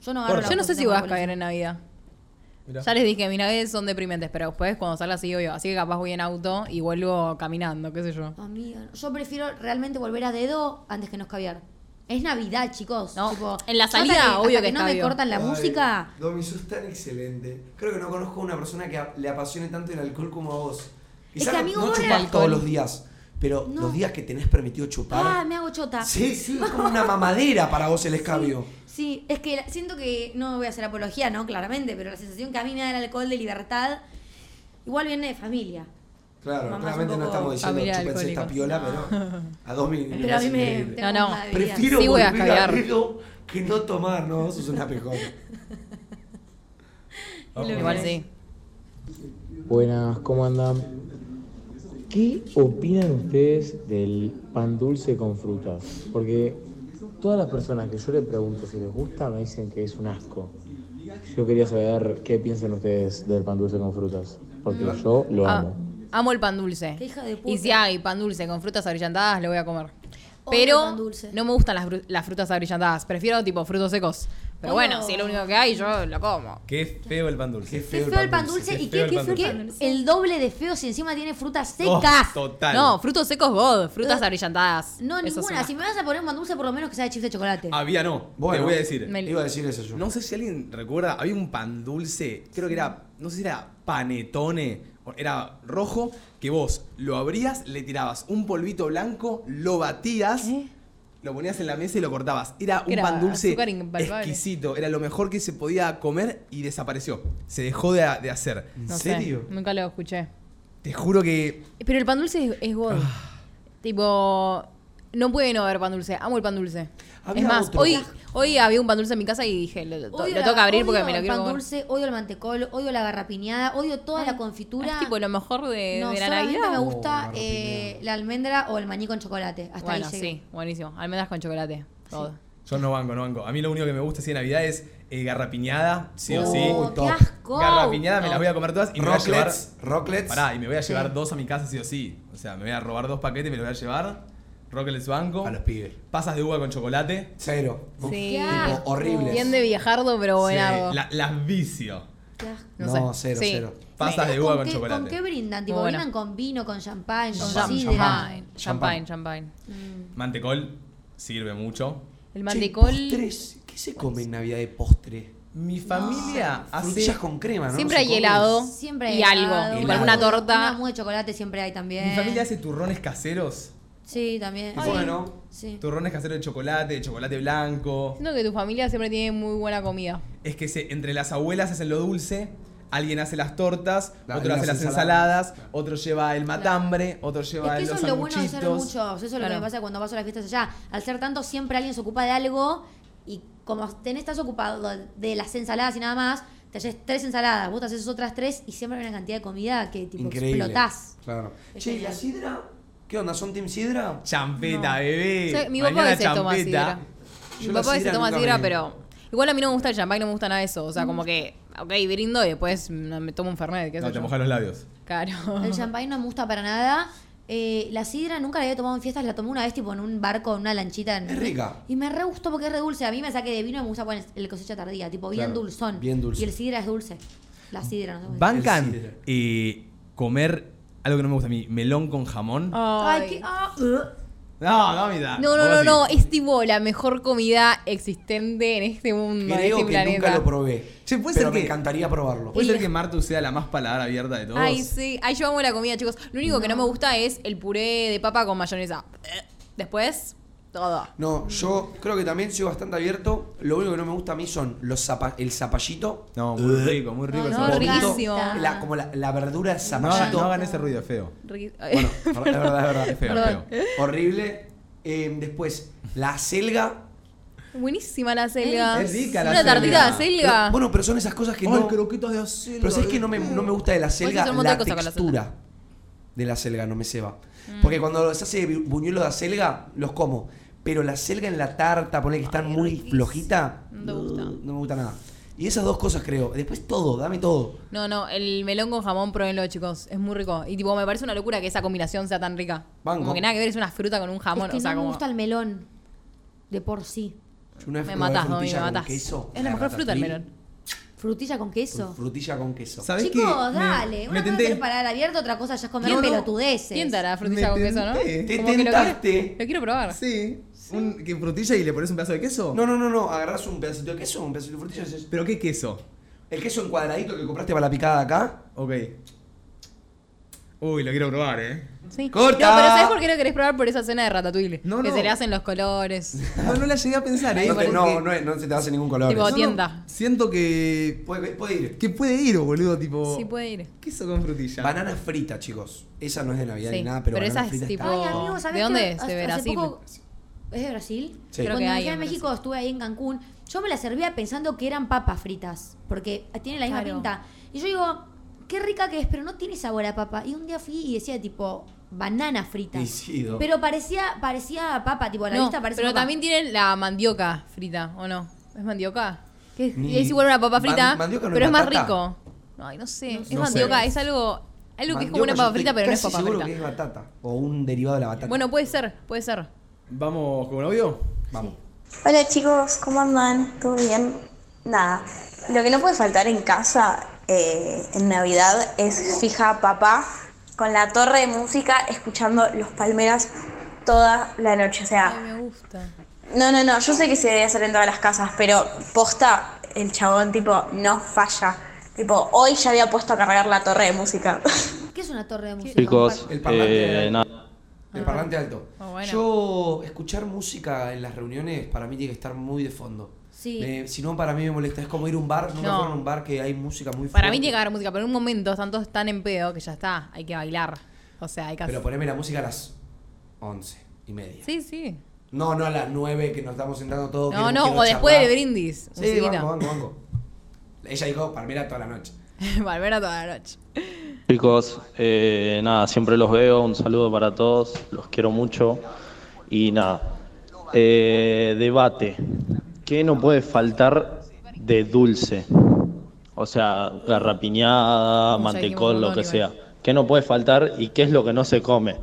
Speaker 4: Yo no agarro. el
Speaker 2: Yo no
Speaker 4: auto
Speaker 2: sé si
Speaker 4: tengo
Speaker 2: vas a
Speaker 4: alcohol.
Speaker 2: caer en Navidad.
Speaker 1: Mirá.
Speaker 2: Ya les dije, mis navidades son deprimentes, pero después cuando salga sí, obvio. Así que capaz voy en auto y vuelvo caminando, qué sé yo.
Speaker 4: Amiga, yo prefiero realmente volver a dedo antes que no escabiar. Es Navidad, chicos.
Speaker 2: No,
Speaker 4: Tipo,
Speaker 2: en la
Speaker 4: yo hasta
Speaker 2: salida,
Speaker 4: hasta
Speaker 2: obvio que
Speaker 4: no me
Speaker 2: escabio.
Speaker 4: cortan la
Speaker 3: Ay,
Speaker 4: música.
Speaker 3: Domi, sos tan excelente. Creo que no conozco una persona que a- le apasione tanto el alcohol como a vos. Quizás
Speaker 4: que,
Speaker 3: no-
Speaker 4: amigo,
Speaker 3: no
Speaker 4: vos no
Speaker 3: chupás
Speaker 4: eras-
Speaker 3: todos los días, pero
Speaker 4: No.
Speaker 3: los días que tenés permitido
Speaker 4: Ah,
Speaker 3: chupar.
Speaker 4: me hago chota.
Speaker 3: sí, sí, es como una mamadera para vos el escabio.
Speaker 4: Sí, es que la- siento que no voy a hacer apología, ¿no? Claramente, pero la sensación que a mí me da el alcohol de libertad igual viene de familia.
Speaker 3: Claro,
Speaker 4: Mamá,
Speaker 3: claramente
Speaker 4: es un
Speaker 3: no estamos
Speaker 4: poco
Speaker 3: diciendo
Speaker 2: familiar
Speaker 3: chúpense esta
Speaker 2: alcohólico".
Speaker 3: piola, pero a Domi. le
Speaker 4: Pero a
Speaker 3: hace
Speaker 4: mí me.
Speaker 3: increíble.
Speaker 4: tengo
Speaker 2: No, no.
Speaker 4: una bebida.
Speaker 3: Prefiero
Speaker 2: Sí voy a
Speaker 3: volver a
Speaker 2: escabiar.
Speaker 3: dedo que no tomar, no, sos una pejona.
Speaker 2: Igual sí.
Speaker 9: Buenas, ¿cómo andan? ¿Qué opinan ustedes del pan dulce con frutas? Porque todas las personas que yo le pregunto si les gusta me dicen que es un asco. Yo quería saber qué piensan ustedes del pan dulce con frutas, porque yo lo
Speaker 2: Ah,
Speaker 9: amo.
Speaker 2: amo el pan dulce.
Speaker 4: Qué hija de puta.
Speaker 2: Y si hay pan dulce con frutas abrillantadas, lo voy a comer.
Speaker 4: Odio el
Speaker 2: Pero
Speaker 4: pan dulce.
Speaker 2: no me gustan las, fru- las frutas abrillantadas. Prefiero tipo frutos secos. Pero bueno,
Speaker 4: Oh.
Speaker 2: si es lo único que hay, yo lo como.
Speaker 1: Qué feo el pan dulce.
Speaker 3: Qué
Speaker 4: Qué
Speaker 3: feo,
Speaker 4: feo el pan dulce, y
Speaker 1: qué feo
Speaker 4: qué,
Speaker 1: el
Speaker 4: qué
Speaker 1: pan
Speaker 4: feo
Speaker 1: dulce.
Speaker 4: que el doble de feo si encima tiene frutas
Speaker 1: Oh,
Speaker 4: secas.
Speaker 1: total.
Speaker 2: No, frutos secos God, frutas
Speaker 4: Eh,
Speaker 2: abrillantadas.
Speaker 4: no,
Speaker 2: Eso es
Speaker 4: ninguna.
Speaker 2: una-
Speaker 4: Si me vas a poner un pan dulce, por lo menos que sea de chips de chocolate.
Speaker 1: Había no.
Speaker 3: Bueno.
Speaker 1: te voy a decir.
Speaker 2: Me-
Speaker 3: Iba a decir eso yo.
Speaker 1: No sé si alguien recuerda, había un pan dulce, creo que era, no sé si era panetone, o- era rojo, que vos lo abrías, le tirabas un polvito blanco, lo batías, lo ponías en la mesa y lo cortabas. Era un
Speaker 2: ¿Eh? Era
Speaker 1: pan dulce
Speaker 2: azúcar impalpable.
Speaker 1: exquisito, era lo mejor que se podía comer y desapareció. Se dejó de, de hacer.
Speaker 3: ¿En
Speaker 2: no sé,
Speaker 3: serio?
Speaker 2: nunca lo escuché.
Speaker 1: Te juro que
Speaker 2: Pero el pan dulce es, es God. Tipo, no puede no haber pan dulce. Amo el pan dulce.
Speaker 3: Había
Speaker 2: es más,
Speaker 3: otro.
Speaker 2: hoy, hoy había un pan dulce en mi casa y dije, lo, lo- lo
Speaker 4: Odio la-
Speaker 2: tengo que abrir
Speaker 4: odio
Speaker 2: porque me lo quiero
Speaker 4: el pan
Speaker 2: comer.
Speaker 4: dulce, odio el mantecol, odio la garrapiñada, odio toda la confitura.
Speaker 2: Es tipo lo mejor de,
Speaker 4: no,
Speaker 2: de la
Speaker 4: solamente
Speaker 2: Navidad.
Speaker 4: me
Speaker 3: Oh,
Speaker 4: gusta
Speaker 3: garrapiñada.
Speaker 4: eh, la almendra o el maní con chocolate. Hasta
Speaker 2: bueno,
Speaker 4: ahí llegué.
Speaker 2: sí, buenísimo. Almendras con chocolate. todo.
Speaker 1: yo no banco, no banco. A mí lo único que me gusta así de Navidad es eh, garrapiñada, sí o sí.
Speaker 4: Oh, ¡Qué
Speaker 3: Top.
Speaker 4: asco!
Speaker 1: Garrapiñada me las voy a comer todas y me voy a llevar...
Speaker 3: Rocklets, Rocklets.
Speaker 1: Pará, y me voy a llevar
Speaker 4: Sí.
Speaker 1: dos a mi casa sí o sí. O sea, me voy a robar dos paquetes y me los voy a llevar. Rocklets Banco.
Speaker 3: A los pibes.
Speaker 1: Pasas de uva con chocolate.
Speaker 3: Cero. Uf,
Speaker 2: Sí.
Speaker 4: Qué
Speaker 3: tipo,
Speaker 4: asco.
Speaker 3: horribles.
Speaker 2: Bien de viajardo, pero
Speaker 4: Oh,
Speaker 2: buenardo.
Speaker 1: Sí, la- las vicio.
Speaker 4: Qué asco.
Speaker 2: No
Speaker 3: No,
Speaker 2: sé.
Speaker 3: cero,
Speaker 2: Sí.
Speaker 3: cero.
Speaker 1: Pasas de uva
Speaker 4: ¿Con
Speaker 1: con
Speaker 4: qué-
Speaker 1: chocolate.
Speaker 4: ¿Con qué brindan? Tipo,
Speaker 2: Muy buena.
Speaker 4: brindan con vino, con champán, con
Speaker 2: Champagne,
Speaker 4: sidra.
Speaker 2: champagne,
Speaker 3: Champagne.
Speaker 2: champagne, champagne.
Speaker 1: Mantecol sirve mucho.
Speaker 2: El
Speaker 3: Che,
Speaker 2: mantecol.
Speaker 3: postres. ¿Qué se come en Navidad de postre?
Speaker 1: Mi familia hace.
Speaker 3: Frutillas con crema, ¿no?
Speaker 2: Siempre
Speaker 3: ¿Se
Speaker 2: hay
Speaker 3: come?
Speaker 2: helado
Speaker 4: Siempre hay
Speaker 2: y algo.
Speaker 4: helado,
Speaker 2: Tipo,
Speaker 3: Helado.
Speaker 2: Alguna
Speaker 4: una
Speaker 2: torta.
Speaker 4: mousse de chocolate siempre hay también.
Speaker 1: Mi familia hace turrones caseros
Speaker 4: Sí, también.
Speaker 1: Ay. Bueno.
Speaker 4: Sí.
Speaker 1: Turrones caseros de chocolate, de chocolate blanco.
Speaker 2: Siento que tu familia siempre tiene muy buena comida.
Speaker 1: Es que se- entre las abuelas hacen lo dulce, alguien hace las tortas,
Speaker 3: La-
Speaker 1: otro
Speaker 3: las
Speaker 1: hace las
Speaker 3: ensaladas.
Speaker 1: ensaladas, otro lleva el matambre, otro lleva
Speaker 4: Es que eso
Speaker 1: los
Speaker 4: es lo bueno de ser
Speaker 1: sanguchitos.
Speaker 4: muchos. Eso es lo que
Speaker 2: Claro.
Speaker 4: me pasa cuando paso las fiestas allá. Al ser tanto, siempre alguien se ocupa de algo y como tenés, estás ocupado de las ensaladas y nada más, te haces tres ensaladas, vos te haces otras tres y siempre hay una cantidad de comida que tipo
Speaker 3: Increíble.
Speaker 4: explotás.
Speaker 3: Claro.
Speaker 2: Este
Speaker 3: Che, ¿y la sidra? ¿Qué onda? ¿Son Team Sidra?
Speaker 1: Champeta,
Speaker 2: No.
Speaker 1: bebé.
Speaker 2: O sea, mi
Speaker 1: Mañana
Speaker 2: papá se toma sidra.
Speaker 3: Yo
Speaker 2: Mi
Speaker 3: la
Speaker 2: papá se
Speaker 3: sidra
Speaker 2: toma
Speaker 3: nunca
Speaker 2: sidra,
Speaker 3: me-
Speaker 2: pero. Igual a mí no me gusta el champán, no me gusta nada de eso. O sea, como que, ok, brindo y después mm, me tomo un fernet, qué sé
Speaker 1: No, te
Speaker 2: yo.
Speaker 1: mojas los labios.
Speaker 2: Claro.
Speaker 4: El champagne no me gusta para nada. Eh, la sidra nunca la había tomado en fiestas, la tomé una vez tipo en un barco, en una lanchita. En...
Speaker 3: Es rica.
Speaker 4: Y me re gustó porque es re dulce. A mí me saqué de vino y me gusta poner el cosecha tardía, tipo bien
Speaker 3: Claro,
Speaker 4: dulzón.
Speaker 3: bien dulce.
Speaker 4: Y el sidra es dulce. La sidra, no sé. cómo se
Speaker 3: El sidra.
Speaker 1: Bancan eh, comer algo que no me gusta a mí, melón con jamón.
Speaker 4: Ay,
Speaker 2: Ay.
Speaker 4: qué- ah, ugh.
Speaker 1: No, no, mira.
Speaker 2: No, no, no, no. Es tipo la mejor comida existente en este mundo, en
Speaker 3: Creo
Speaker 2: este
Speaker 3: que
Speaker 2: planeta.
Speaker 3: nunca lo probé.
Speaker 1: Che, puede
Speaker 3: pero
Speaker 1: ser
Speaker 3: me
Speaker 1: que-
Speaker 3: encantaría probarlo.
Speaker 1: Puede ser que Martu sea la más paladar abierta de todos.
Speaker 2: Ay, sí. Ay, yo amo la comida, chicos. Lo único que no me gusta es el puré de papa con mayonesa. Después, todo.
Speaker 3: No, yo creo que también soy bastante abierto. Lo único que no me gusta a mí son los zapa- el zapallito.
Speaker 1: No, muy rico, muy rico.
Speaker 4: No,
Speaker 1: el
Speaker 2: no,
Speaker 1: sabor.
Speaker 3: Vomito,
Speaker 2: riquísimo.
Speaker 3: la- como la, la verdura del
Speaker 1: No, hagan-
Speaker 3: zapallito.
Speaker 1: no hagan ese ruido, es feo.
Speaker 2: Riqui-
Speaker 3: Bueno, es verdad,
Speaker 1: Es
Speaker 3: es
Speaker 1: feo,
Speaker 3: verdad.
Speaker 1: es
Speaker 2: Perdón.
Speaker 1: feo.
Speaker 3: Horrible. Eh, después, la selga.
Speaker 2: Buenísima la selga.
Speaker 1: Es rica la
Speaker 2: Una tartita de
Speaker 1: selga.
Speaker 2: selga.
Speaker 3: bueno, pero son esas cosas que no.
Speaker 1: croquetas de eh? acero.
Speaker 3: Pero sabes que no me, no me gusta de la selga
Speaker 2: hacer un
Speaker 3: la,
Speaker 2: montón de cosas con la Mm.
Speaker 3: textura de la selga, no me ceba. Porque cuando se hace bu- buñuelos de selga, los como. Pero la selga en la tarta, poner que están
Speaker 2: Ay,
Speaker 3: muy
Speaker 2: riquísimo.
Speaker 3: flojita,
Speaker 2: No te gusta.
Speaker 3: no me gusta nada. Y esas dos cosas creo. Después todo, dame todo.
Speaker 2: No, no, el melón con jamón, pruébenlo, chicos. Es muy rico. Y tipo, me parece una locura que esa combinación sea tan rica.
Speaker 3: Banco.
Speaker 2: Como que nada que ver, es una fruta con un jamón.
Speaker 4: es
Speaker 2: Ah,
Speaker 4: que
Speaker 2: o sea,
Speaker 4: no
Speaker 2: como.
Speaker 4: me gusta el melón de por sí.
Speaker 3: Yo una vez
Speaker 2: Me
Speaker 3: probé
Speaker 2: matás, Domi,
Speaker 3: frutilla
Speaker 2: me
Speaker 3: con
Speaker 2: matás.
Speaker 3: queso,
Speaker 2: es la mejor fruta el
Speaker 3: ratatouille,
Speaker 2: melón.
Speaker 4: Frutilla con queso.
Speaker 3: con Frutilla con queso.
Speaker 1: ¿Sabes
Speaker 4: Chicos,
Speaker 1: qué? Me-
Speaker 4: dale.
Speaker 1: Me,
Speaker 4: Una cosa es
Speaker 1: tenté.
Speaker 4: el paladar abierto, otra cosa ya es comer
Speaker 1: No, no.
Speaker 4: pelotudeces.
Speaker 2: ¿Quién dará
Speaker 1: Me
Speaker 2: frutilla con queso, no?
Speaker 1: tenté.
Speaker 3: Te
Speaker 2: Como que lo
Speaker 3: tentaste.
Speaker 2: quiero, lo quiero probar.
Speaker 1: Sí. Un, ¿Que frutilla y le pones un pedazo de queso?
Speaker 3: No, no, no, no. Agarrás un pedacito de queso, un pedacito de frutilla. haces-
Speaker 1: ¿Pero qué queso?
Speaker 3: El queso en cuadradito que compraste para la picada acá.
Speaker 1: Ok. Uy, lo quiero probar, eh.
Speaker 2: Sí.
Speaker 3: ¡Corta!
Speaker 2: No, pero ¿sabes por qué no querés probar por esa cena de ratatouille?
Speaker 1: No,
Speaker 2: que
Speaker 1: no.
Speaker 2: se le hacen los colores.
Speaker 1: No, no la llegué a pensar, eh.
Speaker 3: No, te-
Speaker 1: Porque-
Speaker 3: no, no, no se te hace ningún color.
Speaker 2: Tipo,
Speaker 1: no,
Speaker 2: tienda.
Speaker 1: Siento que.
Speaker 3: Puede, puede ir.
Speaker 1: Que puede ir, boludo, tipo.
Speaker 2: Sí, puede ir.
Speaker 1: Queso con frutilla.
Speaker 3: Banana frita, chicos. Esa no es de Navidad
Speaker 2: Sí,
Speaker 3: ni nada, pero,
Speaker 2: pero
Speaker 3: banana
Speaker 2: esa es
Speaker 3: frita
Speaker 2: tipo-
Speaker 3: está-
Speaker 4: Ay, amigo, ¿sabés
Speaker 2: ¿De dónde
Speaker 4: que
Speaker 2: es? De
Speaker 4: hace- hace
Speaker 2: Brasil.
Speaker 4: poco- ¿Es de Brasil?
Speaker 3: Sí. Creo
Speaker 4: Cuando
Speaker 2: que
Speaker 4: me
Speaker 2: hay
Speaker 4: fui a
Speaker 2: en
Speaker 4: México, estuve ahí en Cancún. Yo me la servía pensando que eran papas fritas, porque tiene la misma
Speaker 2: Claro.
Speaker 4: pinta. Y yo digo, qué rica que es, pero no tiene sabor a papa. Y un día fui y decía tipo banana frita.
Speaker 3: Y sí, do-
Speaker 4: Pero parecía parecía papa, tipo a la
Speaker 2: No,
Speaker 4: vista parecía
Speaker 2: pero
Speaker 4: papa.
Speaker 2: también tienen la mandioca frita, ¿o no? ¿Es mandioca? Que es,
Speaker 3: Ni-
Speaker 2: es igual a una papa
Speaker 3: Man-
Speaker 2: frita,
Speaker 3: mandioca no
Speaker 2: pero
Speaker 3: es
Speaker 2: es más
Speaker 3: batata.
Speaker 2: rico. Ay, no sé. es
Speaker 1: No
Speaker 2: mandioca,
Speaker 1: sé.
Speaker 2: es algo, algo que es como
Speaker 3: Mandioca,
Speaker 2: una
Speaker 3: yo
Speaker 2: papa
Speaker 3: estoy
Speaker 2: frita, pero no es
Speaker 3: casi
Speaker 2: papa
Speaker 3: seguro
Speaker 2: frita.
Speaker 3: que es batata. O un derivado de la batata.
Speaker 2: Bueno, puede ser, puede ser.
Speaker 1: Vamos con un audio.
Speaker 3: vamos.
Speaker 7: Hola chicos, ¿cómo andan? ¿Todo bien? Nada, lo que no puede faltar en casa eh, en Navidad es fija papá con la torre de música escuchando los palmeras toda la noche. O
Speaker 2: Ay,
Speaker 7: sea,
Speaker 2: me gusta.
Speaker 7: no, no, no, yo sé que se debe hacer en todas las casas, pero posta, el chabón tipo no falla. Tipo, hoy ya había puesto a cargar la torre de música.
Speaker 4: ¿Qué es una torre de música?
Speaker 9: Chicos,
Speaker 3: El parlante
Speaker 9: eh,
Speaker 3: alto. El parlante alto.
Speaker 2: Ah, bueno.
Speaker 3: Yo, escuchar música en las reuniones, para mí tiene que estar muy de fondo.
Speaker 4: Sí.
Speaker 3: Eh, si no, para mí me molesta. Es como ir a un bar. Nunca
Speaker 2: No.
Speaker 3: fueron a un bar que hay música muy fuerte.
Speaker 2: Para mí tiene que haber música, pero en un momento están todos tan en pedo que ya está, hay que bailar. O sea, hay que
Speaker 3: Pero
Speaker 2: hacer...
Speaker 3: poneme la música a las 11 y media.
Speaker 2: Sí, sí.
Speaker 3: No, no a las 9 que nos estamos sentando todos.
Speaker 2: No,
Speaker 3: que
Speaker 2: no,
Speaker 3: quiero
Speaker 2: o después
Speaker 3: charlar.
Speaker 2: del brindis.
Speaker 3: Sí,
Speaker 2: musiquita.
Speaker 3: banco, banco, banco. Ella dijo palmera toda la noche.
Speaker 2: Palmera toda la noche.
Speaker 9: Chicos, eh, nada, siempre los veo, un saludo para todos, los quiero mucho y nada. Eh, debate, ¿qué no puede faltar de dulce? O sea, garrapiñada,
Speaker 2: Uy, ya dijimos
Speaker 9: mantecón, Ah, lo
Speaker 2: montón,
Speaker 9: que
Speaker 2: igual.
Speaker 9: sea. ¿Qué no puede faltar y qué es lo que no se come?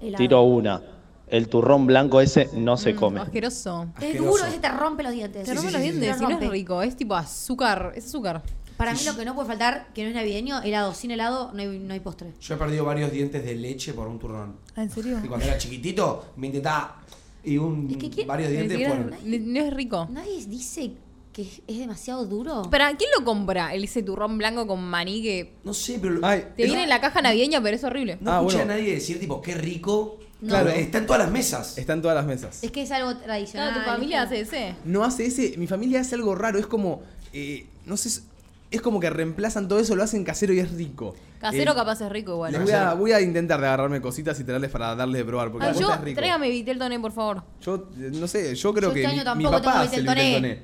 Speaker 4: Helado.
Speaker 9: Tiro una. El turrón blanco ese no se
Speaker 2: Mm,
Speaker 9: come.
Speaker 2: Asqueroso.
Speaker 4: Es
Speaker 3: Asqueroso.
Speaker 4: duro, ese te rompe los dientes.
Speaker 2: Te
Speaker 3: sí,
Speaker 2: rompen
Speaker 3: sí,
Speaker 2: los
Speaker 3: sí, sí.
Speaker 2: dientes
Speaker 4: Te
Speaker 2: y no es
Speaker 4: rompe.
Speaker 2: rico, es tipo azúcar, es azúcar.
Speaker 4: Para mí lo que no puede faltar, que no es navideño, helado. Sin helado no hay, no hay postre.
Speaker 3: Yo he perdido varios dientes de leche por un turrón.
Speaker 2: Ah, ¿En serio?
Speaker 3: Y cuando era chiquitito, me intentaba. Y un,
Speaker 4: Es que ¿quién-
Speaker 3: varios dientes fueron.
Speaker 2: no es rico.
Speaker 4: Nadie dice que es, es demasiado duro.
Speaker 2: Espera, ¿quién lo compra? El ese turrón blanco con maní que
Speaker 3: No sé, pero.
Speaker 1: Ay,
Speaker 2: te viene en la caja navideña, pero es horrible.
Speaker 3: No
Speaker 1: Ah,
Speaker 3: escuché
Speaker 1: bueno.
Speaker 3: a nadie decir, tipo, qué rico.
Speaker 4: No.
Speaker 3: Claro, está en todas las mesas.
Speaker 1: Está en todas las mesas.
Speaker 4: Es que es algo tradicional.
Speaker 2: Claro, tu familia
Speaker 4: ¿viste?
Speaker 2: hace ese.
Speaker 1: No hace ese. Mi familia hace algo raro. Es como. eh, no sé. es- Es como que reemplazan todo eso, lo hacen casero y es rico.
Speaker 2: Casero
Speaker 1: Eh,
Speaker 2: capaz es rico igual.
Speaker 1: les voy, a, voy a intentar de agarrarme cositas y traerles para darles de probar. Porque
Speaker 2: Ay,
Speaker 1: la
Speaker 2: Ah, yo,
Speaker 1: posta es rico.
Speaker 2: tráigame Vitel Toné, por favor.
Speaker 1: Yo, eh, no sé, yo creo
Speaker 4: Yo
Speaker 1: que
Speaker 4: este
Speaker 1: mi,
Speaker 4: año
Speaker 1: mi
Speaker 4: tampoco
Speaker 1: papá
Speaker 4: tengo
Speaker 1: hace el
Speaker 4: Viteltoné.
Speaker 1: Viteltoné.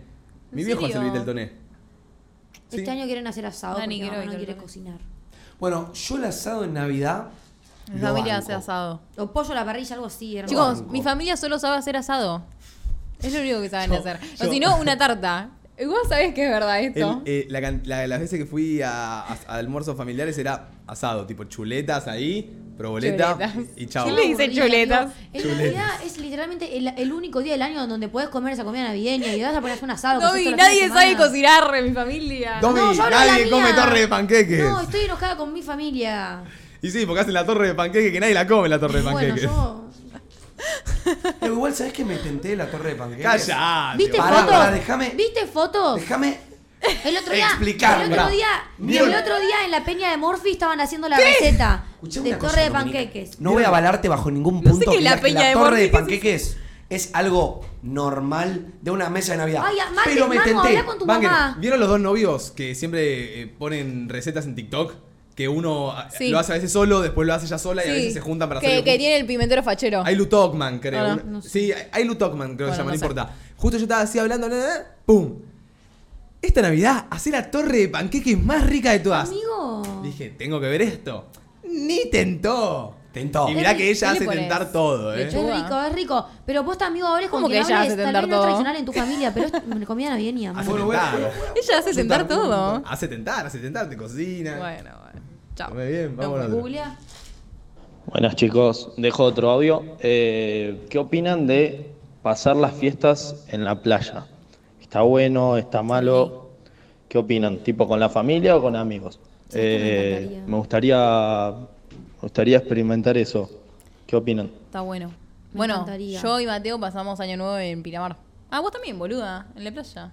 Speaker 1: Mi
Speaker 2: ¿En
Speaker 1: viejo hace el
Speaker 2: serio?
Speaker 1: Viteltoné.
Speaker 4: Este
Speaker 1: Sí.
Speaker 4: año quieren hacer asado
Speaker 2: Dani,
Speaker 4: porque
Speaker 2: quiero
Speaker 4: mamá no
Speaker 2: ir,
Speaker 4: quiere
Speaker 2: quiero ir.
Speaker 4: cocinar.
Speaker 3: Bueno, yo el asado en Navidad.
Speaker 2: Mi
Speaker 3: lo
Speaker 2: familia
Speaker 3: banco.
Speaker 2: hace asado.
Speaker 4: O pollo a la parrilla, algo así, hermano.
Speaker 2: Chicos,
Speaker 3: banco.
Speaker 2: mi familia solo sabe hacer asado. Es lo único que saben
Speaker 1: Yo-
Speaker 2: hacer.
Speaker 1: yo-
Speaker 2: O si no, una tarta. Y Vos sabés que es verdad esto.
Speaker 1: El, eh, la can- la- las veces que fui a, a- a almuerzos familiares era asado, tipo chuletas ahí, proboleta
Speaker 2: Chuletas.
Speaker 1: y chao.
Speaker 2: ¿Quién le dice
Speaker 4: Aburrida,
Speaker 2: chuletas?
Speaker 4: digo, En Navidad es literalmente el, el único día del año en donde podés comer esa comida navideña y vas a poner un
Speaker 3: Ah,
Speaker 2: no,
Speaker 4: asado. que haces
Speaker 2: y
Speaker 4: todos los
Speaker 2: nadie
Speaker 4: fines de
Speaker 2: sabe
Speaker 4: semana.
Speaker 2: cocinar en mi familia.
Speaker 1: Domi,
Speaker 4: No, yo hablo de la
Speaker 1: nadie come
Speaker 4: mía.
Speaker 1: torre de panqueques.
Speaker 4: No, estoy enojada con mi familia.
Speaker 1: Y sí, porque hacen la torre de panqueques que nadie la come la torre de
Speaker 4: Bueno,
Speaker 1: panqueques.
Speaker 4: yo.
Speaker 3: Pero igual, ¿sabes que me tenté de la torre de panqueques?
Speaker 1: Callate.
Speaker 4: ¿Viste
Speaker 3: Pará,
Speaker 4: fotos?
Speaker 3: pará, déjame-
Speaker 4: ¿Viste fotos?
Speaker 3: Déjame.
Speaker 4: El otro día.
Speaker 3: Explicame.
Speaker 4: El otro día,
Speaker 3: Mira.
Speaker 4: el otro día en la peña de Morphy estaban haciendo la receta
Speaker 3: Escuchame
Speaker 4: de
Speaker 3: una
Speaker 4: torre
Speaker 3: cosa,
Speaker 4: de
Speaker 3: Dominica.
Speaker 4: panqueques.
Speaker 3: No voy a avalarte bajo ningún
Speaker 2: sé
Speaker 3: punto que
Speaker 2: qué es la
Speaker 3: digas que la,
Speaker 2: peña de
Speaker 3: torre de
Speaker 2: Borges,
Speaker 3: panqueques es algo normal de una mesa de Navidad.
Speaker 4: Ay, Mate,
Speaker 3: Pero me
Speaker 4: Manu,
Speaker 3: tenté.
Speaker 4: habla con tu
Speaker 1: Banker,
Speaker 4: mamá.
Speaker 1: ¿Vieron los dos novios que siempre eh, ponen recetas en TikTok? Que uno ah,
Speaker 2: Sí.
Speaker 1: lo hace a veces solo, después lo hace ya sola y a
Speaker 2: Sí.
Speaker 1: veces se juntan para
Speaker 2: que,
Speaker 1: hacer
Speaker 2: que tiene el pimentero fachero.
Speaker 1: Ailu Tokman, creo.
Speaker 2: Ah, no,
Speaker 1: Una-
Speaker 2: no sé.
Speaker 1: Sí, Ailu Tokman, creo que se llama,
Speaker 2: Bueno,
Speaker 1: no
Speaker 2: no sé.
Speaker 1: importa. Justo yo estaba así hablando, bla, bla, bla, ¡pum! Esta Navidad, hacer la torre de panqueques más rica de todas.
Speaker 4: Amigo.
Speaker 1: Dije, tengo que ver esto. Ni tentó.
Speaker 3: Tentó.
Speaker 1: Y mirá
Speaker 2: ¿Qué
Speaker 1: que
Speaker 2: le-
Speaker 1: ella
Speaker 2: qué le
Speaker 1: hace
Speaker 2: pones?
Speaker 1: tentar todo,
Speaker 4: Es
Speaker 1: ¿eh?
Speaker 2: Lechuga.
Speaker 4: rico, es rico. Pero vos, amigo, hables
Speaker 2: ¿Cómo
Speaker 4: con
Speaker 2: que
Speaker 4: quien
Speaker 2: ella
Speaker 4: hables.
Speaker 2: hace
Speaker 4: Tal
Speaker 2: tentar
Speaker 4: vez no es
Speaker 2: todo?
Speaker 4: tradicional en tu familia, pero es comida navideña.
Speaker 1: Hace
Speaker 4: amor.
Speaker 1: tentar.
Speaker 2: Ella hace tentar todo.
Speaker 1: Hace tentar, hace tentar, te cocina.
Speaker 2: Bueno, bueno. Chao.
Speaker 1: Come bien,
Speaker 2: No,
Speaker 1: vámonos.
Speaker 4: Julia,
Speaker 9: Buenas chicos, dejo otro audio. Eh, ¿Qué opinan de pasar las fiestas en la playa? ¿Está bueno? ¿Está malo? ¿Qué opinan? ¿Tipo con la familia o con amigos?
Speaker 4: Sí, esto me
Speaker 9: Eh,
Speaker 4: encantaría.
Speaker 9: me gustaría me gustaría experimentar eso. ¿Qué opinan?
Speaker 2: Está bueno. bueno,
Speaker 4: encantaría.
Speaker 2: yo y Mateo pasamos Año Nuevo en Piramar. Ah, vos también, boluda, en la playa.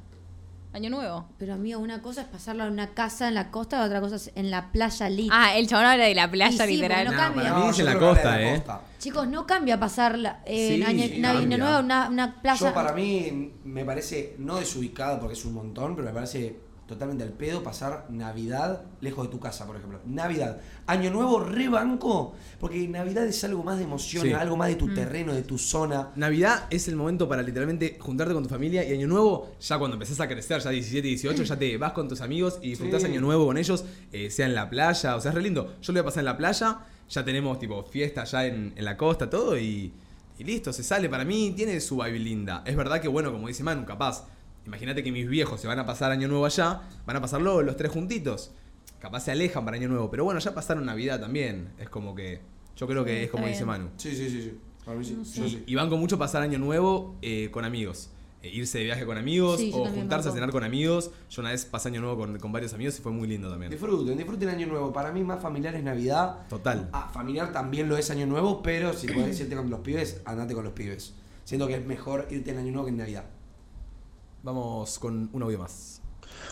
Speaker 2: Año Nuevo.
Speaker 4: Pero amigo, una cosa es pasarlo en una casa en la costa y otra cosa es en la playa lit.
Speaker 2: Ah, el chabón habla de la
Speaker 4: Y
Speaker 2: playa,
Speaker 4: sí,
Speaker 2: literal.
Speaker 4: porque no
Speaker 3: para
Speaker 4: cambia.
Speaker 1: mí es en la
Speaker 3: yo creo que
Speaker 1: costa,
Speaker 3: era
Speaker 1: eh.
Speaker 4: Chicos, no cambia pasar la- eh,
Speaker 1: Sí,
Speaker 4: en año, Nav-
Speaker 1: cambia.
Speaker 4: Año Nuevo en una, una playa.
Speaker 3: Yo para mí me parece no desubicado porque es un montón, pero me parece totalmente al pedo pasar Navidad lejos de tu casa, por ejemplo. Navidad. Año Nuevo rebanco, porque Navidad es algo más de emoción,
Speaker 1: Sí.
Speaker 3: algo más de tu
Speaker 4: Mm.
Speaker 3: terreno, de tu zona.
Speaker 1: Navidad es el momento para literalmente juntarte con tu familia y Año Nuevo, ya cuando empezás a crecer, ya 17, 18, ya te vas con tus amigos y disfrutás
Speaker 3: Sí.
Speaker 1: Año Nuevo con ellos, eh, sea en la playa, o sea, es re lindo. Yo lo voy a pasar en la playa, ya tenemos tipo fiesta ya en, en la costa, todo y, y listo, se sale. Para mí tiene su vibe linda. Es verdad que, bueno, como dice Manu, capaz, imagínate que mis viejos se van a pasar Año Nuevo allá, van a pasarlo los tres juntitos. Capaz se alejan para Año Nuevo, pero bueno, ya pasaron Navidad también. Es como que, yo creo que es como
Speaker 2: está
Speaker 1: dice
Speaker 2: bien.
Speaker 1: Manu.
Speaker 3: Sí, sí, sí, sí. Para mí sí. Yo sí.
Speaker 1: Y banco mucho pasar año nuevo eh, con amigos. Eh, irse de viaje con amigos
Speaker 4: Sí, yo
Speaker 1: o
Speaker 4: también
Speaker 1: juntarse a
Speaker 4: banco.
Speaker 1: cenar con amigos. Yo una vez pasé año nuevo con, con varios amigos y fue muy lindo también.
Speaker 3: Disfruten, disfruten Año Nuevo. Para mí más familiar es Navidad.
Speaker 1: Total.
Speaker 3: Ah, familiar también lo es Año Nuevo, pero si podés irte con los pibes, andate con los pibes. Siento que es mejor irte en Año Nuevo que en Navidad.
Speaker 1: Vamos con un audio más.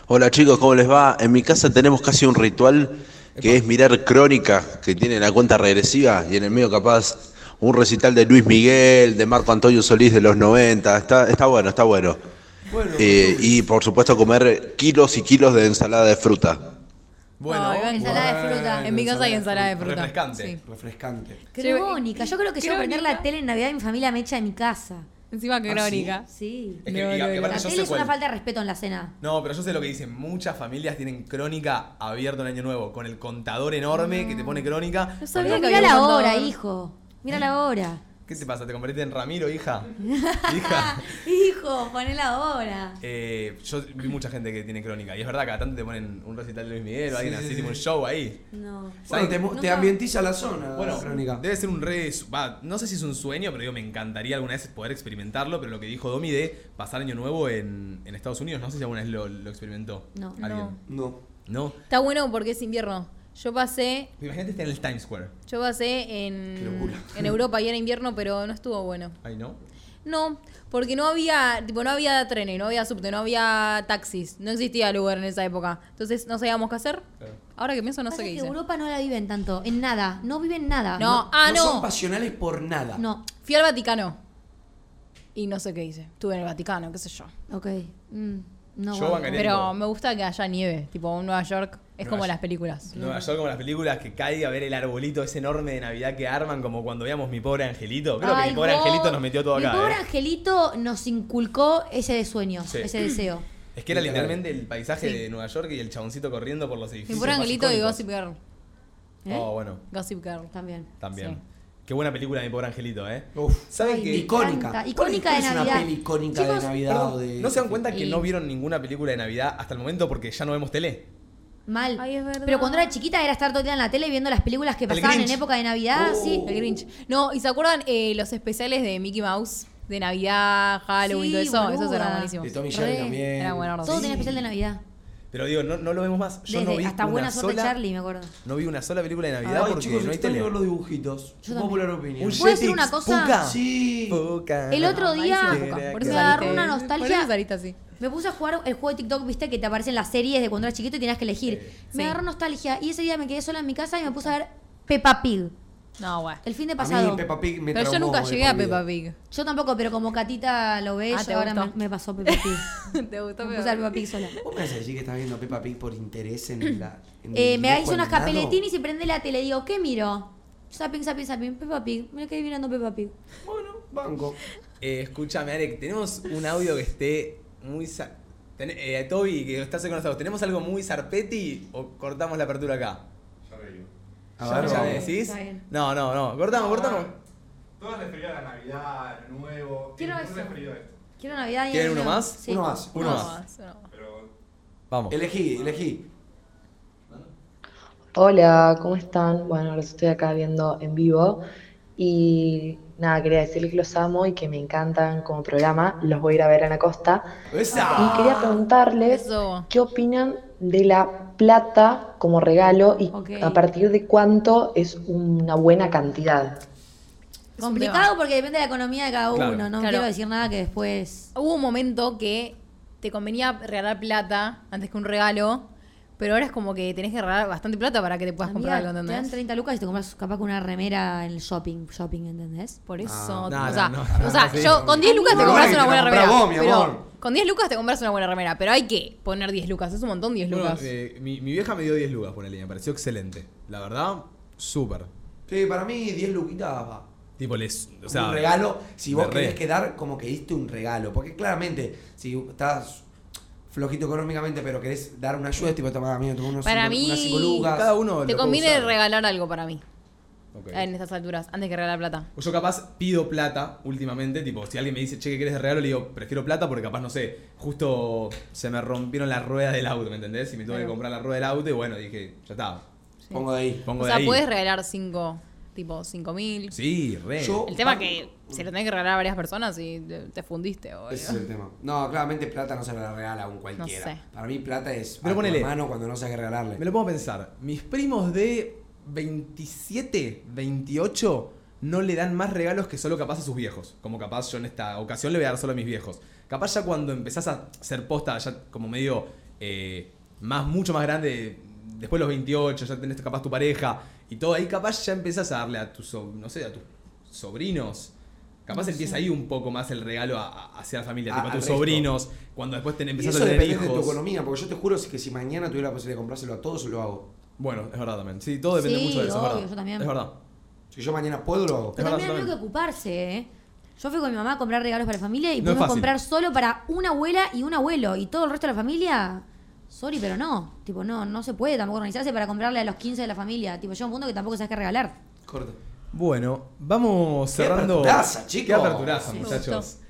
Speaker 11: Hola chicos, ¿cómo les va? En mi casa tenemos casi un ritual que es mirar Crónica, que tiene la cuenta regresiva y en el medio capaz un recital de Luis Miguel, de Marco Antonio Solís de los 90, está, está bueno, está bueno.
Speaker 3: Bueno,
Speaker 11: Eh, y por supuesto comer kilos y kilos de ensalada de fruta.
Speaker 2: Ay, va
Speaker 4: ensalada de fruta.
Speaker 2: En mi casa hay ensalada de fruta.
Speaker 1: Refrescante.
Speaker 2: Sí.
Speaker 3: refrescante.
Speaker 4: Crónica. Yo eh, creo que yo prender la
Speaker 2: Crónica.
Speaker 4: tele en Navidad mi familia me echa de mi casa.
Speaker 2: Encima
Speaker 1: ¿Ah,
Speaker 2: que crónica.
Speaker 4: Sí.
Speaker 1: Es que,
Speaker 2: No,
Speaker 1: y
Speaker 2: no,
Speaker 1: aparte
Speaker 2: no.
Speaker 4: La
Speaker 1: yo
Speaker 4: tele
Speaker 1: sé
Speaker 4: es
Speaker 1: cuál-
Speaker 4: una falta de respeto en la cena.
Speaker 1: No, pero yo sé lo que dicen. Muchas familias tienen crónica abierto en año nuevo, con el contador enorme
Speaker 4: Ah.
Speaker 1: que te pone crónica.
Speaker 2: No
Speaker 4: Pero
Speaker 2: sabía que
Speaker 4: mira
Speaker 2: había
Speaker 4: la
Speaker 2: un
Speaker 4: hora,
Speaker 2: contador.
Speaker 4: hijo. Mira la hora.
Speaker 1: ¿Qué te pasa? ¿Te convertiste en Ramiro, hija? hija.
Speaker 4: hijo, poné la hora.
Speaker 1: Eh, yo vi mucha gente que tiene crónica. Y es verdad, cada tanto te ponen un recital de Luis Miguel o
Speaker 3: Sí,
Speaker 1: alguien
Speaker 3: sí,
Speaker 1: así,
Speaker 3: sí.
Speaker 1: tipo un show ahí.
Speaker 4: No.
Speaker 3: Bueno, te, mu-
Speaker 4: No
Speaker 3: te
Speaker 4: sabe.
Speaker 3: ambientiza la zona,
Speaker 1: Bueno,
Speaker 3: Crónica.
Speaker 1: debe ser un re. su- va, no sé si es un sueño, pero digo, me encantaría alguna vez poder experimentarlo. Pero lo que dijo Domi de pasar año nuevo en, en Estados Unidos, no sé si alguna vez lo, lo experimentó.
Speaker 4: No.
Speaker 1: ¿Alguien?
Speaker 3: No.
Speaker 1: No.
Speaker 2: Está bueno porque es invierno. Yo pasé,
Speaker 1: Imagínate estar en el Times Square.
Speaker 2: yo pasé
Speaker 3: Qué
Speaker 2: en,
Speaker 3: locura.
Speaker 2: en Europa y era invierno, pero no estuvo bueno.
Speaker 1: Ay, no.
Speaker 2: No, porque no había, tipo, no había trenes, no había subte, no había taxis, no existía lugar en esa época. Entonces no sabíamos qué hacer. Ahora que pienso, no sé
Speaker 4: Pasa
Speaker 2: qué
Speaker 4: que
Speaker 2: hice.
Speaker 4: Europa no la viven tanto, en nada, no viven nada.
Speaker 2: No, ah, no.
Speaker 3: son pasionales por nada.
Speaker 4: No.
Speaker 2: Fui al Vaticano. Y no sé qué hice. Estuve en el Vaticano, qué sé yo.
Speaker 4: Ok. mm, no,
Speaker 1: Yo
Speaker 4: bueno.
Speaker 1: bancaría
Speaker 2: Pero
Speaker 1: tipo-
Speaker 2: me gusta que haya nieve, tipo un Nueva York. Es
Speaker 1: Nueva
Speaker 2: como
Speaker 1: York.
Speaker 2: las películas.
Speaker 1: Nueva York como las películas que caiga a ver el arbolito ese enorme de Navidad que arman, como cuando veíamos mi pobre angelito. Creo que
Speaker 4: Ay,
Speaker 1: mi pobre
Speaker 4: vos.
Speaker 1: angelito nos metió todo
Speaker 4: Mi
Speaker 1: acá.
Speaker 4: pobre
Speaker 1: eh.
Speaker 4: angelito nos inculcó ese sueño,
Speaker 1: Sí.
Speaker 4: ese deseo.
Speaker 1: Es que era
Speaker 3: Literal.
Speaker 1: literalmente el paisaje de Nueva York y el chaboncito corriendo por los
Speaker 2: Mi
Speaker 1: edificios.
Speaker 2: pobre
Speaker 1: más
Speaker 2: angelito y
Speaker 1: icónicos.
Speaker 2: Gossip Girl.
Speaker 4: ¿Eh?
Speaker 1: Oh, bueno,
Speaker 2: Gossip Girl.
Speaker 4: También.
Speaker 1: también.
Speaker 2: Sí.
Speaker 1: Qué buena película, mi pobre angelito, ¿eh.
Speaker 3: Uf.
Speaker 1: ¿Saben que
Speaker 3: Icónica.
Speaker 4: encanta. Icónica
Speaker 3: ¿Cuál es- cuál es
Speaker 4: de
Speaker 3: una
Speaker 4: Navidad.
Speaker 3: peli icónica
Speaker 1: Chicos,
Speaker 3: de Navidad
Speaker 1: perdón,
Speaker 3: o de-
Speaker 1: ¿No se dan cuenta que
Speaker 2: Y-
Speaker 1: no vieron ninguna película de Navidad hasta el momento porque ya no vemos tele?
Speaker 4: Mal.
Speaker 2: Ay, es verdad.
Speaker 4: Pero cuando era chiquita era estar todo el día en la tele viendo las películas que
Speaker 1: El
Speaker 4: pasaban en
Speaker 1: Grinch. Oh.
Speaker 4: época de Navidad. Sí,
Speaker 2: El Grinch. No, ¿y se acuerdan eh, los especiales de Mickey Mouse? De Navidad, Halloween,
Speaker 4: Sí,
Speaker 2: todo eso.
Speaker 4: boluda.
Speaker 2: Esos eran buenísimos.
Speaker 3: De Tommy Jerry
Speaker 4: Re.
Speaker 3: también.
Speaker 2: Era buena orden.
Speaker 4: Todo tenía especial de Navidad.
Speaker 1: Pero digo, no, no lo vemos más. Yo
Speaker 4: Desde
Speaker 1: no vi
Speaker 4: hasta
Speaker 1: una
Speaker 4: Buena Suerte
Speaker 1: sola,
Speaker 4: Charlie, me acuerdo.
Speaker 1: No vi una sola película de
Speaker 3: Ay,
Speaker 1: Navidad porque
Speaker 3: chicos,
Speaker 1: no hay
Speaker 3: extraño
Speaker 1: tele.
Speaker 3: ver los dibujitos.
Speaker 4: Yo
Speaker 3: Popular opinion.
Speaker 1: Un
Speaker 4: ¿Puedo decir
Speaker 1: Jetix,
Speaker 4: una cosa?
Speaker 1: Puka.
Speaker 3: Sí.
Speaker 1: Puka.
Speaker 4: El otro día
Speaker 1: malísimo.
Speaker 2: Poca.
Speaker 1: Por eso
Speaker 4: me
Speaker 1: saliste.
Speaker 4: agarró una
Speaker 2: Por
Speaker 4: nostalgia.
Speaker 2: eso saliste así.
Speaker 4: Me puse a jugar el juego de TikTok, viste, que te aparecen las series de cuando eras chiquito y tenías que elegir. Me
Speaker 2: Sí.
Speaker 4: agarró nostalgia y ese día me quedé sola en mi casa y me puse a ver Peppa Pig.
Speaker 2: No, bueno.
Speaker 4: El fin de
Speaker 3: A
Speaker 4: pasado.
Speaker 3: mí Peppa Pig me
Speaker 2: Pero yo
Speaker 3: traumó
Speaker 2: nunca
Speaker 3: de
Speaker 2: llegué
Speaker 3: por
Speaker 2: a
Speaker 3: vida.
Speaker 2: Peppa Pig.
Speaker 4: Yo tampoco, pero como Catita lo ve,
Speaker 2: Ah,
Speaker 4: yo
Speaker 2: ¿te
Speaker 4: ahora me,
Speaker 2: gustó?
Speaker 4: me pasó Peppa Pig.
Speaker 2: ¿Te gustó?
Speaker 4: me
Speaker 2: Peppa
Speaker 4: puse a ver
Speaker 2: Pig?
Speaker 4: Peppa Pig sola.
Speaker 3: ¿Vos me vas a decir que estás viendo Peppa Pig por interés en la. en
Speaker 4: Eh,
Speaker 3: el
Speaker 4: me
Speaker 3: dibujo
Speaker 4: hizo unas
Speaker 3: animado?
Speaker 4: capeletinas y prende la tele y digo, ¿qué miro? Zapping, zapping, zapping. Peppa Pig. Me quedé mirando Peppa Pig.
Speaker 3: Bueno, banco.
Speaker 1: Eh, escúchame, Arek, tenemos un audio que esté muy. za- ten- eh, Toby, que estás con nosotros, ¿tenemos algo muy zarpetti o cortamos la apertura acá?
Speaker 5: Ya lo digo.
Speaker 3: A ver,
Speaker 1: ¿Ya
Speaker 3: vamos.
Speaker 1: me decís?
Speaker 4: Está bien.
Speaker 1: No, no, no. Cortamos, cortamos.
Speaker 5: Todo es referido a la Navidad, a lo nuevo.
Speaker 4: Quiero
Speaker 5: es
Speaker 4: eso.
Speaker 5: referido a esto.
Speaker 4: Quiero Navidad y
Speaker 1: ¿Quieren
Speaker 4: Año
Speaker 1: uno
Speaker 4: Nuevo.
Speaker 1: más?
Speaker 4: Sí.
Speaker 3: Uno más.
Speaker 1: Uno más.
Speaker 2: No, no.
Speaker 5: Pero
Speaker 1: Vamos.
Speaker 3: Elegí, elegí.
Speaker 12: Hola, ¿cómo están? Bueno, los estoy acá viendo en vivo y nada, quería decirles que los amo y que me encantan como programa, los voy a ir a ver en la costa.
Speaker 3: ¡Esa!
Speaker 12: Y quería preguntarles
Speaker 2: Eso.
Speaker 12: qué opinan de la plata como regalo y
Speaker 4: Ok.
Speaker 12: a partir de cuánto es una buena cantidad.
Speaker 2: Es un
Speaker 4: Complicado porque depende de la economía de cada uno.
Speaker 1: Claro.
Speaker 4: No
Speaker 2: Claro.
Speaker 4: quiero decir nada que después.
Speaker 2: Hubo un momento que te convenía regalar plata antes que un regalo, pero ahora es como que tenés que regalar bastante plata para que te puedas comprar algo,
Speaker 4: Amiga, te dan
Speaker 2: ¿entendés?
Speaker 4: 30 lucas y te compras capaz que una remera en el shopping, shopping ¿entendés?
Speaker 2: Por eso.
Speaker 1: Ah, No,
Speaker 2: o
Speaker 1: no,
Speaker 2: sea,
Speaker 1: no,
Speaker 2: o sea,
Speaker 1: no, sí.
Speaker 2: yo con 10 lucas te
Speaker 3: No,
Speaker 2: compras
Speaker 3: que
Speaker 2: una
Speaker 3: te
Speaker 2: buena
Speaker 3: la
Speaker 2: remera.
Speaker 3: comprás vos, mi
Speaker 2: pero
Speaker 3: amor.
Speaker 2: con 10 lucas te compras una buena remera, pero hay que poner 10 lucas. Es un montón 10
Speaker 1: Bueno,
Speaker 2: lucas.
Speaker 1: eh, mi, mi vieja me dio 10 lucas, ponele, me pareció excelente. La verdad, súper.
Speaker 3: Sí, para mí 10 luquitas va.
Speaker 1: Tipo, les. O sea,
Speaker 3: un regalo, si vos
Speaker 1: me re.
Speaker 3: querés quedar como que diste un regalo. Porque claramente, si estás flojito económicamente, pero querés dar una ayuda, es tipo, toma, amigo, toma unos
Speaker 2: Para
Speaker 3: cinco-
Speaker 2: mí,
Speaker 3: unas cinco lucas.
Speaker 1: Cada uno
Speaker 2: te
Speaker 1: lo puede
Speaker 2: conviene
Speaker 1: usar.
Speaker 2: regalar algo para mí
Speaker 1: Ok.
Speaker 2: en estas alturas, antes que regalar plata.
Speaker 1: O yo capaz pido plata últimamente, tipo, si alguien me dice, che, ¿qué querés de regalo? Le digo, prefiero plata porque capaz, no sé, justo se me rompieron las ruedas del auto, ¿me entendés? Y me tuve que
Speaker 2: Claro.
Speaker 1: comprar la rueda del auto y bueno, dije, ya está,
Speaker 3: Pongo de ahí.
Speaker 1: pongo
Speaker 2: o
Speaker 1: de
Speaker 2: sea,
Speaker 1: ahí.
Speaker 2: puedes regalar 5, tipo 5 mil.
Speaker 1: Sí, re.
Speaker 3: Yo-
Speaker 2: El tema es que se lo tenés que regalar a varias personas y te, te fundiste. obvio.
Speaker 3: Ese es el tema. No, claramente plata no se la regala a un cualquiera.
Speaker 2: No sé.
Speaker 3: Para mí plata es
Speaker 1: Pero
Speaker 3: a tu
Speaker 1: ponele.
Speaker 3: hermano cuando no sabe qué regalarle.
Speaker 1: Me lo pongo a pensar. Mis primos de 27, 28 no le dan más regalos que solo capaz a sus viejos. Como capaz yo en esta ocasión le voy a dar solo a mis viejos. Capaz ya cuando empezás a ser posta, ya como medio eh, más, mucho más grande, después de los 28, ya tenés capaz tu pareja y todo ahí, capaz ya empezás a darle a tus, so- no sé, a tus sobrinos. Capaz empieza ahí un poco más el regalo a- a- hacia la familia,
Speaker 3: A-
Speaker 1: tipo a
Speaker 3: al
Speaker 1: tus
Speaker 3: resto.
Speaker 1: sobrinos, cuando después te
Speaker 3: Y
Speaker 1: empezás
Speaker 3: eso
Speaker 1: a tener
Speaker 3: depende
Speaker 1: hijos.
Speaker 3: de tu economía, porque yo te juro que si mañana tuviera la posibilidad de comprárselo a todos, lo hago.
Speaker 1: Bueno, es verdad también. Sí, todo depende
Speaker 4: Sí,
Speaker 1: mucho de eso. es
Speaker 4: obvio,
Speaker 1: verdad.
Speaker 4: yo también.
Speaker 1: Es verdad.
Speaker 3: Si yo mañana puedo, lo hago.
Speaker 1: Es
Speaker 4: Pero
Speaker 1: verdad,
Speaker 4: también
Speaker 1: yo
Speaker 4: había que
Speaker 1: también.
Speaker 4: ocuparse, ¿eh? Yo fui con mi mamá a comprar regalos para la familia
Speaker 1: No
Speaker 4: y
Speaker 1: es
Speaker 4: pudimos
Speaker 1: fácil.
Speaker 4: comprar solo para una abuela y un abuelo. Y todo el resto de la familia, sorry, pero no. Tipo, no, no se puede tampoco organizarse para comprarle a los 15 de la familia. Tipo, llega un punto que tampoco sabes qué regalar.
Speaker 3: Corto.
Speaker 1: Bueno, vamos
Speaker 3: Qué
Speaker 1: cerrando.
Speaker 3: aperturaza, chicos.
Speaker 1: Qué aperturaza,
Speaker 3: Sí,
Speaker 2: me
Speaker 1: muchachos.